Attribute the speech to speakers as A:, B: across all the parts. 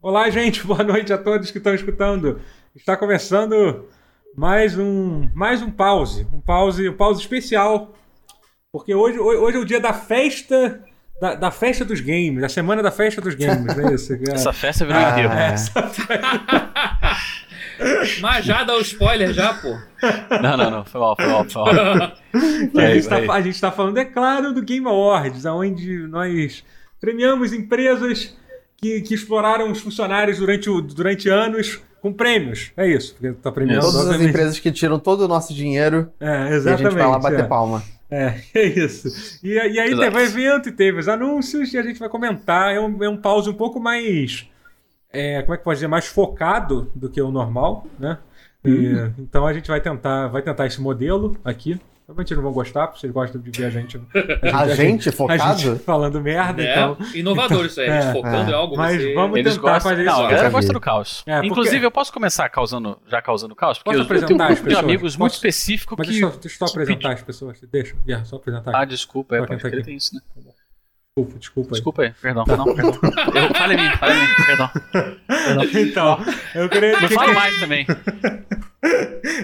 A: Olá, gente. Boa noite a todos que estão escutando. Está começando mais um mais um pause, um pause, um pause especial, porque hoje hoje é o dia da festa da, da festa dos games, da semana da festa dos games, não é isso? É.
B: Essa festa virou ah,
A: é.
C: Mas já dá o spoiler já, pô.
B: Não, não, não. Foi mal, foi mal, foi mal. é
A: Que
D: é
A: a, gente tá, a gente tá falando, é claro, do Game Awards, onde nós premiamos empresas que, que exploraram os funcionários durante, o, durante anos com prêmios. É isso. Porque tá premiando
D: Todas
A: obviamente.
D: as empresas que tiram todo o nosso dinheiro
A: É,
D: e a
A: exatamente.
D: gente vai lá bater
A: é.
D: palma.
A: É, é isso. E, e aí
B: Exato.
A: teve o evento e teve os anúncios e a gente vai comentar. É um, é um pause um pouco mais. é, como é que pode dizer? Mais focado do que o normal, né? E,
D: Uhum.
A: Então a gente vai tentar, vai tentar esse modelo aqui. Provavelmente eles não vão gostar, porque vocês gostam de ver a gente.
D: A gente
A: A gente
D: focado?
A: falando merda e
C: É,
A: tal.
C: inovador isso aí, a
A: Então,
C: gente
A: É,
C: focando
D: é.
C: em algo
A: Mas
C: você...
A: vamos-
B: Eles
A: tentar
B: gostam.
A: fazer
B: Não,
A: isso.
B: a galera
D: Quero
B: gosta
D: ver.
B: do caos.
A: É, porque-
B: Inclusive, eu posso começar causando, já causando caos, porque
A: Posso
B: eu, eu tenho um
A: apresentar as
B: grupo de
A: pessoas?
B: amigos muito
A: Posso-
B: específico
A: Mas
B: que.
A: deixa eu, deixa eu só apresentar as pessoas. Deixa, Guerra, só apresentar.
B: Ah, desculpa, é,
A: Só
B: pode
A: quem tá
B: crer,
A: aqui.
B: tem isso, né?
A: desculpa, desculpa aí.
B: Desculpa aí, perdão, não, perdão. Eu, fala em mim, fala em mim, perdão.
A: Então, eu queria,
B: Não fala mais também.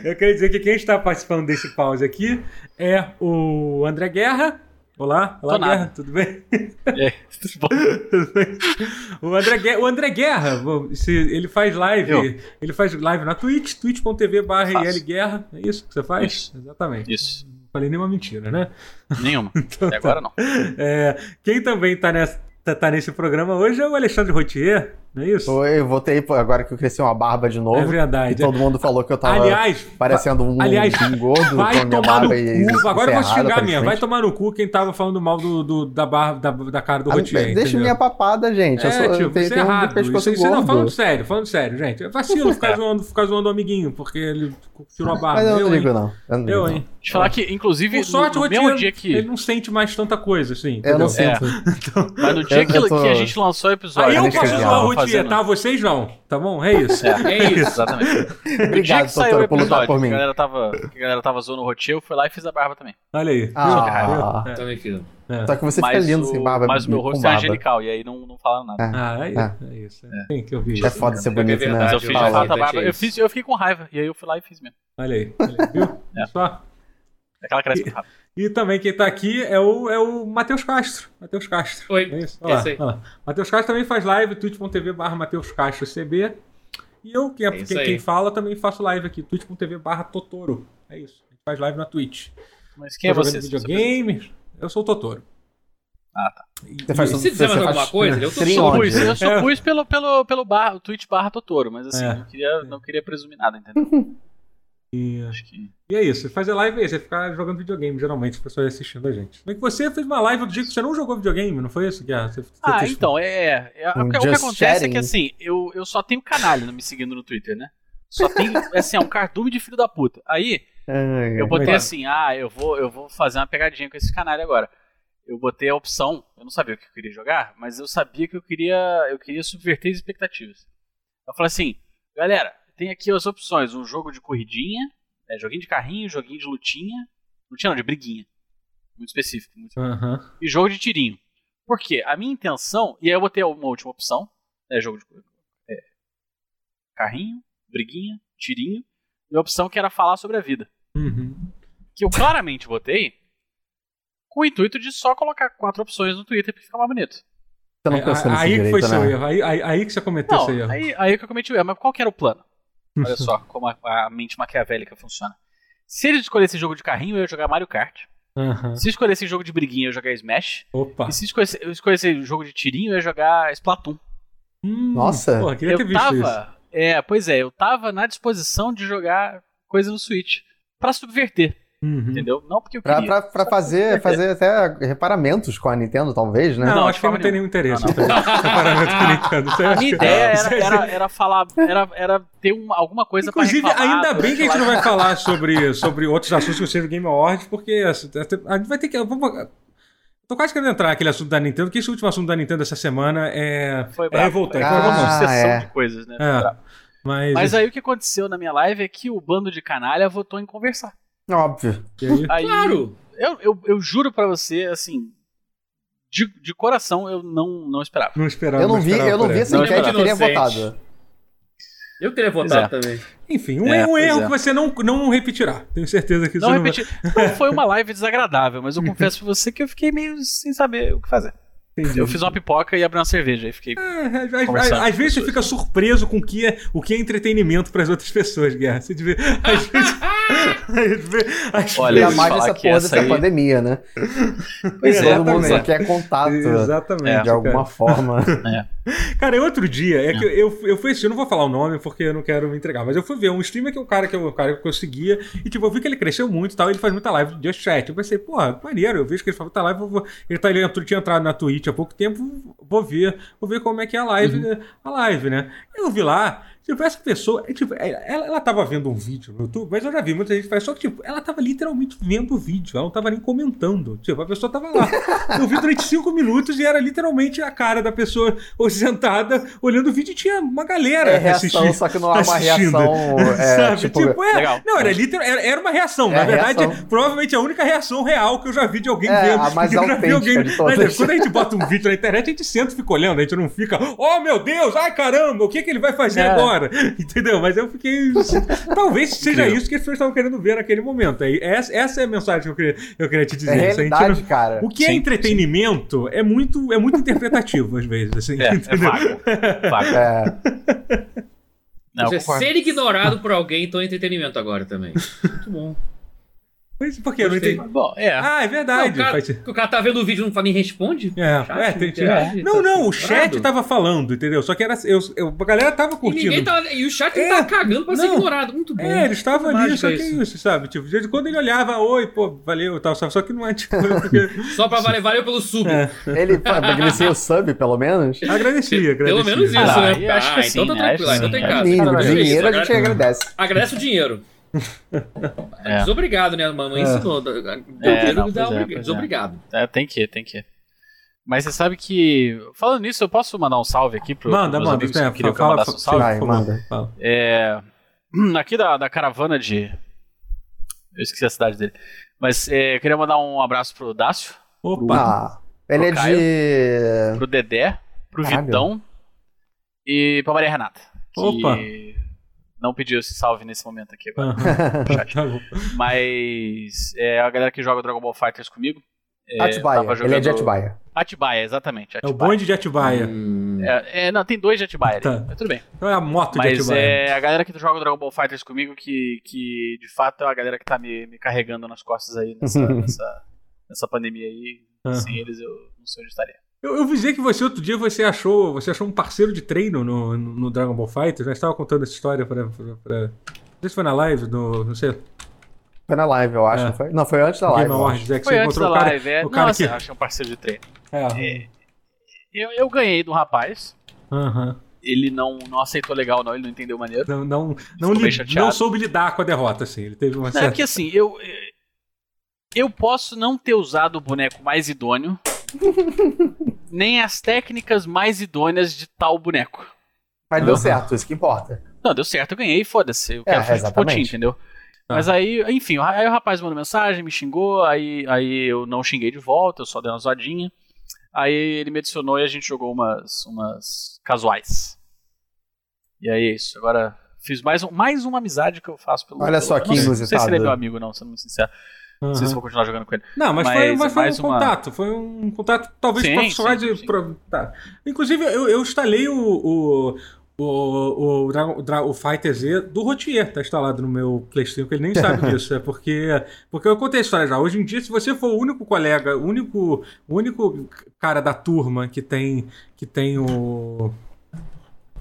A: eu queria dizer que quem está participando desse pause aqui é o André Guerra. Olá, olá
B: Tô nada.
A: Guerra, tudo bem?
B: É, tudo bom.
A: O André Guerra, o André Guerra bom, se- ele faz live,
B: Eu.
A: ele faz live na Twitch, twitch.tv barra
B: Faço.
A: IL Guerra, é isso que você faz?
B: Isso.
A: Exatamente.
B: Isso,
A: Não falei nenhuma mentira, né?
B: nenhuma.
A: Então
B: Até agora não.
A: É, quem também está nesse programa hoje é o Alexandre Rotier, não é isso?
D: Oi, Eu voltei pô, agora que eu cresci uma barba de
A: É
D: novo. e
A: verdade.
D: todo mundo falou que eu tava
A: Aliás,
D: parecendo um,
A: aliás,
D: um gordo com a
A: Vai
D: minha
A: tomar no
D: barba e
A: cu. Agora eu vou te
D: encerrada,
A: xingar mesmo. Vai
D: aparentemente.
A: tomar no cu quem tava falando mal do, do- da, barra, da, da cara do
D: Ah,
A: Rotier.
D: Deixa
A: entendeu?
D: minha papada, gente. eu
A: É,
D: sou, eu
A: tipo,
D: tenho,
A: isso é
D: tenho um
A: errado.
D: pescoço
A: Isso, isso não,
D: gordo.
A: falando sério, falando sério, gente. É vacilo ficar,
B: É.
A: zoando, ficar zoando o amiguinho, porque ele tirou a barba.
D: Mas eu não
A: eu,
D: digo,
A: hein?
D: não. Eu não digo,
A: Eu,
D: não.
A: hein?
B: Deixa eu falar que, inclusive,
A: Por sorte, o
B: no, no mesmo
A: Rotier,
B: dia que.
A: ele não sente mais tanta coisa, assim.
D: Eu
A: entendeu?
D: não sinto.
B: Mas no É. dia
D: Eu-
B: que,
D: eu tô-
B: que a gente lançou o episódio.
A: Aí eu
D: é
B: né, que
A: posso
B: a gente
A: zoar o
B: tava
A: Rotier,
B: fazendo-
A: tá? Vocês não, tá bom? É isso.
C: É isso.
B: Exatamente. No dia
D: Obrigado,
B: que saiu o
D: doutor, por lutar
B: episódio,
D: por
B: que
D: mim.
B: a galera tava, que a galera tava zoando o Rotier, eu fui lá e fiz a barba também.
A: Olha aí.
D: Ah,
A: Viu?
C: Também fiz.
A: É.
D: Só que você fica lindo sem barba.
B: mas o meu
D: com
B: rosto é
D: barba.
B: angelical, e aí não, não falaram nada.
A: Ah, é, é isso. É. Tem que ouvir
D: É
A: isso.
D: foda ser bonito, né?
B: Mas
C: verdade,
B: eu fiz
C: eu
B: de
C: falo.
B: fato a barba.
C: Importante é
B: Eu,
C: isso.
B: fiz, eu fiquei com raiva, e aí eu fui lá e fiz mesmo.
A: Olha aí. Olha aí, Viu?
B: É.
A: Só.
B: Aquela cresce muito rápido.
A: E também quem tá aqui é o, é o Matheus Castro. Matheus Castro.
C: Oi,
A: É isso?
C: é isso aí.
A: Matheus Castro também faz live, twitch.tv barra Matheus Castro CB. E eu, quem, é-
C: É isso
A: quem,
C: aí.
A: quem fala, também faço live aqui, twitch.tv barra Totoro. É isso. A gente faz live na Twitch.
B: Mas quem é
A: Tô
B: você?
A: Tá jogando videogame. Eu sou o Totoro. um-
B: Ah, tá.
A: E-
D: Você faz
C: Se fizer mais alguma coisa, eu tô
D: stream
C: solto.
D: onde?
B: Supus, eu supus pelo, pelo, pelo bar, Twitch barra Totoro, mas assim,
A: É.
B: não, queria, não queria presumir nada, entendeu?
D: Uhum.
B: Acho que.
A: E é isso. Fazer live é isso. É ficar jogando videogame, geralmente, as pessoas assistindo a gente. Mas que você fez uma live no dia que você não jogou videogame, não foi isso, Guerra? Você, você
B: Ah,
A: fez-
B: então, é. é, é,
D: Um
B: o que o que
D: just
B: acontece é
D: chatting.
B: que assim, eu, eu só tenho canalha me seguindo no Twitter, né? Só tem, assim, é um cardume de filho da puta. Aí,
D: Ai,
B: Eu botei
A: Legal.
B: assim, ah, eu vou, eu vou fazer uma pegadinha com esse canalha agora. Eu botei a opção, eu não sabia o que eu queria jogar, mas eu sabia que eu queria, eu queria subverter as expectativas. Eu falei assim, galera, tem aqui as opções, um jogo de corridinha, é, joguinho de carrinho, joguinho de lutinha, lutinha não, de briguinha, muito específico, muito
A: Aham.
B: e jogo de tirinho. Por quê? A minha intenção, e aí eu botei uma última opção, né, jogo de é, carrinho, briguinha, tirinho, e a opção que era falar sobre a vida
A: Uhum.
B: que eu claramente botei com o intuito de só colocar quatro opções no Twitter porque fica mais bonito.
D: Você não
A: É,
D: pensou
A: a-
D: nisso
A: aí que foi
D: direito,
A: seu
D: né?
A: erro. Aí, aí, aí que você cometeu
B: Não,
A: seu erro.
B: aí, aí é que eu cometi o erro, mas qual que era o plano? Olha só como a, a mente maquiavélica funciona. Se eles escolhessem jogo de carrinho, eu ia jogar Mario Kart.
A: Aham. Ah.
B: Se escolhessem jogo de briguinha, eu ia jogar Smash.
A: Opa.
B: E se escolhessem, eu escolhessem jogo de tirinho, eu ia jogar Splatoon.
A: Hum,
D: Nossa.
A: Porra, queria ter
B: Eu
A: visto isso.
B: tava. É, pois é, eu tava na disposição de jogar coisa no Switch. Pra subverter,
A: Uhum.
B: entendeu? Não porque eu
D: Pra,
B: queria.
D: pra, pra fazer, fazer até reparamentos com a Nintendo, talvez, né?
A: Não,
B: Não,
A: acho que
B: de forma
A: não tem
B: nenhuma.
A: nenhum interesse.
B: Não, A minha ideia era, era, era falar, era, era ter uma, alguma coisa
A: Inclusive,
B: pra reclamar. né,
A: ainda bem que a gente não vai
B: durante
A: falar sobre, sobre outros assuntos que eu sei do Game Awards, porque assim, a gente vai ter que. Vamos, tô quase querendo entrar naquele assunto da Nintendo, que esse último assunto da Nintendo essa semana é,
B: lá. Foi
A: é
B: brabo.
A: revoltante.
B: Foi
A: mas
B: uma
A: vamos.
D: Ah,
B: sucessão
D: é.
B: de coisas, né?
A: É.
B: Foi brabo.
A: Mas,
B: Mas aí o que aconteceu na minha live é que o bando de canalha votou em conversar.
D: Óbvio.
A: e aí-
B: Aí,
C: Claro!
B: Eu, eu, eu juro pra você, assim, de, de coração, eu não, não esperava.
A: Não esperava.
D: Eu não vi,
A: esperava
D: eu não
A: por
D: vi
A: essa.
D: essa
B: Não,
D: enquete,
B: é
D: eu teria
C: inocente.
D: votado.
C: Eu teria
A: é.
C: votado também.
A: Enfim, um,
B: É,
A: um
B: pois
A: erro
B: é.
A: que você não, não repetirá. Tenho certeza que
B: Não
A: você
B: repetir. Não foi uma live desagradável, mas eu confesso pra você que eu fiquei meio sem saber o que fazer.
A: não vai entender.
B: Eu fiz uma pipoca e abri uma cerveja e fiquei.
A: É, às- às-
B: Conversar com
A: Às vezes você
B: pessoas.
A: fica surpreso com o que é, o que é entretenimento para as outras pessoas, Guerra. Você devia, às vezes, às vezes- às
B: Olha, é eu
D: Ainda
B: vou te
D: mais
B: falar
D: essa
B: que
D: porra
B: essa
D: dessa
B: aí-
D: pandemia, né?
B: Pois é,
D: Todo mundo
A: exatamente.
D: só quer contato
A: Exatamente.
B: É.
D: de alguma forma.
A: Cara, é outro dia. É que eu, eu fui assistir, eu não vou falar o nome porque eu não quero me entregar, mas eu fui ver um streamer que é um cara que eu, um cara que eu seguia e, tipo, eu vi que ele cresceu muito e tal. Ele faz muita live de Just Chat. Eu pensei, porra, maneiro, eu vejo que ele faz muita live. eu vou- Ele, tá, ele entrou- tinha entrado na Twitch há pouco tempo, vou ver, vou ver como é que é a live,
D: Uhum.
A: né? a live, né? Eu vi lá. Tipo, essa pessoa, é, tipo, ela, ela tava vendo um vídeo no YouTube, mas eu já vi muita gente faz, só que, tipo, ela tava literalmente vendo o vídeo, ela não tava nem comentando. Tipo, a pessoa tava lá. Eu vi durante cinco minutos e era literalmente a cara da pessoa ou sentada olhando o vídeo e tinha uma galera
D: É reação,
A: assistindo.
D: só que não é uma
A: Tá assistindo.
D: reação. É,
A: Sabe?
D: tipo,
A: Tipo, é,
B: Legal.
A: Não, era, literal, era, era uma reação.
D: É
A: Na
D: a
A: verdade,
D: reação.
A: provavelmente é a única reação real que eu já vi de alguém
D: É,
A: vendo.
D: a mais
A: Que eu já vi
D: autêntica
A: alguém-
D: de todas.
A: Mas, Quando a gente bota um vídeo na internet, a gente senta e fica olhando, a gente não fica, oh meu Deus, ai caramba, o que, que ele vai fazer
B: É.
A: agora? Entendeu? Mas eu fiquei. Talvez seja
B: Incrível.
A: isso que as pessoas estavam querendo ver naquele momento. Aí, Essa, essa é a mensagem que eu queria, eu queria te
D: é
A: dizer. Se a gente não-
D: realidade, cara.
A: o que é
B: Sim,
A: entretenimento é muito é muito interpretativo às vezes, assim.
B: É, é
A: entendeu?
B: vago. Vago.
D: É,
B: Não, eu
C: Você
B: concordo.
C: ser ignorado por alguém, então é entretenimento agora também. Muito bom.
A: Mas por quê? Eu não
C: Gostei.
A: entendi.
B: Bom, é.
A: Ah, é verdade.
C: Não, o, cara,
A: faz-
C: o cara tá vendo o vídeo e não fala nem responde?
A: É,
C: Chat,
A: é, tem-
C: interage,
A: Não,
C: tá
A: não, o
C: ignorado.
A: chat tava falando, entendeu? Só que era. Eu, eu- a galera tava
C: E, ninguém
A: curtindo.
C: tá, e o chat
A: É,
C: tá cagando pra ser
A: não.
C: ignorado. Muito bom.
A: É, ele estava ali,
C: Mágica
A: só que é
C: isso.
A: isso, sabe? Tipo, de vez em quando ele olhava, oi, pô, valeu e tal, sabe? Só que não é tipo. eu Porque...
C: Só pra valer, valeu pelo sub.
A: É.
D: Ele agradecia o sub, pelo menos.
A: Agradecia, agradecia.
C: Pelo menos isso,
B: Ah,
C: né?
B: eu acho que sim,
C: então tá
B: né?
C: tranquilo,
B: Acho
C: então
B: que
C: tá em
B: sim.
C: casa.
D: Mínimo,
C: Cara, é isso,
D: dinheiro a gente
C: agra-
B: tá.
D: agradece.
C: Agradece o dinheiro.
B: É.
C: Desobrigado, né? A mamãe
A: É.
C: ensinou. Deu dinheiro,
B: não,
C: dá
B: pois é,
C: obri-
B: pois é.
C: Desobrigado.
B: É, tem que, tem que. Mas você sabe que. Falando nisso, eu posso mandar um salve aqui pro.
A: Manda,
B: pros meus
A: manda.
B: amigos
A: é,
B: que queriam que eu
A: fala-
B: mandasse um
A: fala-
B: salve.
D: Vai,
A: fala-
D: manda.
A: fala.
B: É, hum, aqui da, da caravana de. Eu esqueci a cidade dele. Mas é, eu queria mandar um abraço pro Dácio,
A: Opa!
D: Ah, ele é
B: Pro Caio.
D: de.
B: pro Dedé, pro
D: Caralho.
B: Vitão e pra Maria Renata. Que
A: Opa. Ah.
B: não pediu esse salve nesse momento aqui agora.
A: Aham,
B: no chat.
A: tá bom.
B: Mas é a galera que joga Dragon Ball Fighters comigo. É,
D: Atibaia.
B: tava
D: Ele é de
B: jogando-
D: Atibaia.
B: Atibaia, exatamente.
A: É o
B: Atibaia.
A: bonde de Atibaia.
C: Hum.
B: É, é, não, tem dois de Atibaia.
A: Tá.
B: ali, Mas tudo bem.
A: Não é a moto de
B: Mas
A: Atibaia.
B: é a galera que joga Dragon Ball Fighters comigo que, que de fato é a galera que tá me, me carregando nas costas aí nessa, nessa, nessa pandemia aí.
A: Aham.
B: Sem eles eu não sei onde estaria.
A: Eu, eu vi dizer que você outro dia você achou, você achou um parceiro de treino no, no no Dragon Ball Fighter. Nós estava contando essa história para não sei se foi na live, no, não sei,
D: Foi na live, eu acho.
A: É.
D: não foi? Não, foi antes da
A: Game
D: live. eu
A: Awards, é que
B: Foi
A: você
B: antes da
A: encontrou o cara.
B: live, é.
A: o cara
B: Nossa,
A: que-
B: eu achei um parceiro de treino.
A: É.
B: Eu, eu ganhei do rapaz.
A: Aham.
B: Ele não, não aceitou legal, não, ele não entendeu maneiro.
A: Não, não, não,
B: bem
A: li-
B: chateado.
A: não soube lidar com a derrota, assim. Ele teve uma
B: Não, é
A: certa.
B: porque assim, eu. Eu posso não ter usado o boneco mais idôneo, nem as técnicas mais idôneas de tal boneco.
D: Mas deu
A: Aham.
D: certo, isso que importa.
B: Não, deu certo, eu ganhei, foda-se. Eu
D: É,
B: quero fazer
D: exatamente. Ah.
B: pontinho, entendeu?
A: Tá.
B: Mas aí, enfim, o ra- aí o rapaz mandou mensagem, me xingou, aí, aí eu não xinguei de volta, eu só dei uma zoadinha. Aí ele me adicionou e a gente jogou umas, umas casuais. E aí é isso. Agora fiz mais, um, mais uma amizade que eu faço pelo.
D: Olha só
B: pelo-
D: que
B: não sei- Não sei se
D: inusitado.
B: ele é meu amigo, não, sendo muito sincero. Não sei se eu
A: Aham.
B: vou continuar jogando com ele.
A: Não, mas, foi,
B: mas
A: mas foi
B: mais
A: um
B: uma-
A: contato. Foi um contato, talvez,
B: Sim,
A: profissional
B: sim,
A: de.
B: sim.
A: pro- tá. Inclusive, eu, eu instalei o. o... O, o, Dragon- o, Dra- o Fighter Z do Rotier tá instalado no meu PlayStation, que ele nem sabe disso. É porque. Porque eu contei a história já. Hoje em dia, se você for o único colega, o único, o único cara da turma que tem. Que tem o.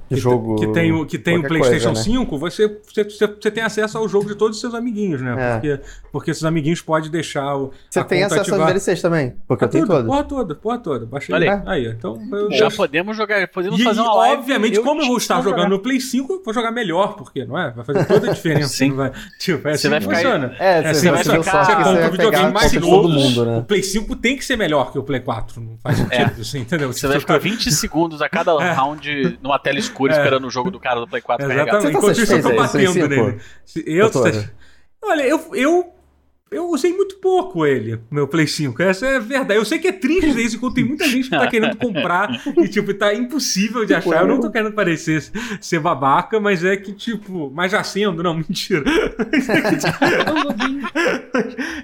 D: Que jogo.
A: Que tem o, que tem o
D: qualquer
A: PlayStation
D: coisa, né?
A: 5, você, você, você, você tem acesso ao jogo de todos os seus amiguinhos, né?
D: É.
A: Porque, porque seus amiguinhos podem deixar o.
D: Você
A: a
D: tem
A: conta
D: acesso aos
A: ativada.
D: DLCs também? Porque eu tenho
A: tudo,
D: todos.
A: porra toda, porra toda. Baixei
B: Olha
A: aí. aí. Então, eu,
B: Já
A: eu-
B: podemos jogar, podemos
A: e,
B: fazer
A: e,
B: uma live.
A: obviamente, como eu vou estar
B: vou
A: jogando
B: jogar.
A: no Play 5, eu vou jogar melhor, porque, não é? Vai fazer toda a diferença.
B: Sim.
A: não vai, tipo, é
B: Você
A: assim
B: vai
A: que
B: ficar-
A: funciona.
D: É,
A: É,
D: se
A: você
D: você,
A: vai
D: deu
B: trocar-
D: sorte
B: você
D: que
A: compra
D: você vai
A: o videogame
D: pegar
A: mais
D: mais de todo
A: novo.
D: mundo,
A: O
D: né?
A: Play 5 tem que ser melhor que o Play 4. Não faz sentido isso, entendeu?
B: É.
A: Tipo,
B: Você vai ficar 20 segundos a cada
A: É.
B: round numa tela escura esperando o jogo do cara do Play
A: tá
B: 4 carregar.
A: Exatamente.
D: Você tá
A: Enquanto isso, eu tô
D: satisfeito aí,
A: batendo
D: Suicide,
A: nele. Se- Eu,
D: Doutora?
A: Olha, eu, eu Eu usei muito pouco ele, meu Play 5. Essa é a verdade. Eu sei que é triste dizer isso, enquanto tem muita gente que tá querendo comprar e, tipo, tá impossível de achar. Eu não tô querendo parecer ser babaca, mas é que, tipo, mas já sendo, não, mentira.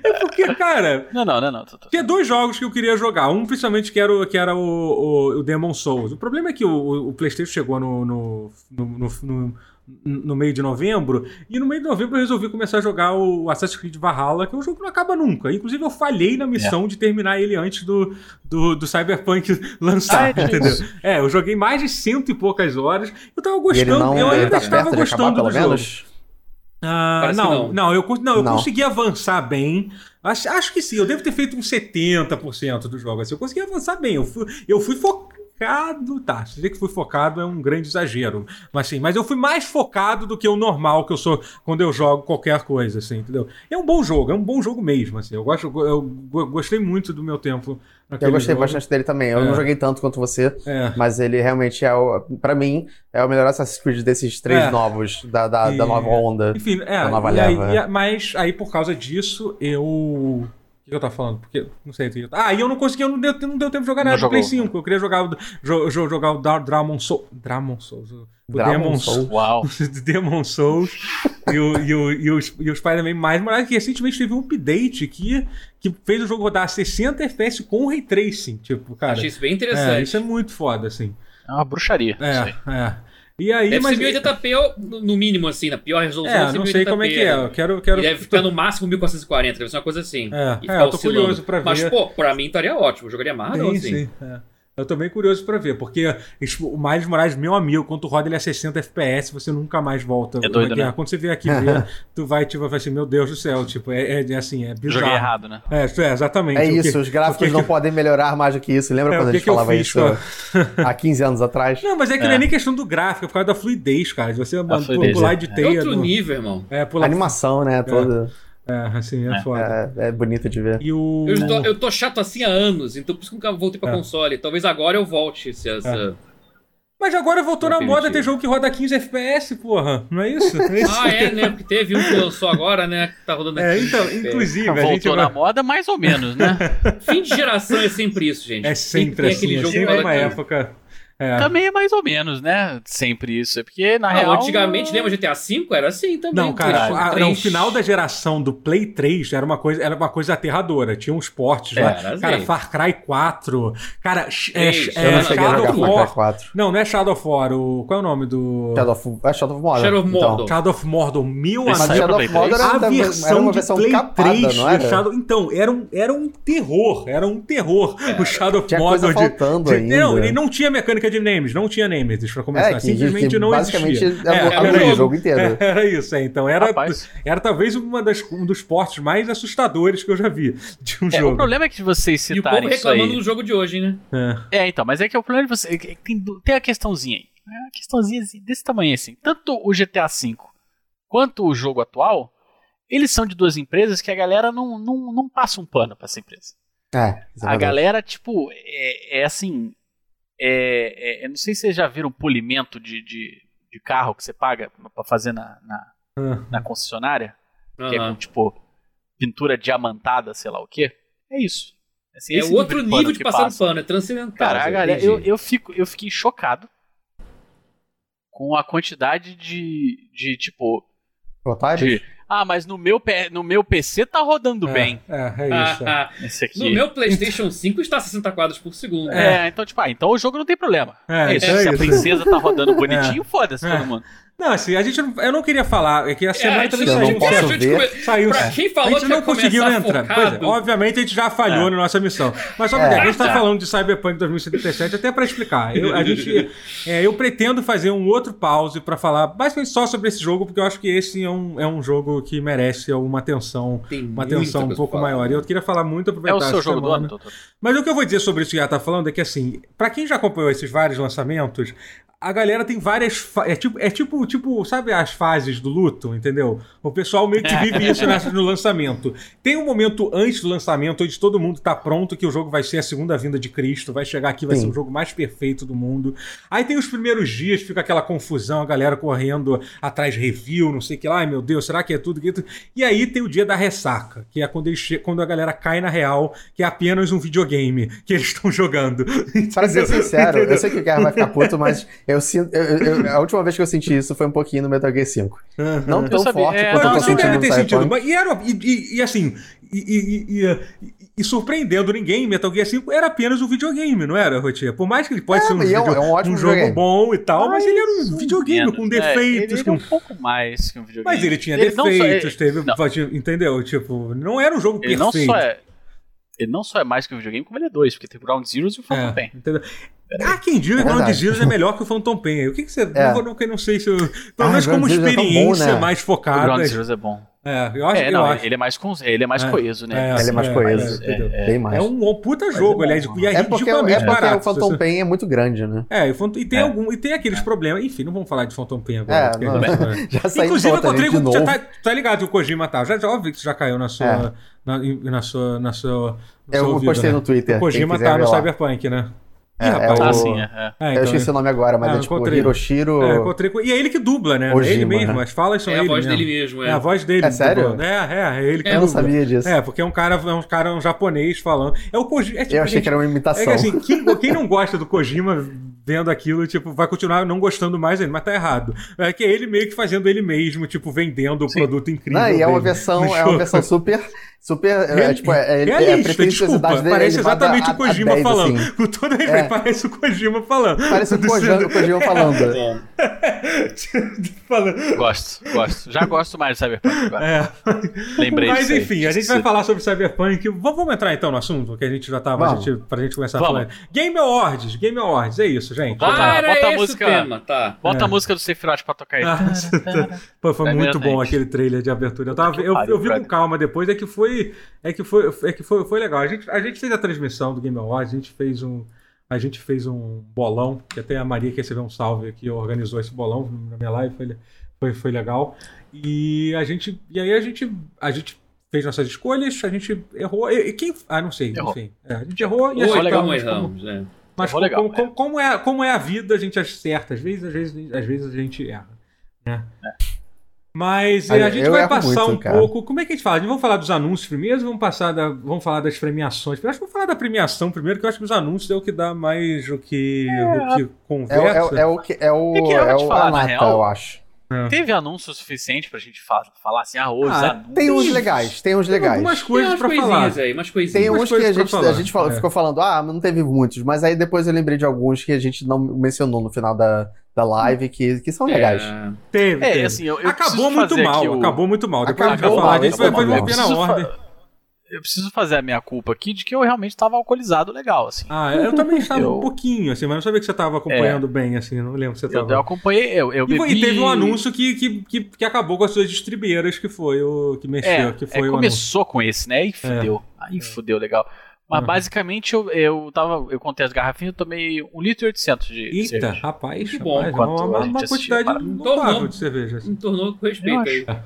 A: é porque, cara,
B: Não, não, não, não. Tô, tô.
A: tinha dois jogos que eu queria jogar. Um, principalmente, que era o, que era o, o, o Demon Souls. O problema é que o- o, o PlayStation chegou no, no, no, no, no- no meio de novembro. E no meio de novembro eu resolvi começar a jogar o Assassin's Creed Valhalla, que é um jogo que não acaba nunca. Inclusive, eu falhei na
D: É.
A: missão de terminar ele antes do, do, do Cyberpunk lançar,
B: Ah, é
A: entendeu? É, eu joguei mais de cento e poucas horas. Eu tava
D: E ele
A: gostando,
D: não
A: eu
D: ele
A: ainda
D: tá
A: estava
D: perto de acabar,
A: gostando
D: pelo
A: do jogo.
D: menos?
A: Ah,
C: Parece que
A: não, não,
C: não.
A: eu, con- não, eu
D: Não.
A: consegui avançar bem. Acho, acho que sim, eu devo ter feito uns 70% do jogo. Assim, eu consegui avançar bem. Eu fui, eu fui focado, tá? Dizer que fui focado é um grande exagero. Mas assim, mas eu fui mais focado do que o normal que eu sou quando eu jogo qualquer coisa, assim, entendeu? É um bom jogo, é um bom jogo mesmo. Assim, eu, gosto, eu go- gostei muito do meu tempo naquele
D: Eu gostei
A: jogo.
D: bastante dele também. Eu
A: É.
D: não joguei tanto quanto você,
A: É.
D: mas ele realmente é, o, pra mim, é o melhor Assassin's Creed desses três
A: É.
D: novos, da, da, da
A: E-
D: nova onda.
A: Enfim, é.
D: Da nova
A: e aí-
D: leva,
B: né?
A: e
D: é.
A: a- mas aí por causa disso, eu. O que eu tava falando? Porque. Não sei. o que eu- Ah, e eu não consegui, eu não deu, não deu tempo de jogar
B: Não
A: nada do Play
B: jogou.
A: 5. Eu queria jogar o, jo, jo- jogar o Dar, Dramon Souls. Dramon Souls. O o
D: Dramon
A: Demon
D: Souls.
B: Uau.
A: Souls. Demon Souls e o, e o, e o, e o Spider-Man mais moral, que recentemente teve um update que, que fez o jogo rodar a 60 FPS com ray tracing. Tipo, cara.
C: Achei isso bem
A: é,
C: interessante.
A: isso é muito foda, assim.
B: É uma bruxaria.
A: É,
B: isso aí.
A: é. E aí,
C: Deve
A: mas.
C: ser 1080p, ou, no no mínimo, assim, na pior resolução.
A: É, não sei
C: 1080p,
A: como é que é. Eu quero. eu quero
C: né? E deve ficar no máximo 1440, deve ser uma coisa assim.
A: É,
C: E
A: é,
C: ficar
A: eu tô
C: oscilando.
A: curioso pra ver.
C: Mas, pô, pra mim estaria ótimo. Eu jogaria
A: Sim,
C: Marvel, assim.
A: sim, é. Eu tô bem curioso pra ver, porque tipo, o Miles Moraes, meu amigo, quando tu roda ele a 60 FPS, você nunca mais volta.
B: É doido, né?
A: Quando você vier aqui ver, tu vai, tipo, vai assim, meu Deus do céu, tipo, é, é- é assim, é bizarro.
B: Joguei errado, né?
A: É, é, exatamente.
D: É
A: O que-
D: isso, os
A: o
D: gráficos
A: que
D: não
A: que-
D: podem melhorar mais do que isso. Lembra
A: É, o
D: quando a
A: que
D: gente
A: que eu
D: falava
A: fiz
D: isso há 15 anos atrás?
A: Não, mas é que não é
B: É.
A: nem questão do gráfico, é por causa da fluidez, cara. de Você mano,
B: fluidez,
A: pular
B: é.
A: de
C: É
A: teia.
C: outro
A: no-
C: nível, irmão.
A: É,
D: A
A: pular.
D: animação, né? Toda
A: É, assim, é,
B: É.
A: foda.
D: é, é bonita de ver.
A: E o.
C: Eu tô, eu tô chato assim há anos, então por isso que nunca voltei pra
A: É.
C: console. Talvez agora eu volte. Se essa...
A: Mas agora voltou na
C: Não
A: moda
C: permitido.
A: ter jogo que roda 15 FPS, porra. Não é isso? Não é isso?
C: Ah, é, né? Porque teve um que lançou agora, né? Que tá rodando
A: É,
C: aqui.
A: então,
C: É.
A: inclusive, a gente.
B: Voltou
A: vai-
B: na moda, mais ou menos, né?
C: Fim de geração é sempre isso, gente.
A: É sempre
C: Tem
A: assim,
C: aquele
A: é
C: jogo
A: sempre
C: que
A: uma
C: roda aqui.
A: época. É.
B: Também é mais ou menos, né? Sempre isso. É porque, na
C: Não,
B: real.
C: Ah, antigamente, né? lembra GTA V? Era assim também.
A: Não, cara,
C: PlayStation
A: a- não,
C: 3.
A: o final da geração do Play 3 era uma coisa, era uma coisa aterradora. Tinha uns portes lá.
C: Era,
A: Cara,
C: sim.
A: Far Cry 4. Cara, sh- é,
C: Sim,
A: é
D: eu não cheguei a
A: Shadow
D: jogar
A: of
D: Far Cry
A: War.
D: 4.
A: Não, não é Shadow of War. O, qual é o nome do.
D: Shadow of, é Shadow of Mordor.
C: Shadow of
D: então.
C: Mordor.
A: Shadow of Mordor, meu
B: Mas
D: Mas
A: amigo.
B: Saiu
D: Shadow
B: pra
D: of
B: Play
D: Mordor era,
A: A
D: também- era
A: versão
D: uma
A: de
D: versão
A: Play
D: capada,
A: 3
D: não
A: do
D: era?
A: Shadow. Então, era um, era um terror. Era um terror o Shadow of
D: É, Tinha
A: Mordor.
D: coisa
A: de-
D: faltando
A: de-
D: ainda.
A: não, ele não tinha mecânica de names, não tinha names, pra começar.
D: é, que,
A: Simplesmente
D: que
A: não
D: basicamente
A: existia.
D: é,
A: É,
D: aboliu
A: era
D: o jogo inteiro.
A: Era isso, é, então. Era,
B: Rapaz.
A: era talvez uma das, um dos portes mais assustadores que eu já vi de um
B: É, o
A: jogo.
B: problema é que vocês
C: E o povo
B: citarem isso
C: reclamando
B: aí.
C: do jogo de hoje, né?
A: É.
B: É, então, mas é que o problema de você. é que Tem, du- tem a questãozinha aí. É uma questãozinha assim, desse tamanho assim. Tanto o GTA V quanto o jogo atual, eles são de duas empresas que a galera não, não, não passa um pano pra essa empresa.
D: É, isso é
B: A
D: verdade.
B: galera, tipo, é, é assim. É, é- eu não sei se vocês já viram polimento de, de, de carro que você paga pra fazer na, na,
A: Ah.
B: na concessionária que é
C: Aham.
B: com, tipo, pintura diamantada, sei lá o quê. É isso. Assim,
C: É
B: esse
C: outro
B: pano
C: nível de
B: que
C: passar no
B: passa.
C: pano, é transcendental.
B: Cara, a
C: assim,
B: galera,
C: entendi.
B: eu, eu, fico, eu fiquei chocado com a quantidade de, de tipo,
D: Otário?
B: de... Ah, mas no meu, P- no meu PC tá rodando
A: É,
B: bem.
A: É, é, isso. é.
C: Ah, ah,
B: Esse aqui.
C: no meu PlayStation 5 está 60 quadros por segundo.
B: É, então, tipo, ah, então o jogo não tem problema.
A: É,
B: É, isso.
A: isso é
B: Se a
A: isso.
B: princesa tá rodando bonitinho, foda-se
A: É.
B: todo mundo.
A: Não, assim, a gente não- eu não queria falar, é que a
C: Ah,
A: semana também
D: eu não
A: saiu,
D: posso
A: saiu,
D: ver.
A: saiu,
C: Pra quem
A: a
C: falou
A: gente
C: que
A: não
C: ia começar
A: conseguiu entrar. Pois é,
C: focado.
A: obviamente a gente já falhou na nossa missão. Mas só
D: É.
A: porque a gente tá falando de Cyberpunk 2077 até pra explicar. Eu, a gente, é, eu pretendo fazer um outro pause pra falar basicamente só sobre esse jogo, porque eu acho que esse é um, é um jogo que merece uma atenção,
C: Tem
A: uma
C: muita
A: atenção um
C: coisa
A: pouco
C: pra falar.
A: maior. E eu queria falar muito
B: É
A: aproveitar
B: o seu
A: essa
B: jogo do
A: semana.
B: ano, doutor.
A: Mas o que eu vou dizer sobre isso que já tá falando é que assim, pra quem já acompanhou esses vários lançamentos, a- a galera tem várias. fa- É tipo, é tipo, tipo, sabe as fases do luto, entendeu? O pessoal meio que vive isso nessa- no lançamento. Tem um momento antes do lançamento, onde todo mundo tá pronto, que o jogo vai ser a segunda vinda de Cristo, vai chegar aqui, vai
D: Sim.
A: ser o jogo mais perfeito do mundo. Aí tem os primeiros dias, fica aquela confusão, a galera correndo atrás de review, não sei o que lá, ai meu Deus, será que é tudo? que é tudo? E aí tem o dia da ressaca, que é quando, eles che- quando a galera cai na real, que é apenas um videogame que eles estão jogando.
D: Pra ser
A: Entendeu?
D: sincero, eu
A: Entendeu?
D: sei que o Guerra vai ficar puto, mas eu sinto. eu- eu- eu- a última vez que eu senti isso foi um pouquinho no Metal Gear 5.
A: Aham.
D: Não tão
B: sabia,
D: forte
B: é,
D: quanto
A: Não,
D: eu tô
A: então, você
D: sentindo
A: deve
D: no
A: ter sentido.
D: Cyberpunk.
A: Mas, e, era, e, e- e assim, e, e- e- e- e surpreendendo ninguém, Metal Gear 5 era apenas um videogame, não era, Rotier? Por mais que ele pode
D: É,
A: ser um,
D: e é um-
A: video-
D: é um ótimo
A: jogo
D: videogame. É,
A: bom e tal, mas, ele era um videogame
B: Menos,
A: com
B: né?
A: defeitos,
B: ele
A: com
B: era um pouco mais que um videogame.
A: Mas ele tinha
B: Ele não só-
A: defeitos,
B: ele-
A: teve.
B: não.
A: tinha- Entendeu? Tipo, não era um jogo
B: Ele não
A: perfeito.
B: só é. Ele não só é mais que um videogame, como ele é dois, porque tem Ground Zeroes e o Phantom
A: É,
B: Pain.
A: entendeu? Há quem diga
D: É
A: que o Ground
D: verdade.
A: Zeroes é melhor que o Phantom Pain. O que, que você.
D: É.
A: Não, vou- não, que eu não sei se. eu- Pelo
D: Ah,
A: menos
D: o
A: como
D: Ground Zeroes é tão bom,
A: experiência
D: né?
A: mais
B: O
A: focada.
B: Ground Zeroes é bom.
A: É, eu Ah, acho
B: é,
A: eu
B: não,
A: acho.
B: ele é mais, cons- ele é mais
A: É.
B: coeso, né?
D: Ele é mais coeso.
A: É, entendeu?
D: Bem mais.
A: É um, um puta jogo,
B: é bom,
A: aliás, e é,
D: É porque,
A: ridiculamente
D: é porque
A: barato.
D: o Phantom Pain é muito grande, né?
A: É, e, Phantom- e tem
B: É.
A: algum, e tem aqueles problemas. Enfim, não vamos falar de Phantom Pain agora.
D: É,
A: porque
D: não.
A: a gente vai-
D: Já saiu
A: Inclusive, eu encontrei
D: de
A: com. Já
D: novo.
A: tá, tá ligado que o Kojima tá. Já, já óbvio que isso já caiu na sua.
D: É.
A: Na, na sua. Na sua no seu
D: Eu
A: ouvido,
D: postei
A: né?
D: no Twitter.
A: O
D: quem
A: Kojima
D: quiser
A: tá
D: ver
A: no
D: lá.
A: Cyberpunk, né? Ih,
D: É,
A: rapaz.
D: é o-
B: Ah, sim, é. é.
A: Ah,
D: eu
A: então,
D: esqueci o nome agora, mas
A: Ah,
D: é tipo
A: encontrei.
D: Hiroshiro.
A: é, encontrei com- E é ele que dubla, né? é ele
D: Kojima,
A: mesmo,
D: né?
A: as falas são
C: É a
A: ele.
C: voz
A: mesmo.
C: dele mesmo,
A: É
C: é.
A: a voz dele.
D: É sério?
A: dublando. É, é, é ele que
D: Eu não
A: dubla.
D: sabia disso.
A: É, porque é um cara, é um cara, um japonês falando. É o Kojima. É, tipo,
D: eu achei
A: gente,
D: que era uma
A: É
D: imitação.
A: que assim, quem, quem não gosta do Kojima vendo aquilo, tipo, vai continuar não gostando mais dele, mas tá errado. É que é ele meio que fazendo ele mesmo, tipo, vendendo o
B: Sim.
A: produto incrível.
D: Não, e é
A: dele
D: uma
A: no
D: versão, é
A: jogo.
D: uma versão super, super, é,
A: Real-
D: tipo, é, é, é a
A: Realista,
D: pretensiosidade
A: desculpa.
D: dele.
A: Parece
D: elevada
A: exatamente
D: a-
A: o
D: a
A: Kojima
D: 10,
A: falando.
D: assim.
A: Com toda a referência,
D: É.
A: parece o Kojima falando.
D: Parece o Kojima, o Kojima falando.
C: Bom,
A: falando.
B: é. Gosto, gosto. Já gosto mais do Cyberpunk agora.
A: É.
B: Lembrei
A: Mas
B: disso aí.
A: enfim, a gente vai falar sobre Cyberpunk. V- Vamos entrar então no assunto, que a gente já tava, a
D: Vamos.
A: gente, pra gente começar
B: Vamos.
A: a falar. Game Awards, Game Awards, é isso, gente.
B: Bota-
C: ah, era
B: bota a
C: esse
B: música.
C: o tema, tá.
B: Bota
A: É.
B: a música do Sephiroth pra tocar aí.
A: Ah, Pô, foi
B: Tá
C: É
A: muito bom
B: imediatamente.
A: aquele trailer de abertura. Eu, tava, eu, eu vi com
B: brother.
A: calma depois, é que foi. É que foi, é que foi, foi legal. A gente, a gente fez a transmissão do Game Awards, a gente fez um. A gente fez um bolão, que até a Maria que recebeu um salve que organizou esse bolão na minha live, foi, foi, foi legal. E a gente. E aí a gente. A gente fez nossas escolhas, a gente errou. E, e quem. Ah, não sei,
B: Errou.
A: enfim. É, a gente errou e
B: Errou,
A: acertamos,
B: legal,
C: Como
A: mas como-
C: erramos, né?
A: mas
B: Errou legal,
A: como, como- como é, como é a vida, a gente acerta. Às vezes, às vezes, às vezes a gente erra. Né?
B: É.
A: Mas é,
D: Olha,
A: a gente
D: eu
A: vai
D: erro
A: passar
D: muito,
A: um
D: cara.
A: pouco. Como é que a gente fala? A gente- Vamos falar dos anúncios primeiro, vamos passar da, vamos falar das premiações. Eu acho que vamos falar da premiação primeiro, que eu acho que os anúncios é o que dá mais o que, o que
D: É, o- é,
A: conversa.
D: o- é o que é o
B: É que eu vou
D: é
B: te
D: o
B: falar, na
D: a nata,
B: real.
D: eu acho.
B: Teve anúncio suficiente pra gente fa- falar assim, ah, os
A: Ah,
B: anúncios.
D: Tem uns legais, tem uns
A: Tem
D: legais.
A: algumas
C: Tem
A: coisas
C: umas
A: pra falar.
B: é.
C: coisinhas aí, umas coisinhas.
D: Tem
A: umas
D: uns que
A: coisas
D: a
A: pra
D: gente,
A: falar.
D: a gente falou-
A: É.
D: ficou falando, ah, mas não teve muitos. Mas aí depois eu lembrei de alguns que a gente não mencionou no final da, da live, que, que são legais.
C: É,
A: Teve,
B: É,
A: teve.
B: assim, eu, eu
A: acabou
B: preciso
A: muito
B: fazer aqui
A: mal,
B: o-
A: acabou muito mal. Depois a gente vai
D: Acabou
A: falar
D: mal,
A: disso, vai vai
D: acabou mal.
A: manter na
B: Eu preciso
A: ordem.
B: Eu preciso fazer a minha culpa aqui de que eu realmente tava alcoolizado legal, assim.
A: Ah, eu também estava
B: Eu- É.
A: um pouquinho, assim, mas não sabia que você estava acompanhando bem, assim, não lembro que você
B: Eu,
A: estava.
B: eu acompanhei, eu, eu
A: E,
B: bebi...
A: e teve um anúncio que, que, que, que acabou com as suas distribeiras, que foi o que mexeu,
B: É,
A: que
B: é,
A: foi o anúncio. É.
B: começou com esse, né? E fudeu.
D: É.
B: Aí fudeu legal. Mas
A: Uhum.
B: basicamente eu, eu tava. Eu contei as garrafinhas, eu tomei 1 litro e 800 de de
A: Eita,
B: cerveja.
A: rapaz,
C: Muito bom
A: bom, rapaz é
B: quanto
A: uma, uma-
B: a gente
A: uma
B: assistia,
A: quantidade
B: cara.
A: notável
C: Tomou.
A: de cerveja. assim.
C: me tornou com respeito
B: Eu
C: aí.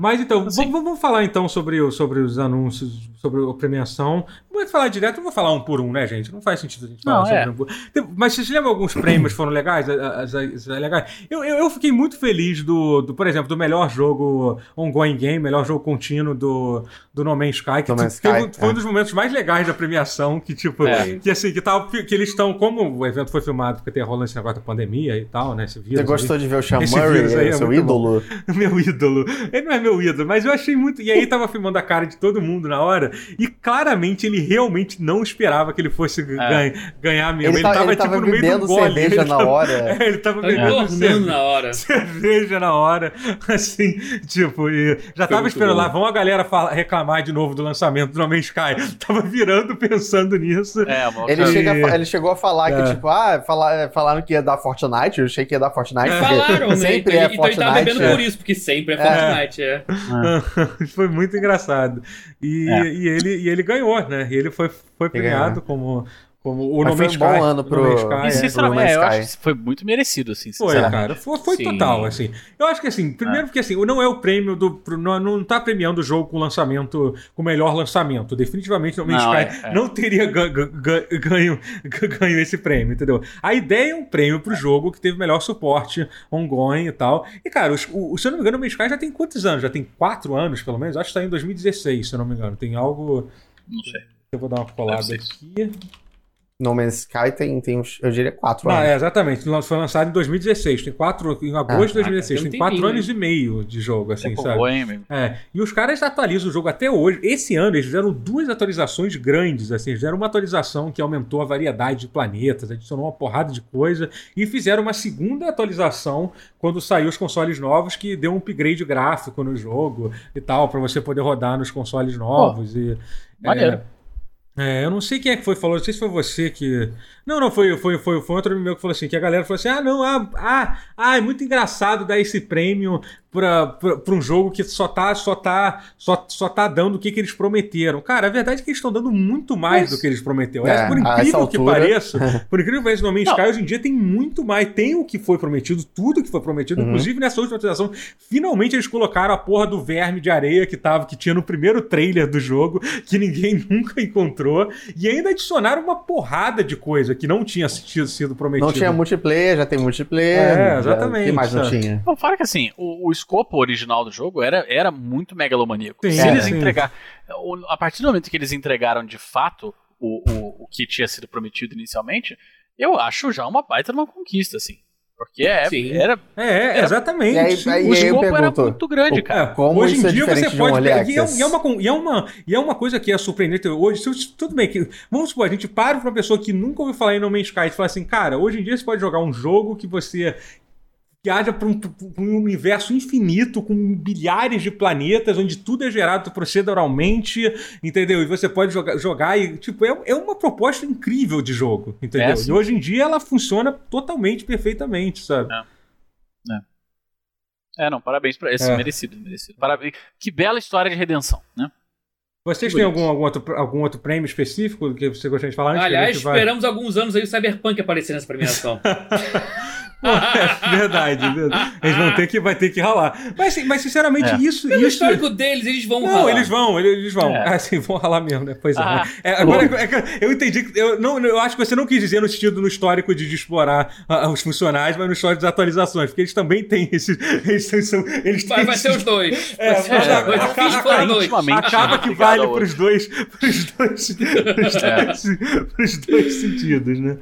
A: Mas então,
B: Assim.
A: vamos, vamos falar então sobre, o- sobre os anúncios, sobre a premiação. Vamos falar direto, não vou falar um por um, né, gente? Não faz sentido a gente falar
B: Não,
A: sobre
B: é.
A: um por Tem- Mas vocês lembram alguns prêmios que foram legais? As, as- as legais? Eu, eu, eu fiquei muito feliz do, do, por exemplo, do melhor jogo ongoing game, melhor jogo contínuo do, do No Man's Sky, que
D: No Man's
A: teve-
D: Sky,
A: foi um
D: é.
A: dos momentos mais legais da premiação, que tipo,
B: É.
A: que assim, que, tava, que eles estão, como o evento foi filmado, porque tem rolando esse negócio da pandemia e tal, né, esse vírus.
D: Você
A: aí.
D: gostou de ver o Sean
A: Esse
D: Murray,
A: vírus aí é
D: o seu
A: muito bom.
D: ídolo?
A: meu ídolo. Ele não é meu ídolo, mas eu achei muito. E aí tava filmando a cara de todo mundo na hora, e claramente ele realmente não esperava que ele
C: É.
A: fosse gan- ganhar mesmo.
D: Ele,
A: Ele,
D: tá-
A: tava,
D: ele
A: tipo
D: tava
A: no meio do
D: bebendo
A: gole.
D: cerveja
A: ele
D: na
A: tava,
D: hora.
A: É, ele tava
C: Tá me
A: bebendo
C: tornando
A: cerveja.
C: na hora.
A: Cerveja na hora, assim, tipo, e já tava
C: muito
A: esperando
C: bom.
A: lá, vão a galera fala- reclamar de novo do lançamento do No Man's Sky. Tava virando pensando nisso.
B: É, mano.
D: Ele,
A: Cara,
D: chega a fa-
A: e-
D: ele chegou a falar
A: É.
D: que, tipo, ah, fala- falaram que ia dar Fortnite, eu achei que ia dar Fortnite. porque
C: Falaram, né?
D: Sempre
C: então,
D: é
C: ele- então ele tava
D: Fortnite.
C: bebendo por isso, porque sempre é Fortnite, é.
A: Foi muito engraçado. E,
B: É.
A: e ele, e ele ganhou, né? E ele foi, foi
D: Ele ganhou,
A: premiado como, Como o
D: Mas
A: No
D: foi
A: Man's
D: um bom
A: Sky.
D: ano pro-
A: No Man's Sky,
B: e
A: é.
B: sinceramente,
D: No Man's
B: é, eu
D: Sky.
B: acho que foi muito merecido, assim,
A: Foi,
B: sinceramente.
A: cara. Foi, foi
C: Sim.
A: total, assim. Eu acho que, assim, primeiro
B: Ah.
A: porque, assim, não é o prêmio do... pro- Não, não tá premiando o jogo com lançamento, com o melhor lançamento. Definitivamente, o Man's
B: Não,
A: Sky
B: é, é.
A: não teria ga- ga- ga- ganho, ganho esse prêmio, entendeu? A ideia é um prêmio pro jogo que teve melhor suporte ongoing e tal. E, cara, os, o, se eu não me engano, o Man's Sky já tem quantos anos? Já tem quatro anos, pelo menos? Acho que tá em 2016, se eu não me engano. Tem algo...
B: Não sei.
A: Eu vou dar uma colada
B: Deve ser.
A: aqui.
D: No Man's Sky tem, tem uns, eu diria, quatro
A: Não,
D: anos.
A: é, exatamente. Lan- Foi lançado em 2016. Tem quatro, em agosto de
C: Ah, cara,
A: 2016.
C: tem um
A: Tem quatro
C: tempinho,
A: anos e meio de jogo, assim,
B: Tempo
A: sabe?
B: bom, hein, amigo?
A: É, e os caras atualizam o jogo até hoje. Esse ano eles fizeram duas atualizações grandes, assim, eles fizeram uma atualização que aumentou a variedade de planetas, adicionou uma porrada de coisa, e fizeram uma segunda atualização quando saiu os consoles novos, que deu um upgrade gráfico no jogo e tal, pra você poder rodar nos consoles novos. e,
B: Maneiro.
A: é, eu não sei quem é que foi que falou, não sei se foi você que. Não, não, foi, foi, foi, foi outro amigo meu que falou assim: que a galera falou assim: ah, não, ah, ah, ah é muito engraçado dar esse prêmio pra, pra, pra um jogo que só tá, só tá, só, só tá dando o que, que eles prometeram. Cara, a verdade é que eles estão dando muito mais
B: Mas-
A: do que eles prometeram.
D: É,
A: É, por
D: a essa
A: incrível que
D: altura-
A: pareça, por incrível que pareça, No Man's
B: Não.
A: Sky hoje em dia tem muito mais. Tem o que foi prometido, tudo que foi prometido,
D: Uhum.
A: inclusive nessa última atualização. Finalmente eles colocaram a porra do verme de areia que tava, que tinha no primeiro trailer do jogo, que ninguém nunca encontrou. E ainda adicionaram uma porrada de coisa que não tinha sido, sido prometido.
D: Não tinha multiplayer, já tem multiplayer.
A: tipo- É,
D: já-
A: exatamente,
D: O que mais não
A: sabe?
D: tinha?
B: Não, fala que assim, o, o escopo original do jogo era, era muito megalomaníaco.
A: Sim,
B: Se eles
A: sim.
B: entregar. o- A partir do momento que eles entregaram de fato o, o, o que tinha sido prometido inicialmente, eu acho já uma baita de uma conquista, assim. Porque é,
C: Sim.
B: era,
A: É, é, exatamente.
D: E aí- aí-
B: o
D: eu
B: escopo era
D: pergunto,
B: muito grande,
D: o-
B: cara.
A: É,
D: Como
A: hoje
D: isso
A: em
D: é
A: dia
D: diferente
A: você
D: de um
A: pode.
D: early
A: pegar- e, é,
D: access?
A: e é uma, con- e, é uma, e é uma coisa que é surpreendente hoje. se- Tudo bem que. Vamos supor, a gente para pra uma pessoa que nunca ouviu falar em No Man's Sky e fala assim, cara, hoje em dia você pode jogar um jogo que você. Que haja para um, pra um universo infinito, com bilhares de planetas, onde tudo é gerado proceduralmente, entendeu? E você pode jogar, jogar e, tipo, é, é uma proposta incrível de jogo, entendeu?
B: É, sim.
A: e hoje em dia ela funciona totalmente, perfeitamente, sabe?
B: É, não, parabéns pra esse.
A: É.
B: Merecido, merecido. Parabéns. Que bela história de redenção, né?
A: Vocês têm
B: Bonito.
A: algum, algum, outro, algum outro prêmio específico que você gostaria de falar? antes que a
C: Aliás,
A: gente vai-
C: esperamos alguns anos aí o Cyberpunk aparecer nessa premiação.
A: É verdade, verdade. Eles vão ter que, vai ter que ralar. Mas, assim, mas sinceramente,
B: É.
A: isso.
C: Pelo
A: isso...
C: histórico deles, eles vão
A: Não,
C: ralar.
A: eles vão, eles, eles vão.
B: É.
A: Assim, vão ralar mesmo, né? Pois é.
B: Ah.
A: É, agora, é que eu entendi que. Eu, não, eu acho que você não quis dizer no sentido no histórico de, de explorar ah, os funcionários, mas no histórico das atualizações, porque eles também têm esses. Eles, são- são- eles têm
C: Vai, vai ser um
A: esses-
C: os dois.
A: É,
C: vai ser
A: mas
C: os dois.
A: agora-
C: Vai ser um fim para dois.
B: Intimamente
A: Acaba que
B: ligado
A: vale
B: ao outro.
A: pros dois, pros dois, pros
B: É.
A: dois, pros dois sentidos, né?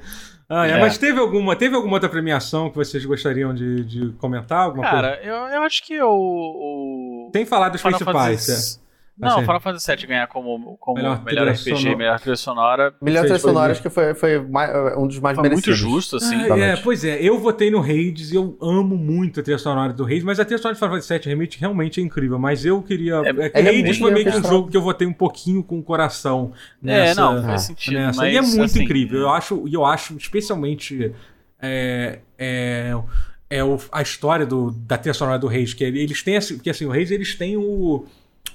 A: Ah, é,
B: É.
A: Mas teve alguma, teve alguma outra premiação que vocês gostariam de, de comentar? Alguma coisa?
B: Cara, eu, eu acho que o. o...
A: Sem falar dos
B: Final
A: principais. é.
B: Fantasy... Não,
A: Assim.
B: Final Fantasy VII ganhar como, como
A: Melhor
B: melhor,
A: trilha
B: RPG,
A: sonora.
B: melhor trilha sonora.
D: Melhor
A: Sei,
D: três
A: foi
D: sonoras que foi, foi mais- um dos mais
B: Foi muito
D: merecidos.
B: justo, assim.
A: Ah,
D: da
A: é,
D: noite.
A: pois é, eu votei no Raids e eu amo muito a trilha sonora do Raids, mas a trilha sonora de Final Fantasy VII Remake realmente é incrível, mas eu queria.
B: É,
A: É, que
D: ele é
A: Raids
D: muito
A: foi meio que um
D: orquestral.
A: jogo que eu votei um pouquinho com o coração.
B: É,
A: nessa-
B: não, faz
D: nessa-
B: sentido.
A: nessa.
B: Mas,
A: e é muito
B: assim,
A: incrível. Eu acho, e eu acho especialmente é, é, é o- a história do, da trilha sonora do Reis, que ele- eles têm assim, porque assim, o Reis eles têm o,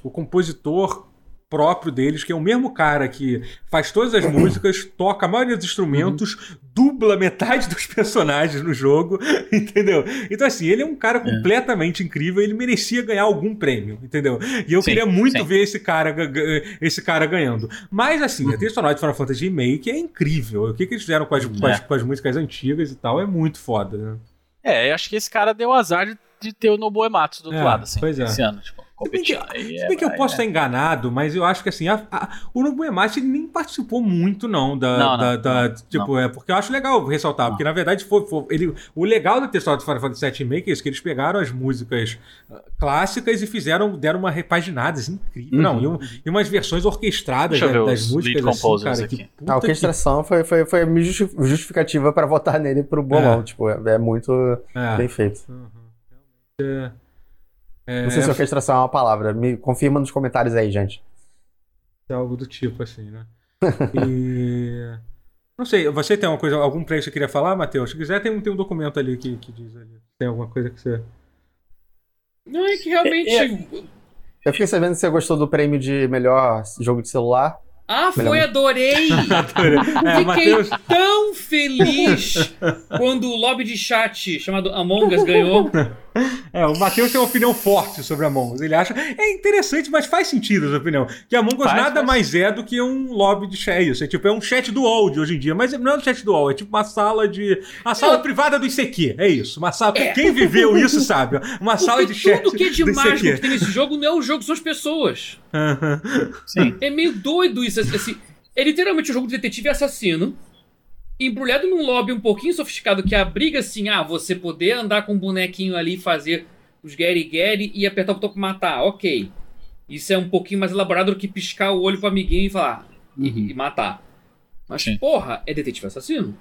A: o compositor próprio deles, que é o mesmo cara que faz todas as músicas, toca a maioria dos instrumentos, dubla metade dos personagens no jogo, entendeu? Então assim, ele é um cara completamente incrível, ele merecia ganhar algum prêmio, entendeu? E eu
B: Sim,
A: queria muito
B: sim.
A: ver esse cara, ga- ga- esse cara ganhando. Mas assim,
B: Uhum.
A: a trilha sonora de Final Fantasy Remake é incrível. O que, que eles fizeram com as, com, as, com as músicas antigas e tal é muito foda, né?
B: É, eu acho que esse cara deu azar de, de ter o Nobu Ematsu do outro
A: É,
B: lado, assim,
A: pois é.
B: esse ano. Tipo,
A: bem que-
B: competir. Aí
A: Se
B: é-
A: bem que eu
B: aí
A: posso
B: é-
A: estar enganado, mas eu acho que assim, a- a- o Nobu Ematsu ele nem participou muito, não, da.
B: Não, não,
A: da- da-
B: não,
A: tipo, é, porque eu acho legal ressaltar, porque na verdade foi, foi- ele, o legal do texto do Final Fantasy VII Remake é isso, que eles pegaram as músicas ah, clássicas e fizeram, deram uma repaginada assim, incrível.
D: Uhum.
A: Não, e, um- e umas versões orquestradas
B: Deixa
A: da-
B: eu ver
A: das
B: os
A: músicas.
B: lead
A: Assim,
B: composers
A: cara, que
B: aqui.
A: puta
D: A
A: que
D: orquestração é foi, foi, foi a minha justi- justificativa pra votar nele pro bolão. Tipo, é, é muito
A: É.
D: bem feito.
A: Uhum.
D: Não sei se orquestração é uma palavra. Me confirma nos comentários aí, gente.
A: É algo do tipo, assim, né? E. Não sei, você tem alguma coisa, algum preço que você queria falar, Matheus? Se quiser, tem um, tem um documento ali que, que diz ali. Tem alguma coisa que você.
C: Não, é que realmente.
D: Eu fiquei sabendo que você gostou do prêmio de melhor jogo de celular.
C: Ah, foi, adorei!
A: É,
C: Fiquei
A: Matheus.
C: tão feliz quando o lobby de chat chamado Among Us ganhou.
A: É, o Matheus tem uma opinião forte sobre Among Us. Ele acha. É interessante, mas faz sentido essa opinião. Que Among Us
B: Faz,
A: nada
B: faz.
A: mais é do que um lobby de chat. Isso é tipo, é um chat do old hoje em dia. Mas não é um chat do old, é tipo uma sala de. A sala privada do ICQ. É isso. Uma sala.
C: É.
A: Quem viveu isso sabe. Uma sala de
C: Porque
A: chat.
C: tudo que é de
A: do
C: mágico que
A: ICQ.
C: tem nesse jogo não é o jogo, são as pessoas.
A: Aham.
B: né? Sim.
C: É meio doido isso. esse- esse- é literalmente um jogo de detetive assassino, embrulhado num lobby um pouquinho sofisticado que abriga assim, ah, você poder andar com um bonequinho ali e fazer os Gary Gary e apertar o botão pra matar. Ok. Isso é um pouquinho mais elaborado do que piscar o olho pro amiguinho e falar e- e, matar. Mas,
B: Sim.
C: porra, é detetive assassino?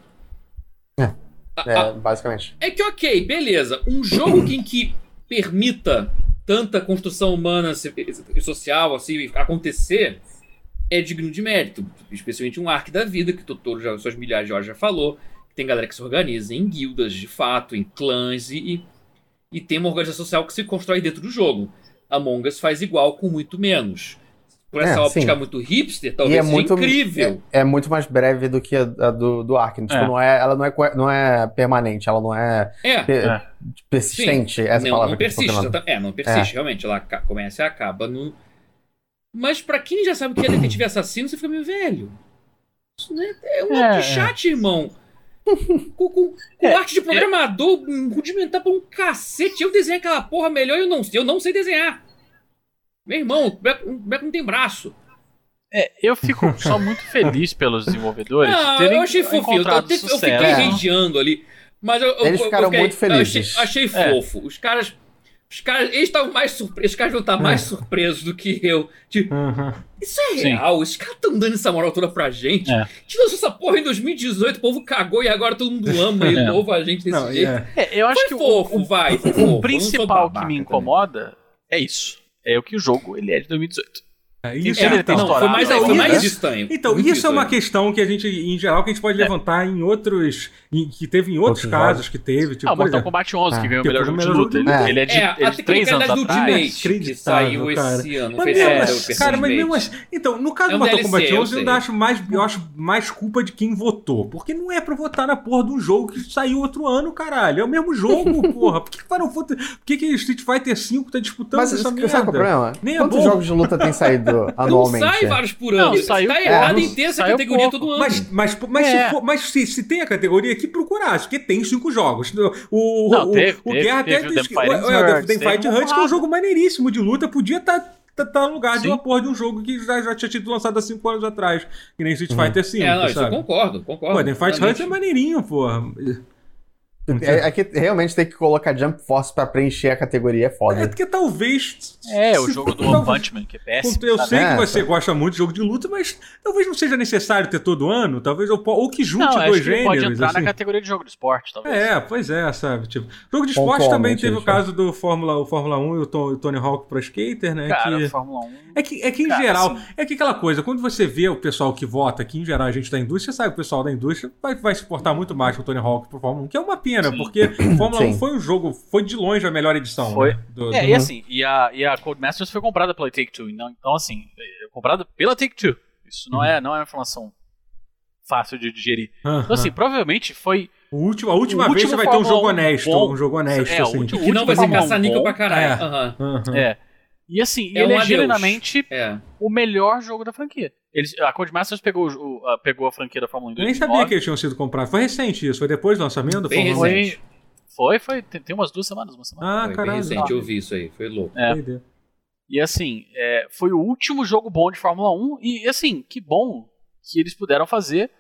D: É.
C: A- a-
D: É, basicamente.
C: é que ok, beleza. Um jogo em que permita tanta construção humana se- e social assim acontecer é digno de mérito, especialmente um arc da vida que o Totoro já suas milhares de horas já falou. que Tem galera que se organiza em guildas, de fato, em clãs e, e tem uma organização social que se constrói dentro do jogo. Among Us faz igual com muito menos. Por
D: É,
C: essa óptica
D: sim.
C: muito hipster, talvez seja incrível.
D: É, é muito mais breve do que a, a do, do Arkane. Tipo,
B: É.
D: não é, ela não é, co- não é permanente, ela não é,
C: é.
D: pe-
B: É.
D: persistente. Essa
C: não,
D: palavra
C: não
D: que eu tô
C: persiste.
D: procurando.
C: tá- É, não persiste, realmente. Ela aca- começa e acaba no. Mas pra quem já sabe o que é detetive assassino, você fica meio velho. Isso não é, é um
B: É,
C: é, chat, irmão. Com, com- com
B: É,
C: arte de programador hum, rudimentar pra um cacete. Eu desenho aquela porra melhor e eu não, sei- eu não sei desenhar. Meu irmão, o Beco o Beco não tem braço.
B: É, eu fico só muito feliz pelos desenvolvedores de
C: Ah,
B: terem
C: eu achei fofinho. Eu,
B: encontrado
C: eu- eu
B: sucesso.
C: fiquei
D: É.
C: radiando ali. Mas eu, eu-
D: Eles
C: eu-
D: ficaram
C: eu fiquei-
D: muito felizes.
C: Achei, achei
B: É.
C: fofo. Os caras. Os caras, eles estavam mais surpresos, os caras vão estar mais surpresos do que eu. Tipo,
A: Aham.
C: isso é
B: É. Sim.
C: real? Os caras estão dando essa moral toda pra gente.
B: É.
C: A gente lançou essa porra em 2018, o povo cagou e agora todo mundo ama e
B: É.
C: louva a gente desse
A: Não,
C: jeito.
A: é.
B: É, eu acho
C: Foi
B: que o,
C: fofo, vai. foi fofo. Eu não
B: o
C: sou
B: principal que
C: babaca
B: me
A: né?
C: também.
B: incomoda é isso. É o que o jogo ele é de 2018.
A: É, Isso
C: É,
B: Ele tem
C: não, foi
B: estourado,
C: mais,
A: né?
C: foi mais
A: Isso-
C: estranho.
A: Então,
C: Muito
A: isso é uma
C: estranho.
A: questão que a gente, em geral, que a gente pode
B: É.
A: levantar em outros. em- que teve em outros,
D: Outros
A: casos que teve. Tipo,
B: ah, o
A: por
B: Mortal
A: exemplo,
B: Kombat 11 que
D: É.
B: ganhou o
A: Que foi
B: melhor
A: o
B: jogo de
A: melhor
B: luta.
A: jogo
B: Ele,
D: de luta.
B: ele é de,
C: É,
B: ele é
C: a
B: de 3 anos
C: tecnicalidade do
B: atrás.
C: Ultimate, que
A: É, Inacreditável,
C: saiu
A: cara.
C: esse ano. não
A: Mas
C: foi
A: mesmo
B: é,
C: esse ano,
A: assim,
C: foi
A: cara, mas
C: Ultimate.
A: mesmo assim. Então, no caso
C: É um
A: do Mortal
C: DLC,
A: Kombat
C: eu
A: 11, eu ainda
C: sei.
A: acho mais, eu acho mais culpa de quem votou. Porque não é pra votar na porra de um jogo que saiu outro ano, caralho. É o mesmo jogo, porra. Por que, que Final Fantasy- Por que, que Street Fighter V tá disputando
D: Mas
A: essa
D: sabe
A: merda?
D: qual é o problema?
A: Nem é
D: Quantos
A: bom.
D: jogos de luta tem saído
C: Não
D: anualmente?
C: sai vários por
B: Não,
C: ano.
B: saiu
C: tá
B: pouco.
C: errado
B: Não,
C: em ter essa
B: saiu
C: categoria
B: pouco.
C: todo ano.
A: Mas, mas, mas,
B: É.
A: se, for- mas se, se tem a categoria, que procurar, acho que tem cinco jogos. O, o,
B: Não,
A: o,
B: teve-
A: o
B: teve-
A: Guerra
B: teve
A: até
B: o
A: tem-
B: Them Fighting
A: o- é, o
B: Hearts,
A: Them
B: teve
A: Fighting
B: uma
A: Hearts, que é um
B: porrada.
A: jogo maneiríssimo de luta, podia estar no lugar de
B: Sim.
A: uma porra de um jogo que já, já tinha sido lançado há cinco anos atrás, que nem Street
D: Uhum.
A: Fighter V,
C: É, não, isso eu
A: sabe?
C: concordo, concordo.
A: Pô, The Fight Hunt
C: Realmente.
A: é maneirinho, porra.
D: É, é que realmente tem que colocar Jump Force pra preencher a categoria, é
A: É
D: foda.
A: porque talvez.
B: É, o
A: se-
B: jogo do One
A: talvez-
B: Punch Man, que é péssimo.
A: Eu
B: sabe?
A: sei que
D: É,
A: você
D: tá.
A: gosta muito de jogo de luta, mas talvez não seja necessário ter todo ano, talvez ou, ou que junte
B: Não, acho
A: dois
B: que ele pode
A: gêneros.
B: entrar
A: assim.
B: na categoria de jogo de esporte, talvez.
A: É, pois é, sabe? Tipo, jogo de esporte
D: Pontualmente,
A: também teve o
D: isso.
A: caso do Fórmula, o Fórmula 1 e o, Ton- o Tony Hawk Pro Skater, né?
B: Cara,
A: que-
B: Fórmula 1.
A: É que, é que em
B: Cara,
A: geral,
B: assim-
A: é que aquela coisa, quando você vê o pessoal que vota, que em geral a gente da indústria, sabe que o pessoal da indústria vai, vai se portar muito mais com o Tony Hawk pro Fórmula 1, que é uma pena,
B: Sim.
A: porque Fórmula
D: Sim.
A: 1 foi um jogo, foi de longe a melhor edição.
B: Foi.
A: né, do-
B: É,
A: do-
B: e assim, e a, e a Codemasters foi comprada pela Take-Two, então, então, assim, é comprada pela Take-Two. Isso
A: Uhum.
B: não, é, não é uma informação fácil de digerir.
A: Aham.
B: Então, assim, provavelmente foi
A: O último- a última
B: o
A: vez
B: último
A: você vai ter um
B: Fórmula
A: jogo
B: 1
A: honesto,
B: bom.
A: um jogo honesto,
B: É, o
A: assim.
B: último-
C: Que não vai
B: Tá
C: ser
B: bom,
C: caçar níquel
B: bom.
C: pra caralho.
A: É.
C: Aham.
A: Aham.
B: É. E assim,
C: É
B: ele
C: um
B: é
C: adeus.
B: genuinamente
C: É.
B: o melhor jogo da franquia. Eles, a Codemasters pegou, o jo- a- pegou a franquia da Fórmula 1 em
A: Eu nem sabia
B: 2009.
A: que eles tinham sido comprados. Foi recente isso, foi depois do lançamento do
C: Bem
A: Fórmula 1.
C: recente.
B: Foi, foi, foi tem, tem umas duas semanas, uma semana.
A: Ah,
C: foi bem
A: caralho.
C: recente, eu vi isso aí, foi louco.
B: É.
A: Entendi.
B: E assim, é, foi o último jogo bom de Fórmula 1 e assim, que bom que eles puderam fazer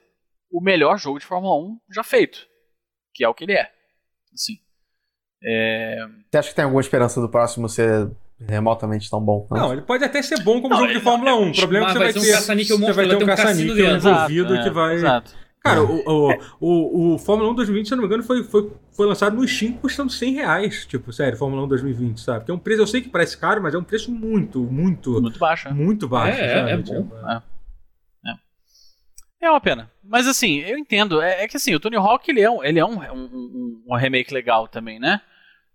B: o melhor jogo de Fórmula 1 já feito, que é o que ele é. Assim, é,
D: Você acha que tem alguma esperança do próximo ser remotamente tão bom?
A: Não, ele pode até ser bom como
B: Não,
A: jogo de
B: ele-
A: Fórmula 1. O problema é que você
C: Mas vai
A: vai
C: ser
A: ter.
C: um caça-níquel
A: você vai
C: monstro,
A: ter um
C: vai ter um cassino
A: caça-níquel
C: dentro.
A: envolvido
B: é,
A: que vai.
B: Exato.
A: Cara, o, o, o, o Fórmula 1 2020, se eu não me engano, foi, foi, foi lançado no Steam custando 100 reais. Tipo, sério, Fórmula 1 2020, sabe? Que é um preço, eu sei que parece caro, mas é um preço muito, muito,
B: Muito baixo, né?
A: muito baixo.
C: É, é,
A: sabe?
C: é bom.
A: Tipo,
B: É uma pena. Mas assim, eu entendo. É, é que assim, o Tony Hawk ele é, um, ele é um, um- um- um remake legal também, né?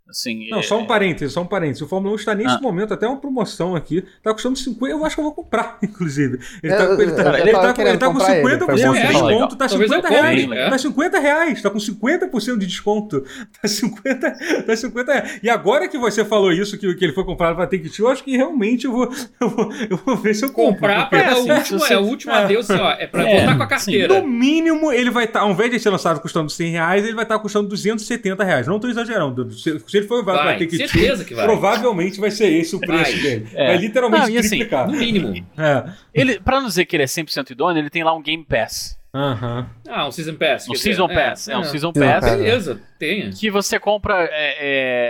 B: Assim,
A: Não,
B: é-
A: só um parênteses, só um parênteses. O Fórmula 1 está nesse
B: Ah.
A: momento, até uma promoção aqui. Tá custando 50, eu acho que eu vou comprar, inclusive. Ele
D: É,
A: tá,
D: eu-
A: ele tá,
D: eu
A: ele
D: tava
A: tá com-
D: querendo
A: ele tá com
D: comprar ele,
A: 50%
D: foi bom
A: de
B: você falar.
A: desconto, tá
C: É, Talvez eu
A: 50
C: compre,
A: reais.
B: né?
A: Tá 50 reais, tá com 50% de desconto. Tá 50, tá 50 reais. E agora que você falou isso, que, que ele foi comprado pra Take Two, eu acho que realmente eu vou, eu vou, eu vou ver se eu compro.
C: Comprar
A: porque-
C: pra, é,
B: assim,
C: o último,
B: se você-
C: é o último adeus, assim, ó, é pra
B: É,
C: voltar com a carteira.
A: No mínimo, ele vai estar, ao invés de ser lançado custando 100 reais, ele vai estar custando 270 reais. Não estou exagerando. Se se ele for vai, vai
C: Vai,
A: ter que
C: certeza que vai.
A: Provavelmente vai ser esse o
C: Vai.
A: preço dele.
B: É.
A: Vai literalmente
B: Não, e assim,
A: triplicar.
C: No mínimo.
A: É.
B: Ele, pra não dizer que ele é 100% dono, ele tem lá um Game Pass.
A: Aham.
C: Ah, um Season Pass.
B: Um
C: quer
B: Season
C: dizer,
B: Pass. É, um Season
D: Season
B: Pass.
D: Pass.
C: Beleza, tenha.
B: Que você compra é,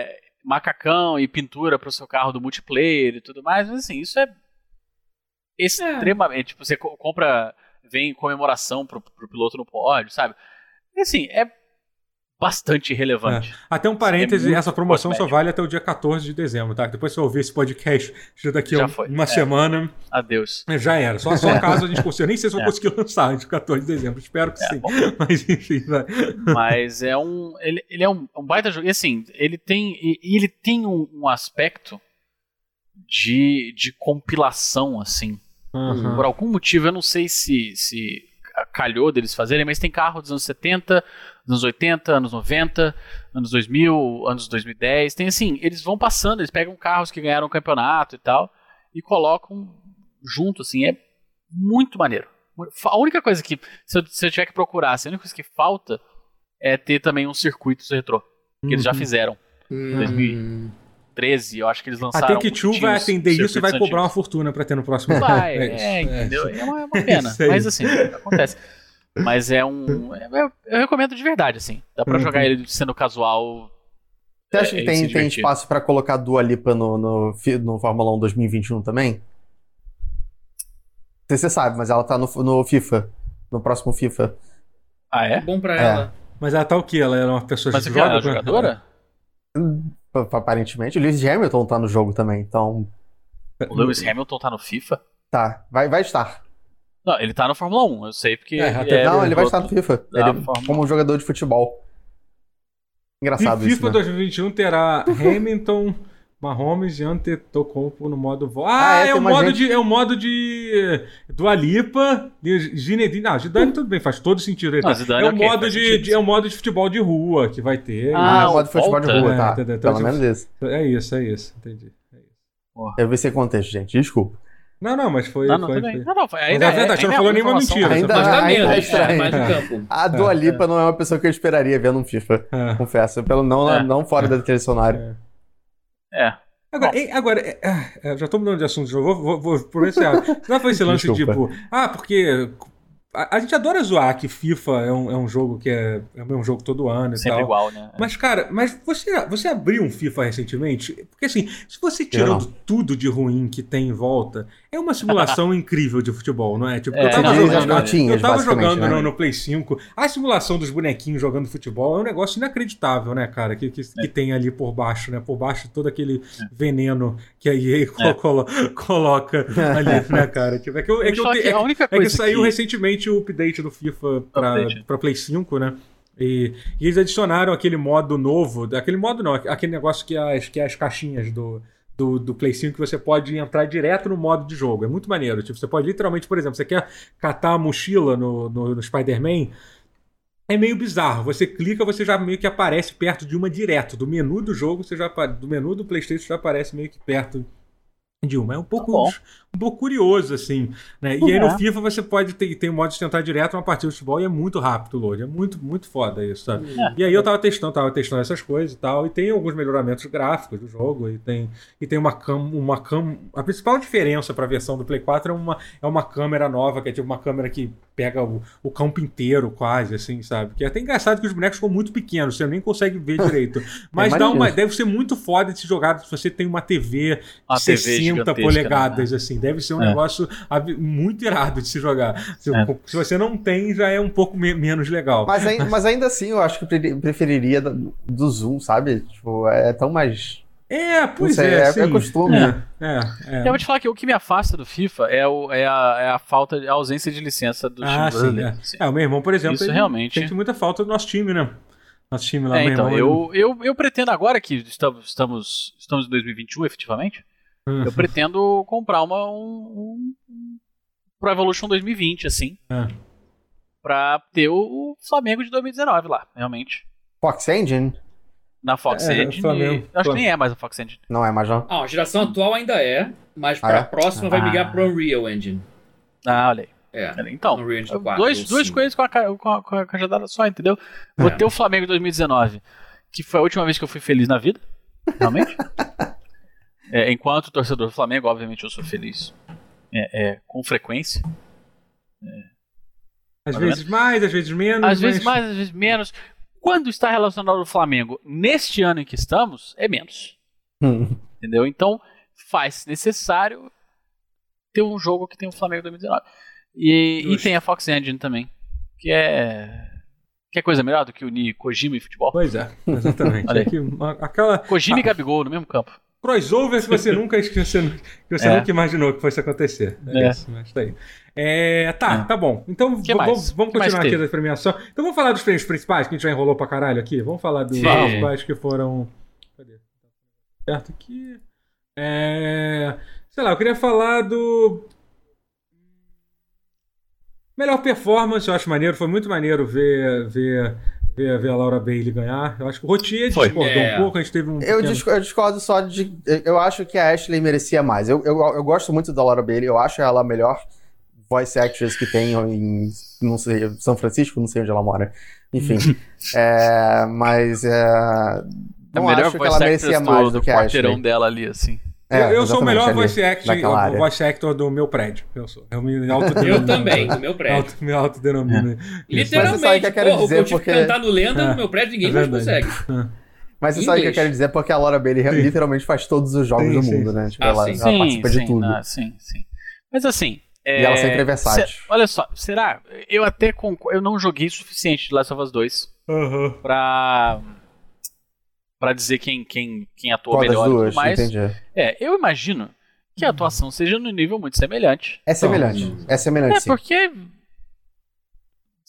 B: é, macacão e pintura pro seu carro do multiplayer e tudo mais, mas assim, isso é extremamente. Tipo, você co- compra, vem comemoração pro, pro piloto no pódio, sabe? E, assim, é bastante relevante.
A: Até um parêntese,
B: É muito
A: essa promoção só
B: cosmético.
A: vale até o dia 14 de dezembro, tá? Depois que você ouvir esse podcast já daqui a
B: Já
A: um-
B: foi.
A: uma
B: É.
A: semana,
B: Adeus.
A: já era. Só, só caso a gente consiga. Nem sei se eu vou
B: É.
A: conseguir lançar antes do 14 de dezembro. Espero que sim.
B: bom.
A: Mas enfim, vai.
B: Mas é um. Ele, ele é um, um baita jogo. E assim, ele tem. e- e ele tem um, um aspecto de, de compilação, assim.
A: Aham.
B: Por algum motivo, eu não sei se, se calhou deles fazerem, mas tem carro dos anos 70, dos anos 80, anos 90, anos 2000, anos 2010. Tem assim, eles vão passando, eles pegam carros que ganharam o campeonato e tal, e colocam junto, assim, é muito maneiro. A única coisa que, se eu, se eu tiver que procurar, assim, a única coisa que falta é ter também um circuito retrô, que eles já
A: Uhum.
B: fizeram.
C: Hum,
B: 13, eu acho que eles
A: A
B: lançaram. um
A: Take Two vai
B: uns
A: atender isso e vai
B: circuitos
A: cobrar
B: antigos.
A: uma fortuna pra ter no próximo ano.
B: Vai,
A: É
B: é,
A: isso,
B: entendeu? É, uma, é uma pena,
A: Isso aí.
B: mas assim, acontece. Mas é um. é- eu, eu recomendo de verdade, assim. Dá pra
A: Uhum.
B: jogar ele sendo casual.
D: Você acha
B: É,
D: que
B: e se
D: tem, tem
B: divertir.
D: espaço pra colocar Dua Lipa no, no, fi- no Fórmula 1 2021 também? Não sei se você sabe, mas ela tá no, no FIFA. No próximo FIFA.
B: Ah, é?
C: Bom pra
D: É.
C: ela.
A: Mas ela tá o quê? Ela era uma pessoa
B: Mas
A: que
B: o que ela é
A: joga né?
B: uma jogadora?
D: P- Aparentemente. O Lewis Hamilton tá no jogo também, então.
A: É.
B: O Lewis Hamilton tá no FIFA?
D: Tá, vai, vai estar.
B: Não, ele tá no Fórmula 1, eu sei porque.
A: É, até-
D: Não, ele vai estar no
B: piloto
D: FIFA.
B: da
D: Ele,
B: Fórmula
D: como um jogador de futebol. Engraçado
A: FIFA
D: isso. né?
A: 2021 terá Hamilton, Mahomes e Antetokounmpo no modo vo...
D: Ah,
A: Ah,
D: é,
A: é,
D: tem
A: o
D: uma
A: modo
D: gente-
A: de é o modo de eh, Dua Lipa, de Zinedine, não, Zidane tudo bem, faz todo sentido. ele tá-
B: Não, Hum. Ah, Zidane,
A: é o
B: ok,
A: modo
B: faz
A: de,
B: sentido.
A: de- é o modo de futebol de rua que vai ter.
B: Ah,
D: é um
B: o
D: modo de futebol de
B: Volta.
D: rua,
A: É,
D: tá?
A: entendeu? Então,
D: Pelo menos isso.
A: É isso, é isso, entendi. É isso.
D: Eu vi sem contexto, gente. Desculpa.
A: Não, não, mas foi.
B: Ah, não,
A: foi,
B: tudo bem.
A: foi.
B: Não, não, foi-
A: né? Mas
B: ainda
A: é verdade, você não
B: ainda
A: falou
B: uma
A: nenhuma
B: informação. assim.
A: mentira.
D: Ainda-
C: Mas
D: Ah,
C: tá menos,
D: ainda é
C: é,
D: estranho.
C: mais no campo.
D: A Dua Lipa não é uma pessoa que eu esperaria ver num FIFA,
A: É.
D: confesso. Pelo, não,
B: É.
D: não fora da trilha sonora.
B: É.
A: assim, Agora, hein, agora é, ah, é, já estou mudando de assunto de novo, vou, vou, vou pronunciar. Já foi esse lance
D: Desculpa.
A: tipo, ah, porque a, a gente adora zoar que FIFA é um, é um jogo que é, é o mesmo jogo todo ano e
B: Sempre
A: tal.
B: igual, né?
A: Mas, cara, mas você, você abriu um FIFA recentemente? Porque, assim, se você tirando tudo de ruim que tem em volta, é uma simulação incrível de futebol, não é? Tipo,
B: É,
A: eu tava
B: não,
A: jogando,
B: as
D: cartinhas,
A: eu tava
D: basicamente,
A: jogando
D: né?
A: no, no Play 5. A simulação dos bonequinhos jogando futebol é um negócio inacreditável, né, cara? Que, que,
B: É.
A: que tem ali por baixo, né? Por baixo todo aquele veneno que a EA co-
B: É.
A: colo- coloca ali, né, cara? Tipo, é que, eu, é que, eu
B: Só
A: te-
B: que
A: é que-
B: a única
A: é
B: coisa.
A: que saiu recentemente o update do FIFA pra,
B: Update.
A: pra Play 5, né? E, e eles adicionaram aquele modo novo, aquele modo não, aquele negócio que as, que é as caixinhas do, do, do Play 5 que você pode entrar direto no modo de jogo. É muito maneiro. Tipo, você pode literalmente, por exemplo, você quer catar a mochila no, no, no Spider-Man. É meio bizarro. Você clica, você já meio que aparece perto de uma direto. Do menu do jogo, você já apa- do menu do PlayStation você já aparece meio que perto de uma. É um pouco,
B: Tá bom.
A: um pouco curioso, assim. Né? E aí no
B: É.
A: FIFA você pode ter, tem um modo de tentar direto uma partida de futebol e é muito rápido o load. É muito, muito foda isso, sabe? E aí eu tava testando, tava testando essas coisas e tal, e tem alguns melhoramentos gráficos do jogo, e tem, e tem uma cam, uma cam, a principal diferença pra versão do Play 4 é uma, é uma câmera nova, que é tipo uma câmera que pega o, o campo inteiro quase, assim, sabe? Que é até engraçado que os bonecos ficam muito pequenos, você nem consegue ver direito. Mas dá
D: imagino.
A: uma, deve ser muito foda de se jogar se você tem uma TV
B: Uma
A: de
B: TV
A: 60
B: é gigantesca, né?
A: polegadas, assim, deve ser um
B: É.
A: negócio ab- muito irado de se jogar. Se,
B: É.
A: se você não tem, já é um pouco me- menos legal.
D: Mas, ai- mas ainda assim, eu acho que eu pre- preferiria da- do, Zoom, sabe? Tipo, é tão mais.
A: É,
D: Não
A: pois
D: sei,
A: é,
D: é,
A: sim.
D: é costume. né?
A: É, é.
B: Eu vou te falar que o que me afasta do FIFA é, o, é, a, é a falta, a ausência de licença do
A: Ah,
B: time
A: sim,
B: brasileiro. Sim.
A: É, o meu irmão, por exemplo,
B: Isso
A: ele
B: realmente.
A: sente muita falta do nosso time, né? Nosso time lá,
B: É,
A: meu
B: então,
A: irmão.
B: eu, eu, eu pretendo agora que estamos, estamos, estamos em 2021, efetivamente,
A: Hum.
B: eu pretendo comprar uma, um, um Pro Evolution 2020, assim,
A: É.
B: pra ter o, o Flamengo de 2019 lá, realmente.
D: Fox Engine?
B: Na Fox
A: É,
B: Engine.
A: Flamengo,
B: eu acho
A: Flamengo.
B: que nem é mais a Fox Engine.
D: Não é, mas não.
C: Ah, a geração atual ainda é, mas
D: Ah,
C: pra
D: é?
C: próxima vai
B: Ah.
C: migrar pro Unreal Engine.
B: Ah, olha aí.
C: É.
B: Então,
C: Unreal Engine 4.
B: dois,
C: ou
B: duas
C: 5.
B: coisas com a, ca- com a, com a cajadada só, entendeu? Vou ter o Flamengo 2019, que foi a última vez que eu fui feliz na vida, realmente. É, enquanto torcedor do Flamengo, obviamente eu sou feliz é, é, com frequência.
A: Às vezes mais, às vezes menos.
B: né? Às vezes
A: mas-
B: mais, às vezes menos. Quando está relacionado ao Flamengo, neste ano em que estamos, é menos,
D: Hum.
B: entendeu? Então faz necessário ter um jogo que tem o Flamengo 2019. E, e
C: Justo.
B: tem a Fox Engine também, que é... Que é coisa melhor do que unir Kojima e futebol?
A: Pois é, exatamente.
B: Olha aí.
A: É que uma- aquela
B: Kojima e
D: Ah.
B: Gabigol no mesmo campo.
A: crossover que você nunca que você, nu- que você
B: É.
A: nunca imaginou que fosse acontecer. É,
B: É.
A: isso, mas tá aí. É, tá,
B: É.
A: tá bom. Então
B: Que
A: v-
B: mais?
A: vamos, vamos
B: Que mais
A: continuar aqui
B: teve?
A: da premiação. Então vamos falar dos prêmios principais, que a gente já enrolou pra caralho aqui. Vamos falar dos
C: Sim.
A: principais que foram. Cadê? Certo aqui. É, sei lá, eu queria falar do. Melhor performance, eu acho maneiro. Foi muito maneiro ver, ver, ver, ver a Laura Bailey ganhar. Eu acho que o Rotier
B: Foi.
A: discordou
C: É.
A: um pouco, a gente teve um.
D: Eu,
A: pequeno-
D: disco- eu discordo só de. Eu acho que a Ashley merecia mais. Eu, eu, eu gosto muito da Laura Bailey, eu acho ela a melhor voice actress que tem em. Não sei, São Francisco, não sei onde ela mora. Enfim. É, mas. É, não
B: a melhor
D: acho que
B: voice
D: ela merecia
B: actress
D: mais
B: do,
D: do
B: do
D: que a
B: quarteirão
D: Ashley.
B: dela ali, assim.
A: Eu- eu sou o
D: É, exatamente,
A: melhor
D: ali,
A: voice actor,
D: naquela área.
A: voice actor do meu prédio. Eu sou. Eu me autodenomino.
C: Eu também, no meu prédio.
A: Auto, me autodenomino.
D: É. Mas você sabe o
C: Literalmente,
D: que eu quero
C: porra, o que
D: dizer,
C: eu tive
D: porque- Ah,
C: que cantar no Lenda
A: É.
C: no meu prédio, ninguém
A: É
C: mais
A: verdade.
C: consegue.
D: Mas você sabe o que eu
C: Inglês.
D: quero dizer, porque a Laura Bailey re-
A: Sim.
D: literalmente faz todos os jogos
A: Sim,
D: do
A: sim,
D: mundo,
A: sim. né?
D: né? Tipo,
C: Ah,
D: ela,
C: sim.
D: ela participa
B: sim,
D: de tudo.
B: não, sim, sim. Mas assim.
D: E ela sempre é versátil.
B: se- olha só, será? Eu até concordo. Eu não joguei o suficiente de Last of Us 2
A: Aham.
B: pra. pra dizer quem, quem, quem atuou
D: Qual das
B: melhor.
D: duas?
B: mas,
D: Entendi.
B: é, eu imagino que
A: Uhum.
B: a atuação seja num nível muito semelhante.
A: Então,
D: É semelhante. É semelhante,
B: É,
D: sim.
B: porque.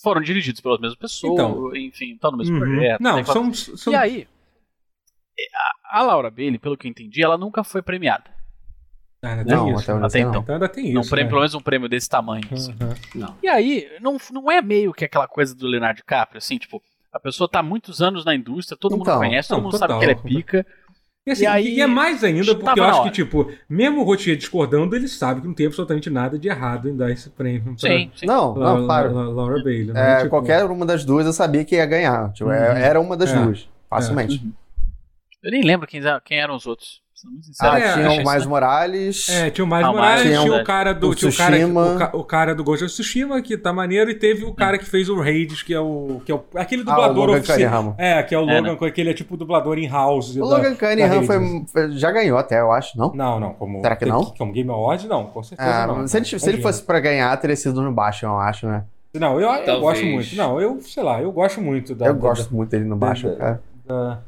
B: Foram dirigidos pelas mesmas pessoas,
A: Então.
B: enfim, tá no mesmo
A: Uhum.
B: projeto.
A: Não,
B: tem que
A: são, são-
B: E aí, a, a Laura Bailey, pelo que eu entendi, ela nunca foi premiada.
A: Ah, ainda tem
D: Não,
A: isso.
D: até onde eu sei,
B: Até
D: não.
B: então.
A: Então ainda tem isso.
B: Não,
A: Uhum.
B: prêmio,
A: né?
B: Pelo menos um prêmio desse tamanho. assim.
A: Aham.
B: E aí, não, não é meio que aquela coisa do Leonardo DiCaprio, assim, tipo, a pessoa tá há muitos anos na indústria, todo
D: Então,
B: mundo conhece, todo
A: não,
B: mundo
A: total.
B: sabe que ela é pica.
A: E, assim,
B: E aí-
A: e é mais ainda, porque
B: Tava
A: eu
B: na
A: acho que,
B: hora.
A: tipo, mesmo o Rotier discordando, ele sabe que não tem absolutamente nada de errado em dar esse prêmio pra,
B: Sim, sim.
D: Não,
A: pra-
D: não, claro.
A: pra Laura Bailey. né?
D: É,
A: Tipo,
D: qualquer uma das duas eu sabia que ia ganhar. Tipo, é-
A: Uhum.
D: Era uma das
A: É.
D: duas. Facilmente.
B: Eu nem lembro quem, era- quem eram os outros. sendo muito sincero.
D: Ah,
A: É,
D: tinha
B: achei
D: o Mais
B: isso,
D: Morales.
A: É, tinha o Miles
B: Ah, o
A: Morales,
D: Miles,
A: tinha
D: sim,
A: o cara do.
D: o
A: tinha o, cara,
D: Tsushima.
A: o, ca- o cara do Ghost of Tsushima, que tá maneiro, e teve o cara que fez o Raids, que é o. Que é o aquele
D: Ah, o
A: dublador
D: Logan
A: oficial.
D: Cunningham.
A: É, que é o
B: É,
A: Logan, com aquele é tipo dublador em house.
D: O Logan Cunningham
A: Reis,
D: foi-
A: assim.
D: foi- já ganhou até, eu acho, não?
A: Não, não, como.
D: Será que não?
A: Como Game Awards, não, com certeza.
D: Ah,
A: não, né?
D: se, ele, se ele
A: Imagina.
D: fosse pra ganhar, teria sido no Baixo, eu acho, né?
A: Não, eu, eu
C: Talvez.
A: gosto muito. Não, eu, sei lá, eu gosto muito da.
D: eu
A: da-
D: gosto muito dele no Baixo,
A: da-
D: cara.
A: da-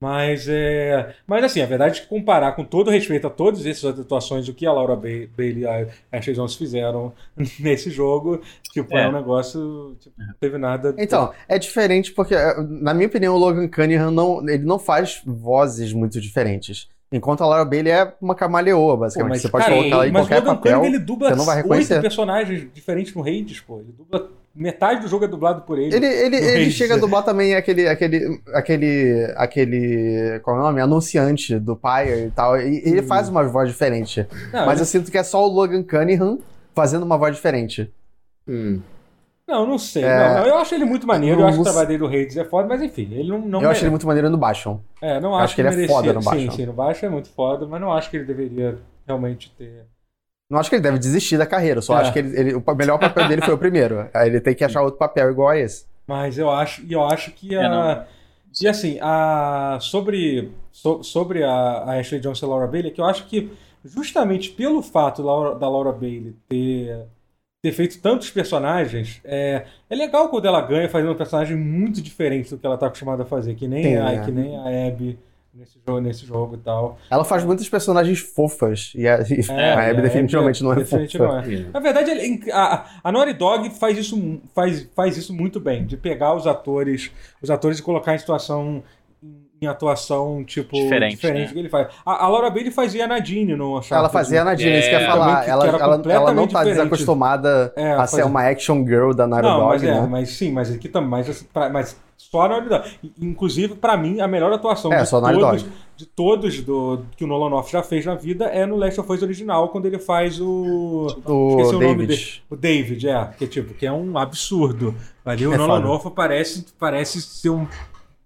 A: Mas é. Mas assim, a verdade é que comparar com todo respeito a todas essas atuações, o que a Laura Ba- Bailey e a Ashley Jones fizeram nesse jogo, tipo, é,
B: É.
A: um negócio. Tipo, não teve nada.
D: Então, é diferente porque, eh, na minha opinião, o Logan Cunningham não, ele não faz vozes muito diferentes. Enquanto a Laura Bailey é uma camaleoa,
A: Pô,
D: basicamente.
A: mas,
D: assim, você pode
A: cara,
D: colocar ela em
A: mas
D: qualquer
A: Logan
D: papel.
A: Cunningham, ele dubla
D: você não vai
A: oito
D: reconhecer.
A: personagens diferentes no Hades, pô. Ele dubla. Metade do jogo é dublado por ele.
D: Ele, ele,
A: Não
D: ele
A: é
D: chega a
A: isso.
D: dublar também aquele, aquele, aquele, aquele, qual é o nome? Anunciante do Pyre e tal. E ele
A: Hum.
D: faz uma voz diferente.
A: Não,
D: Mas eu sinto que é só o Logan Cunningham fazendo uma voz diferente.
C: Hum.
A: Não, não sei.
D: É.
A: Não, não, eu acho ele muito maneiro.
D: Não,
A: Eu acho que o
D: não
A: trabalho dele do Hades é foda, mas enfim, ele não, não
D: eu acho
A: merece.
D: ele muito maneiro no Bastion.
A: É, não
D: acho
A: acho,
D: que ele é
A: merecia-
D: foda no
A: Sim,
D: baixo.
A: sim, no baixo é muito foda, mas não acho que ele deveria realmente ter.
D: Não acho que ele deve desistir da carreira, só
A: É.
D: acho que ele, ele- o pa- melhor papel dele foi o primeiro. Aí ele tem que achar outro papel igual a esse.
A: Mas eu acho, e eu acho que
B: É,
A: a.
B: não.
A: e assim, a. Sobre, so- sobre a, a Ashley Johnson e Laura Bailey, é que eu acho que justamente pelo fato Laura- da Laura Bailey ter, ter feito tantos personagens, é, é legal quando ela ganha fazendo um personagem muito diferente do que ela tá acostumada a fazer, que nem
D: Sim,
A: a,
D: é.
A: que nem a Abby nesse jogo, nesse jogo e tal.
D: Ela faz muitas personagens fofas. E a, e a Abby
A: é,
D: definitivamente não é
A: definitivamente
D: fofa.
A: não é. Na verdade, ele- em- a, a Naughty Dog faz isso, mu- faz, faz isso muito bem, de pegar os atores, os atores e colocar em situação em atuação, tipo,
B: Diferente, né?
A: do que ele faz. A, a Laura Bailey fazia a Nadine no Uncharted.
D: Ela fazia a Nadine,
C: É,
D: isso que eu ia
A: também
D: falar.
A: que-
D: Ela,
A: que era
D: ela, ela não
A: completamente
D: tá
A: diferente.
D: desacostumada
A: É,
D: a ser
A: fazia-
D: uma action girl da Naughty
A: Não,
D: Dog,
A: mas, é,
D: né?
A: mas sim, mas aqui também, mas, assim, pra- mas só a Naughty Dog. I- Inclusive, pra mim, a melhor atuação
D: É,
A: de,
D: só a Naughty
A: todos, de todos do, que o Nolan North já fez na vida é no Last of Us original, quando ele faz
D: Tipo,
A: o... Esqueci
D: O
A: o nome
D: David.
A: O David, é, que tipo, que é um absurdo. Ali o
D: É
A: Nolan
D: foda.
A: North parece, parece ser um.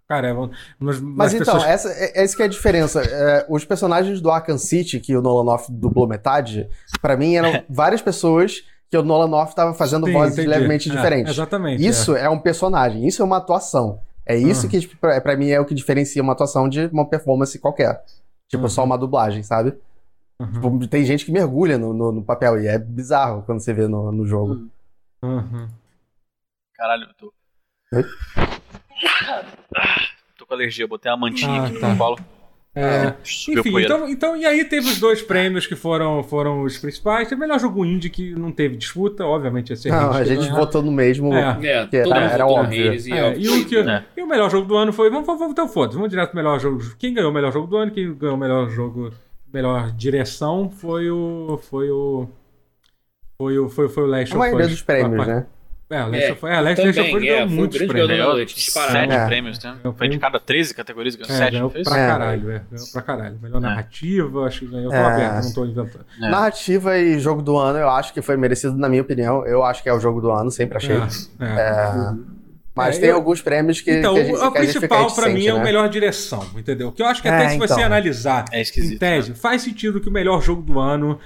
A: Cara, é uma das
D: Mas então,
A: pessoas.
D: essa, é, é isso que é a diferença. É, os personagens do Arkham City, que o Nolan dublou metade, pra mim eram várias pessoas que o Nolan tava fazendo
A: Sim,
D: vozes
A: entendi.
D: um levemente
A: É,
D: diferentes.
A: Exatamente.
D: Isso é um personagem, isso é uma atuação. É isso
A: Uhum.
D: que, tipo, pra, pra mim, é o que diferencia uma atuação de uma performance qualquer. Tipo,
A: Uhum.
D: só uma dublagem, sabe?
A: Uhum.
D: Tipo, tem gente que mergulha no, no- no papel e é bizarro quando você vê no, no jogo.
A: é. Uhum.
B: Caralho, eu tô.
D: Oi?
B: Ah, Tô com alergia, botei a mantinha
A: Ah,
B: aqui
A: tá.
B: no colo. Ah,
A: É,
B: Subiu
A: Enfim,
B: poeira.
A: então, então, e aí teve os dois prêmios que foram, foram os principais. Teve o melhor jogo indie que não teve disputa, obviamente ia ser né?
D: Não,
A: Hades
D: a
A: que
D: gente
A: ganhou.
D: votou no mesmo.
A: É.
C: É,
D: Que era-
C: todo mundo
D: era
C: votou no
D: óbvio.
C: Hades e,
A: É,
C: óbvio.
A: e, o que,
C: né?
B: É.
A: e o melhor jogo do ano foi. Vamos, vamos, vamos então foda-se, vamos direto pro melhor jogo. Quem ganhou o melhor jogo do ano, quem ganhou o melhor jogo, melhor direção foi o. Foi o. Foi o, foi, foi o Last
D: A
A: of
D: maioria
A: Us.
D: É dos prêmios, né?
A: É, o Last
C: É,
A: of Us. É, o Last Last of Us
C: Também,
A: ganhou
C: é, foi o
A: muitos prêmios.
C: grande ganhou da
B: Ganhou
C: noite, disparado.
B: sete
D: É.
B: prêmios, né?
A: Ganhou
B: Foi de
A: prêmio.
B: cada 13 categorias, ganhou
A: É,
B: 7,
A: ganhou
B: não foi isso?
A: pra
D: É.
A: caralho, é. Ganhou pra caralho. Melhor narrativa, acho que ganhou. Tô
D: É.
A: aberto, não tô inventando.
B: É.
D: Narrativa e jogo do ano, eu acho que foi merecido, na minha opinião. Eu acho que é o jogo do ano, sempre achei.
A: É, é.
D: Mas
A: É,
D: tem
A: eu-
D: alguns prêmios que.
A: Então,
D: que a gente,
A: o
D: que a gente fica
A: principal pra mim
D: reticente,
A: é o
D: né?
A: melhor direção, entendeu? Que eu acho que
D: É,
A: até se você
D: então.
A: analisar
B: É esquisito,
A: em tese,
D: né?
A: faz sentido que o melhor jogo do ano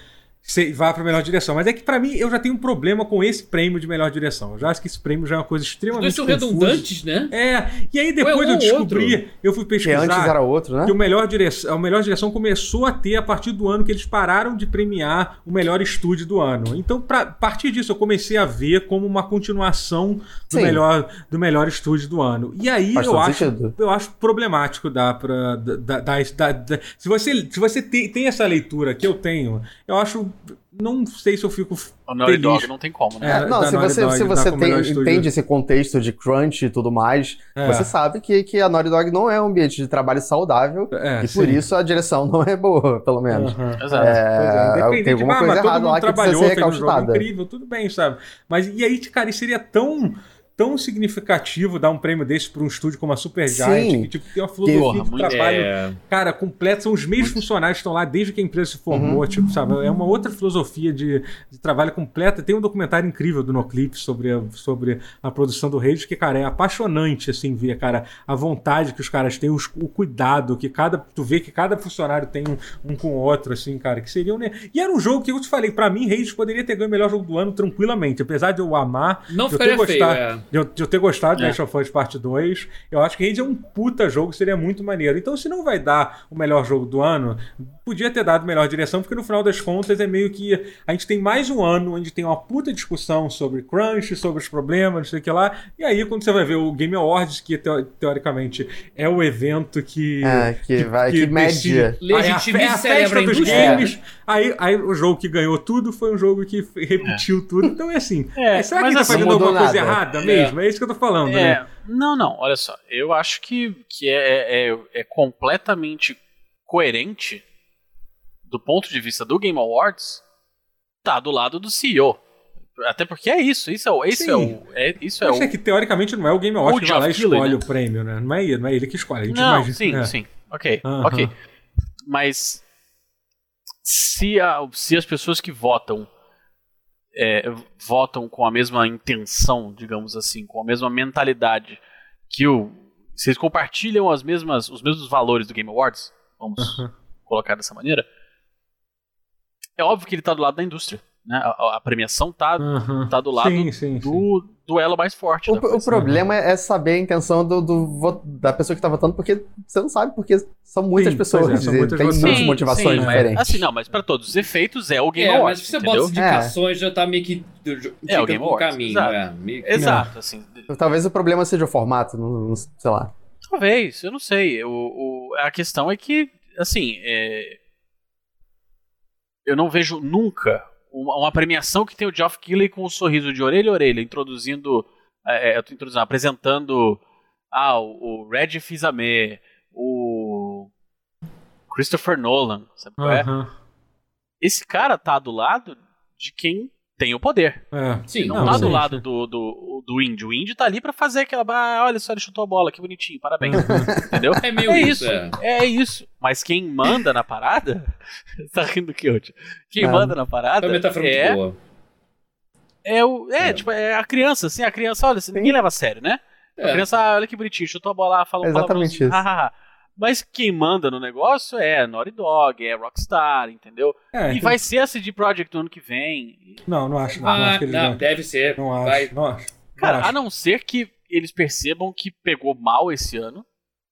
A: se- vá pra melhor direção. Mas é que pra mim eu já tenho um problema com esse prêmio de melhor direção. Eu já acho que esse prêmio já é uma coisa
C: Os
A: extremamente
C: dois são
A: confusa.
C: redundantes, né?
A: É, e aí depois
C: Ou é um
A: eu
C: ou
A: descobri, eu fui
D: Que antes
A: pesquisar
D: era outro, né?
A: que o melhor direção, a melhor direção começou a ter a partir do ano que eles pararam de premiar o melhor estúdio do ano. Então, pra- a partir disso, eu comecei a ver como uma continuação do
D: Sim.
A: melhor, do melhor estúdio do ano. E aí
D: Faz
A: eu
D: todo
A: acho,
D: sentido.
A: eu acho problemático dar pra. da- da- da- da- se você, se você tem, tem essa leitura que eu tenho, eu acho. Não sei se eu fico.
B: O Naughty Dog
A: Feliz.
B: não tem como, né?
A: É,
D: É, não,
A: da
D: se
A: Naughty
D: você,
A: Dog,
D: se
A: da
D: você
A: Commodore
D: tem-
A: Studio.
D: entende esse contexto de crunch e tudo mais,
A: É.
D: você sabe que, que a Naughty Dog não é um ambiente de trabalho saudável
A: É,
D: e
A: sim.
D: por isso a direção não é boa, pelo menos.
A: Aham.
B: Exato.
D: É,
A: Pois é,
D: tem
A: independente,
D: alguma
A: ah,
D: coisa
A: mas todo
D: errada
A: mundo
D: lá que precisa
A: trabalhou,
D: ser
A: fez um jogo
D: recauchutada.
A: incrível, tudo bem, sabe? Mas e aí, cara, e seria tão, tão significativo dar um prêmio desse pra um estúdio como a Supergiant,
D: Sim.
A: que tipo, tem uma filosofia
B: Porra,
A: de
B: muito-
A: trabalho,
C: É,
A: cara, completa, são os mesmos funcionários que estão lá desde que a empresa se formou,
D: Uhum.
A: tipo, sabe? É uma outra filosofia de, de trabalho completa. Tem um documentário incrível do Noclip sobre a, sobre a produção do Rage, que, cara, é apaixonante, assim, ver, cara, a vontade que os caras têm, os- o cuidado que cada. Tu vê que cada funcionário tem um, um com o outro, assim, cara, que seria um. ne- E era um jogo que eu te falei, pra mim, Rage poderia ter ganho o melhor jogo do ano tranquilamente, apesar de eu amar
C: não
A: Eu
C: ficaria
A: tenho
C: feio,
A: gostado.
C: é.
A: de eu, de eu ter gostado
B: É.
A: de Last of Us Parte 2, eu acho que Rage é um puta jogo, seria muito maneiro. Então, se não vai dar o melhor jogo do ano, podia ter dado melhor direção, porque no final das contas é meio que. A gente tem mais um ano onde tem uma puta discussão sobre crunch, sobre os problemas, não sei o que lá. E aí, quando você vai ver o Game Awards, que teo- teoricamente é o evento que.
D: É, que, vai, que, É.
A: decide-
D: média.
C: Legitimiza
A: Aí a, fe- a
C: e celebra
A: festa
C: a
A: dos
C: indústria.
A: games. Aí, aí o jogo que ganhou tudo foi um jogo que f- repetiu tudo. Então é assim.
B: É,
A: será que ele
B: mas
A: tá
B: assim,
A: fazendo
D: não mudou
A: alguma coisa
D: nada.
A: errada mesmo? É isso que eu tô falando. né?
B: É, não, não, olha só. Eu acho que, que é, é, é completamente coerente do ponto de vista do Game Awards tá do lado do CEO. Até porque é isso, isso é o. Isso
A: Sim.
B: é o. é- isso é
A: Mas é
B: o
A: que teoricamente não é o Game Awards
B: Good
A: que vai lá e
B: of Killer,
A: escolhe
B: né?
A: o prêmio, né? Não é ele, não é ele que escolhe. A gente
B: não,
A: imagina.
B: sim,
A: é.
B: sim. Ok,
A: Aham.
B: ok. Mas se, a- se as pessoas que votam é, votam com a mesma intenção, digamos assim, com a mesma mentalidade que o. Se eles compartilham as mesmas, os mesmos valores do Game Awards, vamos
A: Aham.
B: colocar dessa maneira, é óbvio que ele está do lado da indústria. Né? A, a- a premiação está
A: Aham.
B: tá do lado
A: Sim, sim, sim.
B: do duelo mais forte.
D: O,
B: da
D: o
B: coisa.
A: né?
D: problema é saber a intenção do, do vo- da pessoa que tá votando, porque você não sabe, porque são muitas
A: Sim,
D: pessoas,
A: pois é, são
D: e
A: muitas
D: tem
A: votando.
D: muitas
A: Sim,
D: motivações é
B: sim, mas-
D: diferentes.
B: Assim, não, mas para todos os efeitos é o Game
C: É, mas
B: Awards.
C: se você bota
B: entendeu?
C: as indicações, já tá meio que do- jo-
B: É, o
C: indicando
B: Game
C: pro
B: Awards,
C: caminho.
B: exato.
C: é, meio que-
B: Exato, assim.
D: Então, Talvez o problema seja o formato, não, não- sei lá.
B: Talvez, eu não sei. O, o- a questão é que, assim, é, eu não vejo nunca uma, uma premiação que tem o Geoff Keighley com um sorriso de orelha a orelha, introduzindo, é, é, eu tô introduzindo, apresentando, ah, o, o Red Fizame, o Christopher Nolan, sabe qual é?
A: Aham.
B: Esse cara tá do lado de quem tem o poder.
A: É.
C: Sim,
B: Não,
A: Não,
B: lá
A: sim.
B: do lado do, do, do índio. O índio tá ali pra fazer aquela. Ah, olha só, ele chutou a bola, que bonitinho, parabéns. Entendeu?
C: É meio
B: É
C: isso,
B: isso.
C: é.
B: É isso. Mas quem manda na parada. tá rindo que eu Quem
D: Não.
B: manda na
C: É
B: parada
C: uma metáfora muito
B: é,
C: boa.
B: é, o, é,
C: É.
B: tipo, é a criança, assim, a criança, olha, assim, ninguém leva a sério, né? A
C: É.
B: criança, ah, olha que bonitinho, chutou a bola, fala um
D: É exatamente
B: palavrãozinho,
D: isso.
B: ha, ha, ha. Mas quem manda no negócio é Naughty Dog, é Rockstar, entendeu?
A: É,
B: E vai ser a CD Projekt no ano que vem.
A: Não, não acho. Não, acho
C: Ah,
A: que eles
C: não,
A: vão.
C: deve ser.
A: Não acho.
C: Vai.
A: Não acho. Não
B: Cara,
A: acho.
B: a não ser que eles percebam que pegou mal esse ano,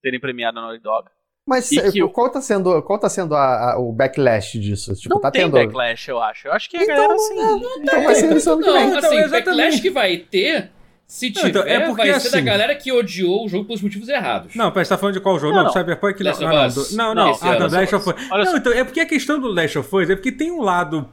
B: terem premiado a Naughty Dog.
D: Mas
B: E
D: eh,
B: que o-
D: qual tá sendo, qual tá sendo a- a- o backlash disso? Tipo,
B: não
D: tá
B: tem
D: tendo.
B: backlash, eu acho. Eu acho que a
D: Então,
B: galera, assim...
D: Então vai ser isso ano que vem.
C: Não,
A: Então,
C: assim, o
A: exatamente.
C: backlash que vai ter, se
A: Não,
C: tiver,
A: então, é porque,
C: vai ser da
A: assim,
C: galera que odiou o jogo pelos motivos errados.
A: Não, pera, você tá falando de qual jogo?
B: Não,
A: Não,
B: não.
A: Cyberpunk não.
C: Last
A: Ah,
C: of
A: não,
C: Us.
A: do- não, não.
B: Esse
A: Ah,
B: ano,
A: não,
B: Last
A: Last
B: of
A: of
B: Us.
A: Us.
B: Olha só.
A: Não, então, é porque a questão do Last of Us é porque tem um lado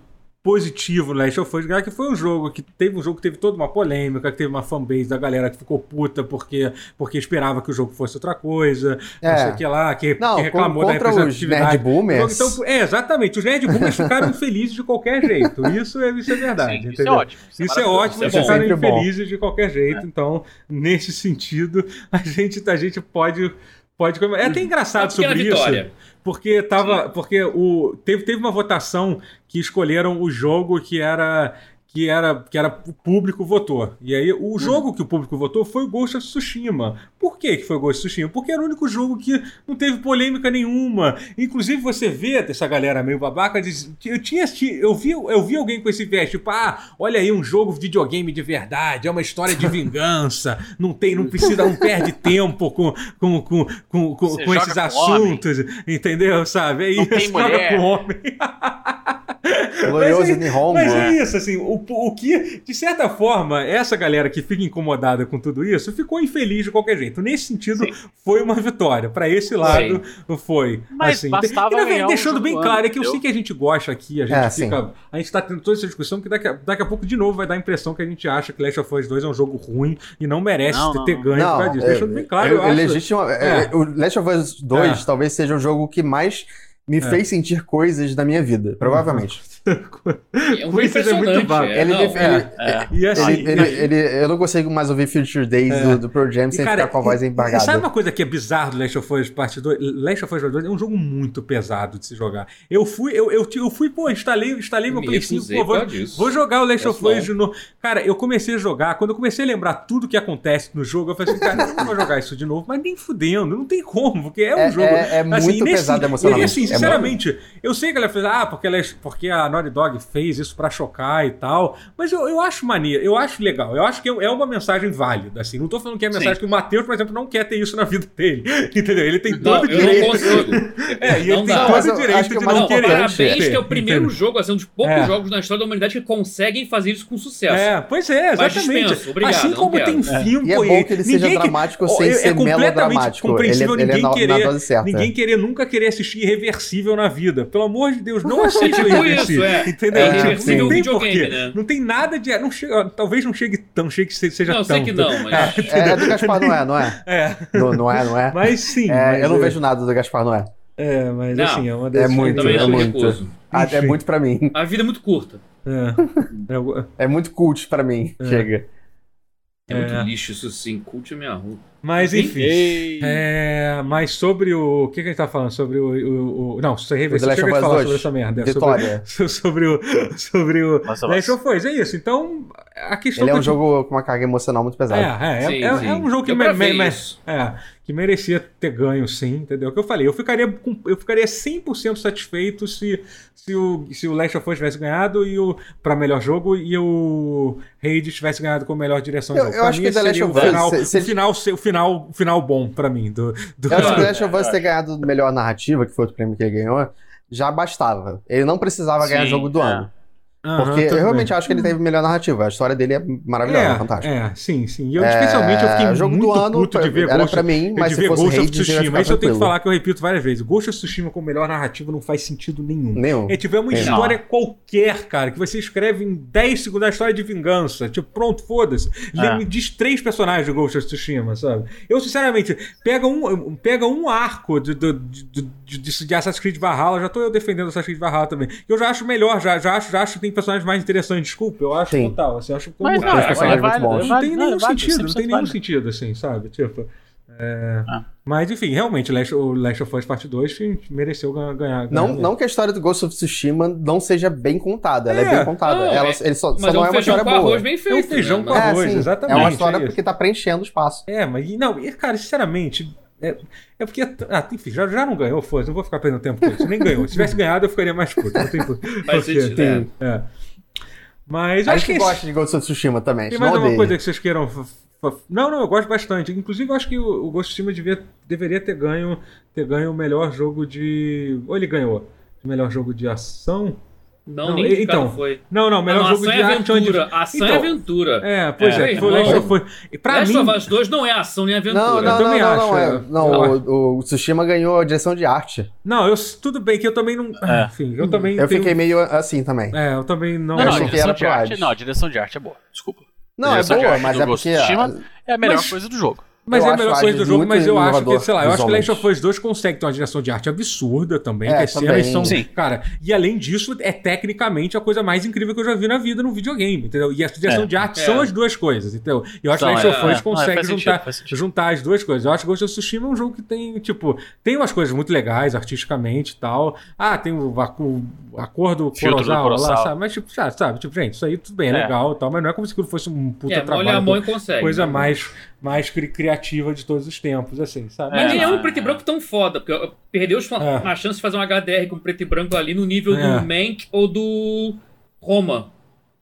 A: positivo no Last of Us, que foi um jogo que teve um jogo que teve toda uma polêmica, que teve uma fanbase da galera que ficou puta porque, porque esperava que o jogo fosse outra coisa,
D: É.
A: não sei o que lá, que,
D: Não,
A: que
D: con-
A: reclamou da
D: contra os
A: representatividade.
D: nerd boomers.
A: Então, é, exatamente, os nerd boomers ficaram felizes de qualquer jeito. Isso é, isso é verdade,
B: Sim, isso é
A: entendeu?
B: ótimo.
A: Isso é ótimo,
C: Isso
A: eles
C: é bom.
A: ficarem
D: Sempre bom.
A: felizes de qualquer jeito. Então, nesse sentido, a gente, a gente pode. pode comemorar. é até engraçado
C: Uma pequena
A: sobre isso.
C: vitória.
A: Porque tava. Porque o, teve, teve uma votação que escolheram o jogo que era. Que era, que era o público votou. E aí,
B: Hum.
A: o jogo que o público votou foi o Ghost of Tsushima. Por que que foi o Ghost of Tsushima? Porque era o único jogo que não teve polêmica nenhuma. Inclusive, você vê essa galera meio babaca. diz- Eu tinha assisti- eu vi, eu vi alguém com esse viés, tipo, ah, olha aí, um jogo de videogame de verdade, é uma história de vingança, não tem, não precisa, não perde tempo com, com, com, com, com,
B: Você
A: com esses
B: joga com
A: assuntos, entendeu? Sabe? É
B: Não
A: isso,
B: tem
A: joga
B: mulher.
A: com homem.
D: Glorioso
A: Mas é-
D: Nihongo.
A: Mas
D: né?
A: é isso, assim, o, o que, de certa forma, essa galera que fica incomodada com tudo isso ficou infeliz de qualquer jeito. Nesse sentido, foi uma vitória. Pra esse lado, foi.
B: Mas
A: assim,
B: bastava
A: e, na verdade,
B: ganhar um
A: deixando bem
B: jogo,
A: claro, é que eu
B: entendeu?
A: sei que a gente gosta aqui, a gente
D: É,
A: fica. A gente tá tendo toda essa discussão que daqui a, daqui a pouco, de novo, vai dar a impressão que a gente acha que Last of Us 2 é um jogo ruim e não merece
B: Não,
A: ter,
B: não,
A: ter
B: não.
A: ganho por causa disso.
D: é-
A: Deixando bem claro,
D: é-
A: eu
D: é
A: acho.
D: legítimo. é-
A: É.
D: é- o Last of Us 2
A: É.
D: talvez seja o jogo que mais me fez sentir coisas da minha vida, provavelmente.
A: Uhum.
C: É um
A: Por
C: jogo
A: isso é muito
C: impressionante.
A: bom.
C: é,
D: ele,
C: não,
D: ele- ele-
B: É.
A: E assim,
D: ele- ele- ele- eu não consigo mais ouvir Future Days do, do Pro Jam
A: E,
D: sem
A: cara,
D: ficar com a voz
A: e- e
D: embargada.
A: Sabe uma coisa que é bizarro do Last of Us Part 2? Last of Us Part 2 é um jogo muito pesado de se jogar. Eu fui, eu, eu, eu fui, pô, instalei, instalei meu
C: Me
A: Play 5,
C: recusei
A: pô,
C: por
A: vou,
C: causa disso.
A: vou jogar o Last of
C: Pessoal.
A: Us de novo. Cara, eu comecei a jogar, quando eu comecei a lembrar tudo que acontece no jogo, eu falei assim, cara, eu não vou jogar isso de novo, mas nem fudendo, não tem como, porque é um
D: É-
A: jogo.
D: é- é muito pesado emocionalmente.
A: E assim,
D: É muito.
A: sinceramente, eu sei que ela fez, ah, porque, ela, é- porque a Naughty Dog fez isso pra chocar e tal, mas eu, eu acho maneiro, eu acho legal, eu acho que é uma mensagem válida, assim, não tô falando que é a mensagem
B: Sim.
A: que o Matheus, por exemplo, não quer ter isso na vida dele, entendeu? Ele tem
C: não,
A: todo o
C: eu não
A: direito.
C: consigo.
A: É, e ele
C: não
A: tem
C: dá.
A: todo
D: Mas
A: o
D: eu acho
A: direito
D: que o
A: de
D: mais
A: não
C: Não,
A: querer.
C: parabéns
A: ter,
C: que é o primeiro
A: entendeu?
C: jogo, assim, um dos poucos
A: É.
C: jogos na história da humanidade que conseguem fazer isso com sucesso.
A: É, pois é,
C: Mas
A: exatamente.
C: dispenso, obrigado,
A: assim
C: não
A: como
C: quero.
A: tem filme,
D: E é
A: pô,
D: bom que ele seja
A: ninguém
D: dramático sem
A: é- é
D: ser
A: completamente
D: melodramático.
A: compreensível
D: Ele- ele é
A: ninguém
D: na- na
A: querer-
D: dose certa.
A: Ninguém querer nunca querer assistir irreversível na vida. Pelo amor de Deus, não assiste
C: tipo
A: irreversível.
C: isso, é.
A: Entendeu?
D: É
A: Tipo,
D: irreversível
A: não tem
C: videogame,
A: porquê.
C: né?
A: Não tem nada de. Não chega, talvez não chegue tão, chegue que seja
C: não,
A: tão.
C: sei que não, mas.
D: É, é do Gaspar Noé, não é?
A: É.
D: Não, não é, não é?
A: Mas sim.
D: É,
A: mas
D: eu não
A: é-
D: vejo nada do Gaspar Noé.
A: É, mas
C: Não,
A: assim, é uma
D: É
A: das.
D: muito,
C: também
D: é
C: não
D: muito.
C: recuso.
D: Ah, É
A: Enfim.
D: muito pra mim.
C: A vida é muito curta.
A: É. É o-
D: É muito cult pra mim. Chega.
C: É, muito lixo isso sim, culte a minha rua.
A: Mas enfim.
B: Ei.
A: É, mas sobre o. O que, que a gente tá falando? Sobre o. o, o- não, isso é
D: The
A: reversível. O
D: Last
A: que eu
D: of
A: ia
D: Us
A: falar
D: 2.
A: sobre essa merda? é, Sobre,
D: Vitória.
A: sobre o. Sobre o.
B: Nossa,
A: Last
B: nossa.
A: of Us, é isso. Então, a questão.
D: Ele é
A: que
D: um
A: eu-
D: jogo com uma carga emocional muito
A: É,
D: pesada.
A: é, é,
C: Sim,
A: é-
C: sim.
A: é um jogo que,
C: Deu
A: me-
C: pra
A: me-
C: ver
A: me-
C: isso.
A: é, que merecia ter ganho, sim, entendeu? É O que eu falei, eu ficaria, com- eu ficaria 100% satisfeito se, se, o, se o Last of Us tivesse ganhado e o, pra melhor jogo e o Hades tivesse ganhado com melhor direção de
D: Eu-
A: jogo.
D: eu
A: Pra
D: acho
A: mim,
D: que The Last
A: seria
D: of
A: o
D: Us,
A: final,
D: se- se-
A: o final, se- o final, o final bom pra mim. Do, do-
D: Eu acho que
C: Claro,
D: o Last of
B: é,
D: Us
B: eu
D: ter ganhado melhor narrativa, que foi outro prêmio que ele ganhou, já bastava. Ele não precisava
B: Sim,
D: ganhar jogo do
B: é.
D: ano.
A: Aham,
D: Porque
A: tudo
D: eu
A: bem.
D: realmente acho que ele teve melhor narrativa. A história dele é maravilhosa,
A: é,
D: fantástica.
A: É, sim, sim. E eu, especialmente, eu
D: É,
A: fiquei
D: jogo
A: muito
D: do ano
A: puto de ver
D: era
A: Ghost,
D: pra mim, mas
A: de
D: se
A: ver
D: fosse
A: Ghost of
D: Hades, eu ia
A: Tsushima.
D: ficar
A: Isso eu tenho
D: tranquilo.
A: que falar, que eu repito várias vezes. Ghost of Tsushima com melhor narrativa não faz sentido nenhum.
D: Nenhum.
A: É tiver uma
D: Não.
A: história qualquer, cara, que você escreve em 10 segundos a história de vingança. Tipo, pronto, foda-se.
D: Ah.
B: É.
A: Me diz três personagens do Ghost of Tsushima, sabe? Eu, sinceramente, pega um, pega um arco de, de, de, de, de- de Assassin's Creed Valhalla, já tô eu defendendo Assassin's Creed Valhalla também. Eu já acho melhor, já, já, acho, já acho que tem personagens mais interessantes. Desculpa, eu acho
D: Sim.
A: total. Assim, eu acho que
B: Mas
A: todo
B: não,
A: mundo-
D: Os personagens
B: é, é
D: muito
B: válido,
D: bons.
B: é
A: não tem
B: válido,
A: nenhum
B: é válido,
A: sentido, não tem
B: 100%
A: nenhum
B: válido.
A: sentido, assim, sabe? Tipo. é,
B: Ah.
A: Mas enfim, realmente, Last- o Last of Us Part 2 mereceu ganhar. ganhar
D: Não,
A: ganhar.
D: não que a história do Ghost of Tsushima não seja bem contada. Ela é,
A: É.
D: bem contada.
C: Não,
D: ela,
C: é-
D: ele só, só
C: Mas é
D: não
C: um
D: é uma
C: feijão
D: história
C: com
D: boa.
C: arroz bem feito.
A: feijão
C: né?
A: com
C: Mas-
D: É,
A: arroz,
D: sim.
A: exatamente,
D: É uma
A: é
D: história
A: isso.
D: porque tá preenchendo o espaço.
A: É, mas e- não, e, cara, sinceramente. É, é porque. Ah, enfim, já, já não ganhou, foda-se, não vou ficar perdendo tempo com isso. Nem ganhou. Se tivesse ganhado, eu ficaria mais puto. Não tem por-
C: Faz
A: porque
C: sentido,
A: tem- é. Mas eu
D: A
A: acho que.
D: gente
A: esse-
D: gosta de Ghost of Tsushima também. a
A: Tem
D: gente não
A: mais alguma
D: odeia.
A: coisa que vocês queiram. fa- fa- Não, não, eu gosto bastante. Inclusive, eu acho que o, o Ghost of Tsushima devia- deveria ter ganho, ter ganho o melhor jogo de. Ou ele ganhou? O melhor jogo de ação?
C: Não,
A: Não,
C: nem
A: e-
C: de cara
A: então,
C: foi.
A: Não, não, melhor
C: não,
A: jogo
C: ação
A: de
C: é
A: arte onde.
C: aventura. Ação é
A: Então,
C: aventura.
A: É, pois
B: É,
A: é, foi,
C: irmão.
A: foi, foi. Pra
C: Last
A: mim.
C: of Us 2 não é ação nem aventura.
D: Não, não, não,
A: também
D: não,
A: acho,
D: não, é-
A: eu-
D: não,
A: eu
D: o, o Tsushima ganhou a direção de arte.
A: Não, eu, tudo bem que eu também não.
B: É.
A: Enfim, eu também.
D: Eu
A: tenho-
D: fiquei meio assim também.
A: É, eu também não.
B: Não, não, a
D: achei que
B: direção
D: era
B: de
D: pro
B: arte.
D: Hades.
B: Não, a direção de arte é boa. Desculpa.
D: Não, é
B: Direção de
D: boa,
B: arte
D: mas
B: do
D: é
B: Ghost
D: porque.
B: of Tsushima É a melhor
A: Mas-
B: coisa do jogo.
A: Mas
D: Eu
A: é a
D: acho
A: melhor
D: o
A: coisa
D: Hades
A: do jogo,
D: muito
A: mas eu acho que,
D: inovador
A: sei lá, eu acho que
D: visualmente.
A: Last of Us 2 consegue ter uma direção de arte absurda também,
D: É,
A: que as cenas
D: também.
A: são.
B: Sim.
A: Cara, e além disso, é tecnicamente a coisa mais incrível que eu já vi na vida num videogame, entendeu? E a direção
B: É.
A: de arte
C: É.
A: são as duas coisas, entendeu? E eu acho que
B: São,
A: Last
C: é,
A: of
B: é.
A: Us
B: Não,
A: consegue
B: faz sentido,
A: juntar,
B: faz sentido.
A: juntar as duas coisas. Eu acho que Ghost of Tsushima é um jogo que tem, tipo, tem umas coisas muito legais artisticamente e tal. Ah, tem o, vacu- o acordo
B: Filtro do
A: Kurosawa lá,
B: Kurosawa.
A: sabe? Mas, tipo, já, sabe, tipo, gente, isso aí tudo bem, é,
B: É.
A: legal e tal, mas não é como se aquilo fosse um puta
C: É, então.
A: trabalho.
C: molha a mão e consegue. É.
A: Coisa mais, mais cri- criativa de todos os tempos, assim, sabe?
C: Mas
B: É,
C: nem é
B: não,
C: um preto e branco tão foda, porque eu- eu- perdeu os-
A: É.
C: a chance de fazer um HDR com preto e branco ali no nível
A: É.
C: do Mank ou do Roma.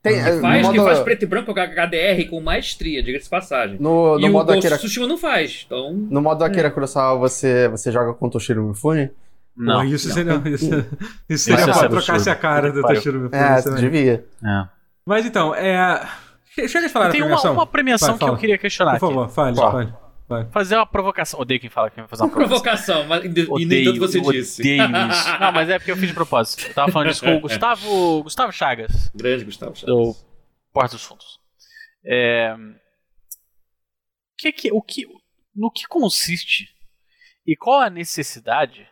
D: Tem, é,
C: Faz,
D: no
C: que faz
D: modo,
C: preto e branco com HDR com maestria, diga-se de passagem.
D: no, no
C: e o
D: modo
C: Ghost
D: Akira,
C: of Tsushima não faz, então...
D: no modo Akira Kurosawa você, você joga com Toshiro Mifune?
A: Não,
B: Não.
A: isso
C: não.
A: seria. Isso, isso
B: Isso
A: seria
B: é
A: pra
B: absurdo.
A: trocasse a cara do
B: Pariu.
A: Tashiro Mifune.
D: É,
A: isso é-
D: devia.
A: Mas então, é. che- Chega de falar da
B: Tem uma,
A: premiação.
B: uma premiação
A: Vai,
B: que eu
A: fala.
B: queria questionar
A: Por
B: aqui.
A: favor, fale,
D: Fala.
A: fale.
B: Fazer uma provocação. Odeio quem fala que vai fazer uma provocação.
C: Provocação, mas e e nem
B: Odeio,
C: tanto você
B: odeio
C: disse.
B: isso. Não, mas é porque eu fiz de propósito. Eu tava falando isso com o Gustavo, Gustavo Chagas,
C: Grande Gustavo Chaves.
B: do Porta dos Fundos. É, que que- o que, no que consiste e qual a necessidade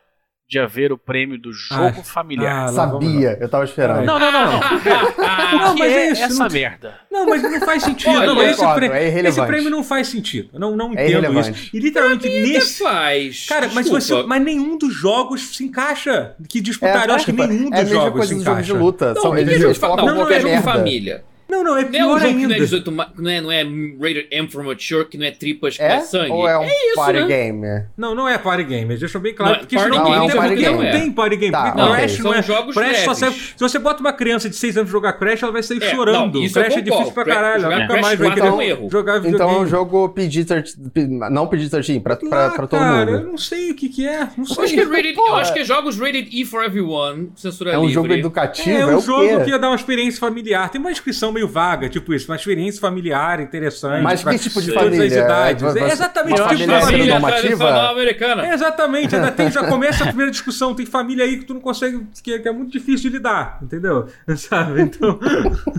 B: de haver o prêmio do jogo familiar?
A: Ah, lá vamos lá.
D: Sabia, eu tava esperando.
B: Não, não, não, não.
A: Não,
B: O que
A: mas é
B: é
A: isso,
B: essa
A: não-
B: merda?
A: Não, mas não faz sentido.
C: Olha,
A: não,
D: eu
A: esse,
D: concordo,
A: prêmio-
D: é irrelevante.
A: esse prêmio não faz sentido. Eu não, não
D: É
A: entendo isso.
D: irrelevante.
A: E literalmente
C: Até
A: nesse.
C: faz.
A: Cara, mas,
C: é desculpa.
A: você, mas nenhum dos jogos se encaixa. Que disputaram, eu acho que
D: tipo,
A: nenhum
D: é a
A: dos
D: mesma
A: jogos se
D: coisa do jogo de
A: encaixa.
D: luta.
C: Não,
D: São,
C: não,
D: eles,
C: não,
D: eles colocam
C: não, não é
D: qualquer
C: jogo de
D: um merda.
C: família.
A: Não, não, é
C: Não é um
A: pior
C: jogo que não
A: ainda.
C: é 18 ma- não é, não é rated M for mature, que não é tripas, que não
D: É?
C: é sangue.
D: Ou é um party
C: né?
D: game?
A: Não, não é party game. Deixa bem
C: Não,
A: claro. Porque
C: party
A: isso ninguém
D: game
A: tem,
D: não é.
A: porque não
D: É.
A: tem party game.
D: Tá,
A: porque
D: não,
A: Crash
D: ok.
A: não
C: São
A: é.
C: jogos
A: Crash só
C: leves.
A: serve- Se você bota uma criança de 6 anos jogar Crash, ela vai sair
C: É,
A: chorando.
C: não, isso eu
A: Crash é
C: concordo.
A: difícil pra
C: Crash-
A: caralho. Ela
C: jogar
A: nunca
C: Crash
A: mais vai
C: 4
A: querer
C: é um erro.
A: jogar
D: Então é um
A: videogame.
D: jogo PG-13, não PG-13, pra, pra,
A: Lá,
D: pra todo
A: cara,
D: mundo.
A: eu não sei o que que é. Não
C: Eu acho que,
A: sei.
C: é rated, eu acho que é jogos rated E for everyone, censura
D: É um
C: livre.
D: jogo educativo,
A: É
D: é,
A: um
D: o
A: jogo
D: quê?
A: que ia dar uma experiência familiar. Tem uma descrição meio vaga, tipo isso. Uma experiência familiar interessante.
D: Mas
A: pra
D: que tipo de
A: é todas as
D: família?
A: idades.
D: Vai- vai-
A: É exatamente
D: uma
A: o tipo de
D: família assim,
A: família.
C: família
D: heteronormativa?
C: tradicional americana.
A: É, exatamente, ainda tem, já começa a primeira discussão, tem família aí que tu não consegue, que, que é muito difícil de lidar, entendeu? Sabe? Então.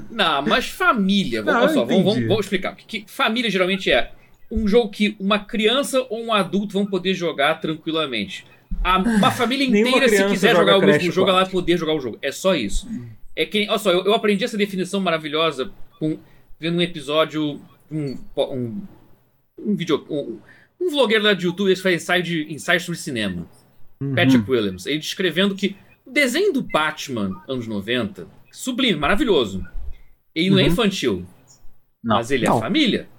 C: Não, mas família. Vamos,
A: Não,
C: olha
A: eu
C: só, vamos,
A: entendi.
C: vamos- vamos explicar. Que família geralmente é um jogo que uma criança ou um adulto vão poder jogar tranquilamente. A, uma família
A: Nenhuma
C: inteira, se
A: criança
C: quiser
A: joga
C: jogar o
A: Crash
C: mesmo jogo, ela
A: quatro.
C: vai poder jogar o jogo. É só isso. É que, olha só, eu, eu aprendi essa definição maravilhosa com, vendo um episódio. Um, um, um vídeo. Um, um vlogueiro lá de YouTube, ele faz ensaio, de, ensaio sobre cinema.
A: Uhum.
C: Patrick Williams. Ele descrevendo que o desenho do Batman, anos 90, sublime, maravilhoso. Ele
A: Uhum.
C: não é infantil.
B: Não.
C: Mas ele é
D: Não.
C: família.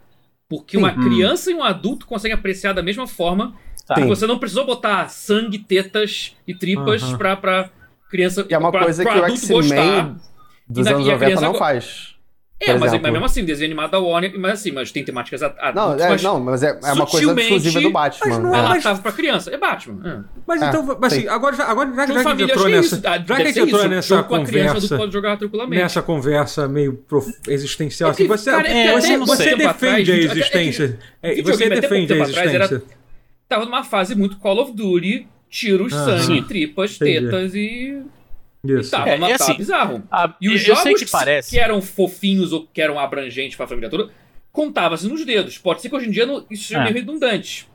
C: Porque uma
B: Uhum.
C: criança e um adulto conseguem apreciar da mesma forma.
B: Tá.
C: E você não precisou botar sangue, tetas e tripas
A: Aham.
C: pra, pra criança.
D: Que é uma
C: pra,
D: coisa
C: pra
D: que o
C: adulto gostar.
D: X-Men dos
C: E na-
D: anos
C: e a
D: 90
C: criança
D: não
C: go-
D: faz.
C: É, mas,
D: exemplo.
C: mas mesmo assim, desenho animado da Warner, mas assim, mas tem temáticas ad-
D: Não,
C: adultas,
D: é,
C: mas
D: não, mas é, é uma coisa
C: sutilmente,
D: exclusiva do Batman.
A: mas não
C: ela
A: é-
D: né?
A: mas-
C: tava pra criança. É Batman. É.
A: Mas
D: É,
A: então, mas, assim,
D: sim.
A: agora, já- agora já,
C: Então,
A: já que a gente
C: família,
A: entrou
C: acho que é isso.
A: nessa,
C: Ah,
A: já que
C: deve
A: a gente
C: ser
A: entrou
C: isso.
A: nessa
C: Jogo com a criança, adulto
A: conversa, Né,
C: pode jogar tranquilamente.
A: nessa conversa meio prof- existencial,
C: É que,
A: assim, você, é,
C: cara,
B: até-
A: você, você
B: até pouco
A: defende
C: tempo atrás,
A: a
C: até- até-
A: existência. É,
C: videogame
A: você
C: até pouco
A: defende a
C: tempo atrás era-
A: existência.
C: Tava numa fase muito Call of Duty, tiros,
A: Aham.
C: sangue, tripas,
A: Entendi.
C: tetas e...
A: Isso.
C: Tava,
B: É,
C: uma-
B: é
C: tava
B: assim.
C: bizarro.
B: Ah,
C: E os
B: eu
C: jogos é
B: sei que parece.
C: eram fofinhos ou que eram abrangentes pra família toda, contava-se nos dedos. Pode ser que hoje em dia não- isso seja
B: É.
C: meio redundante.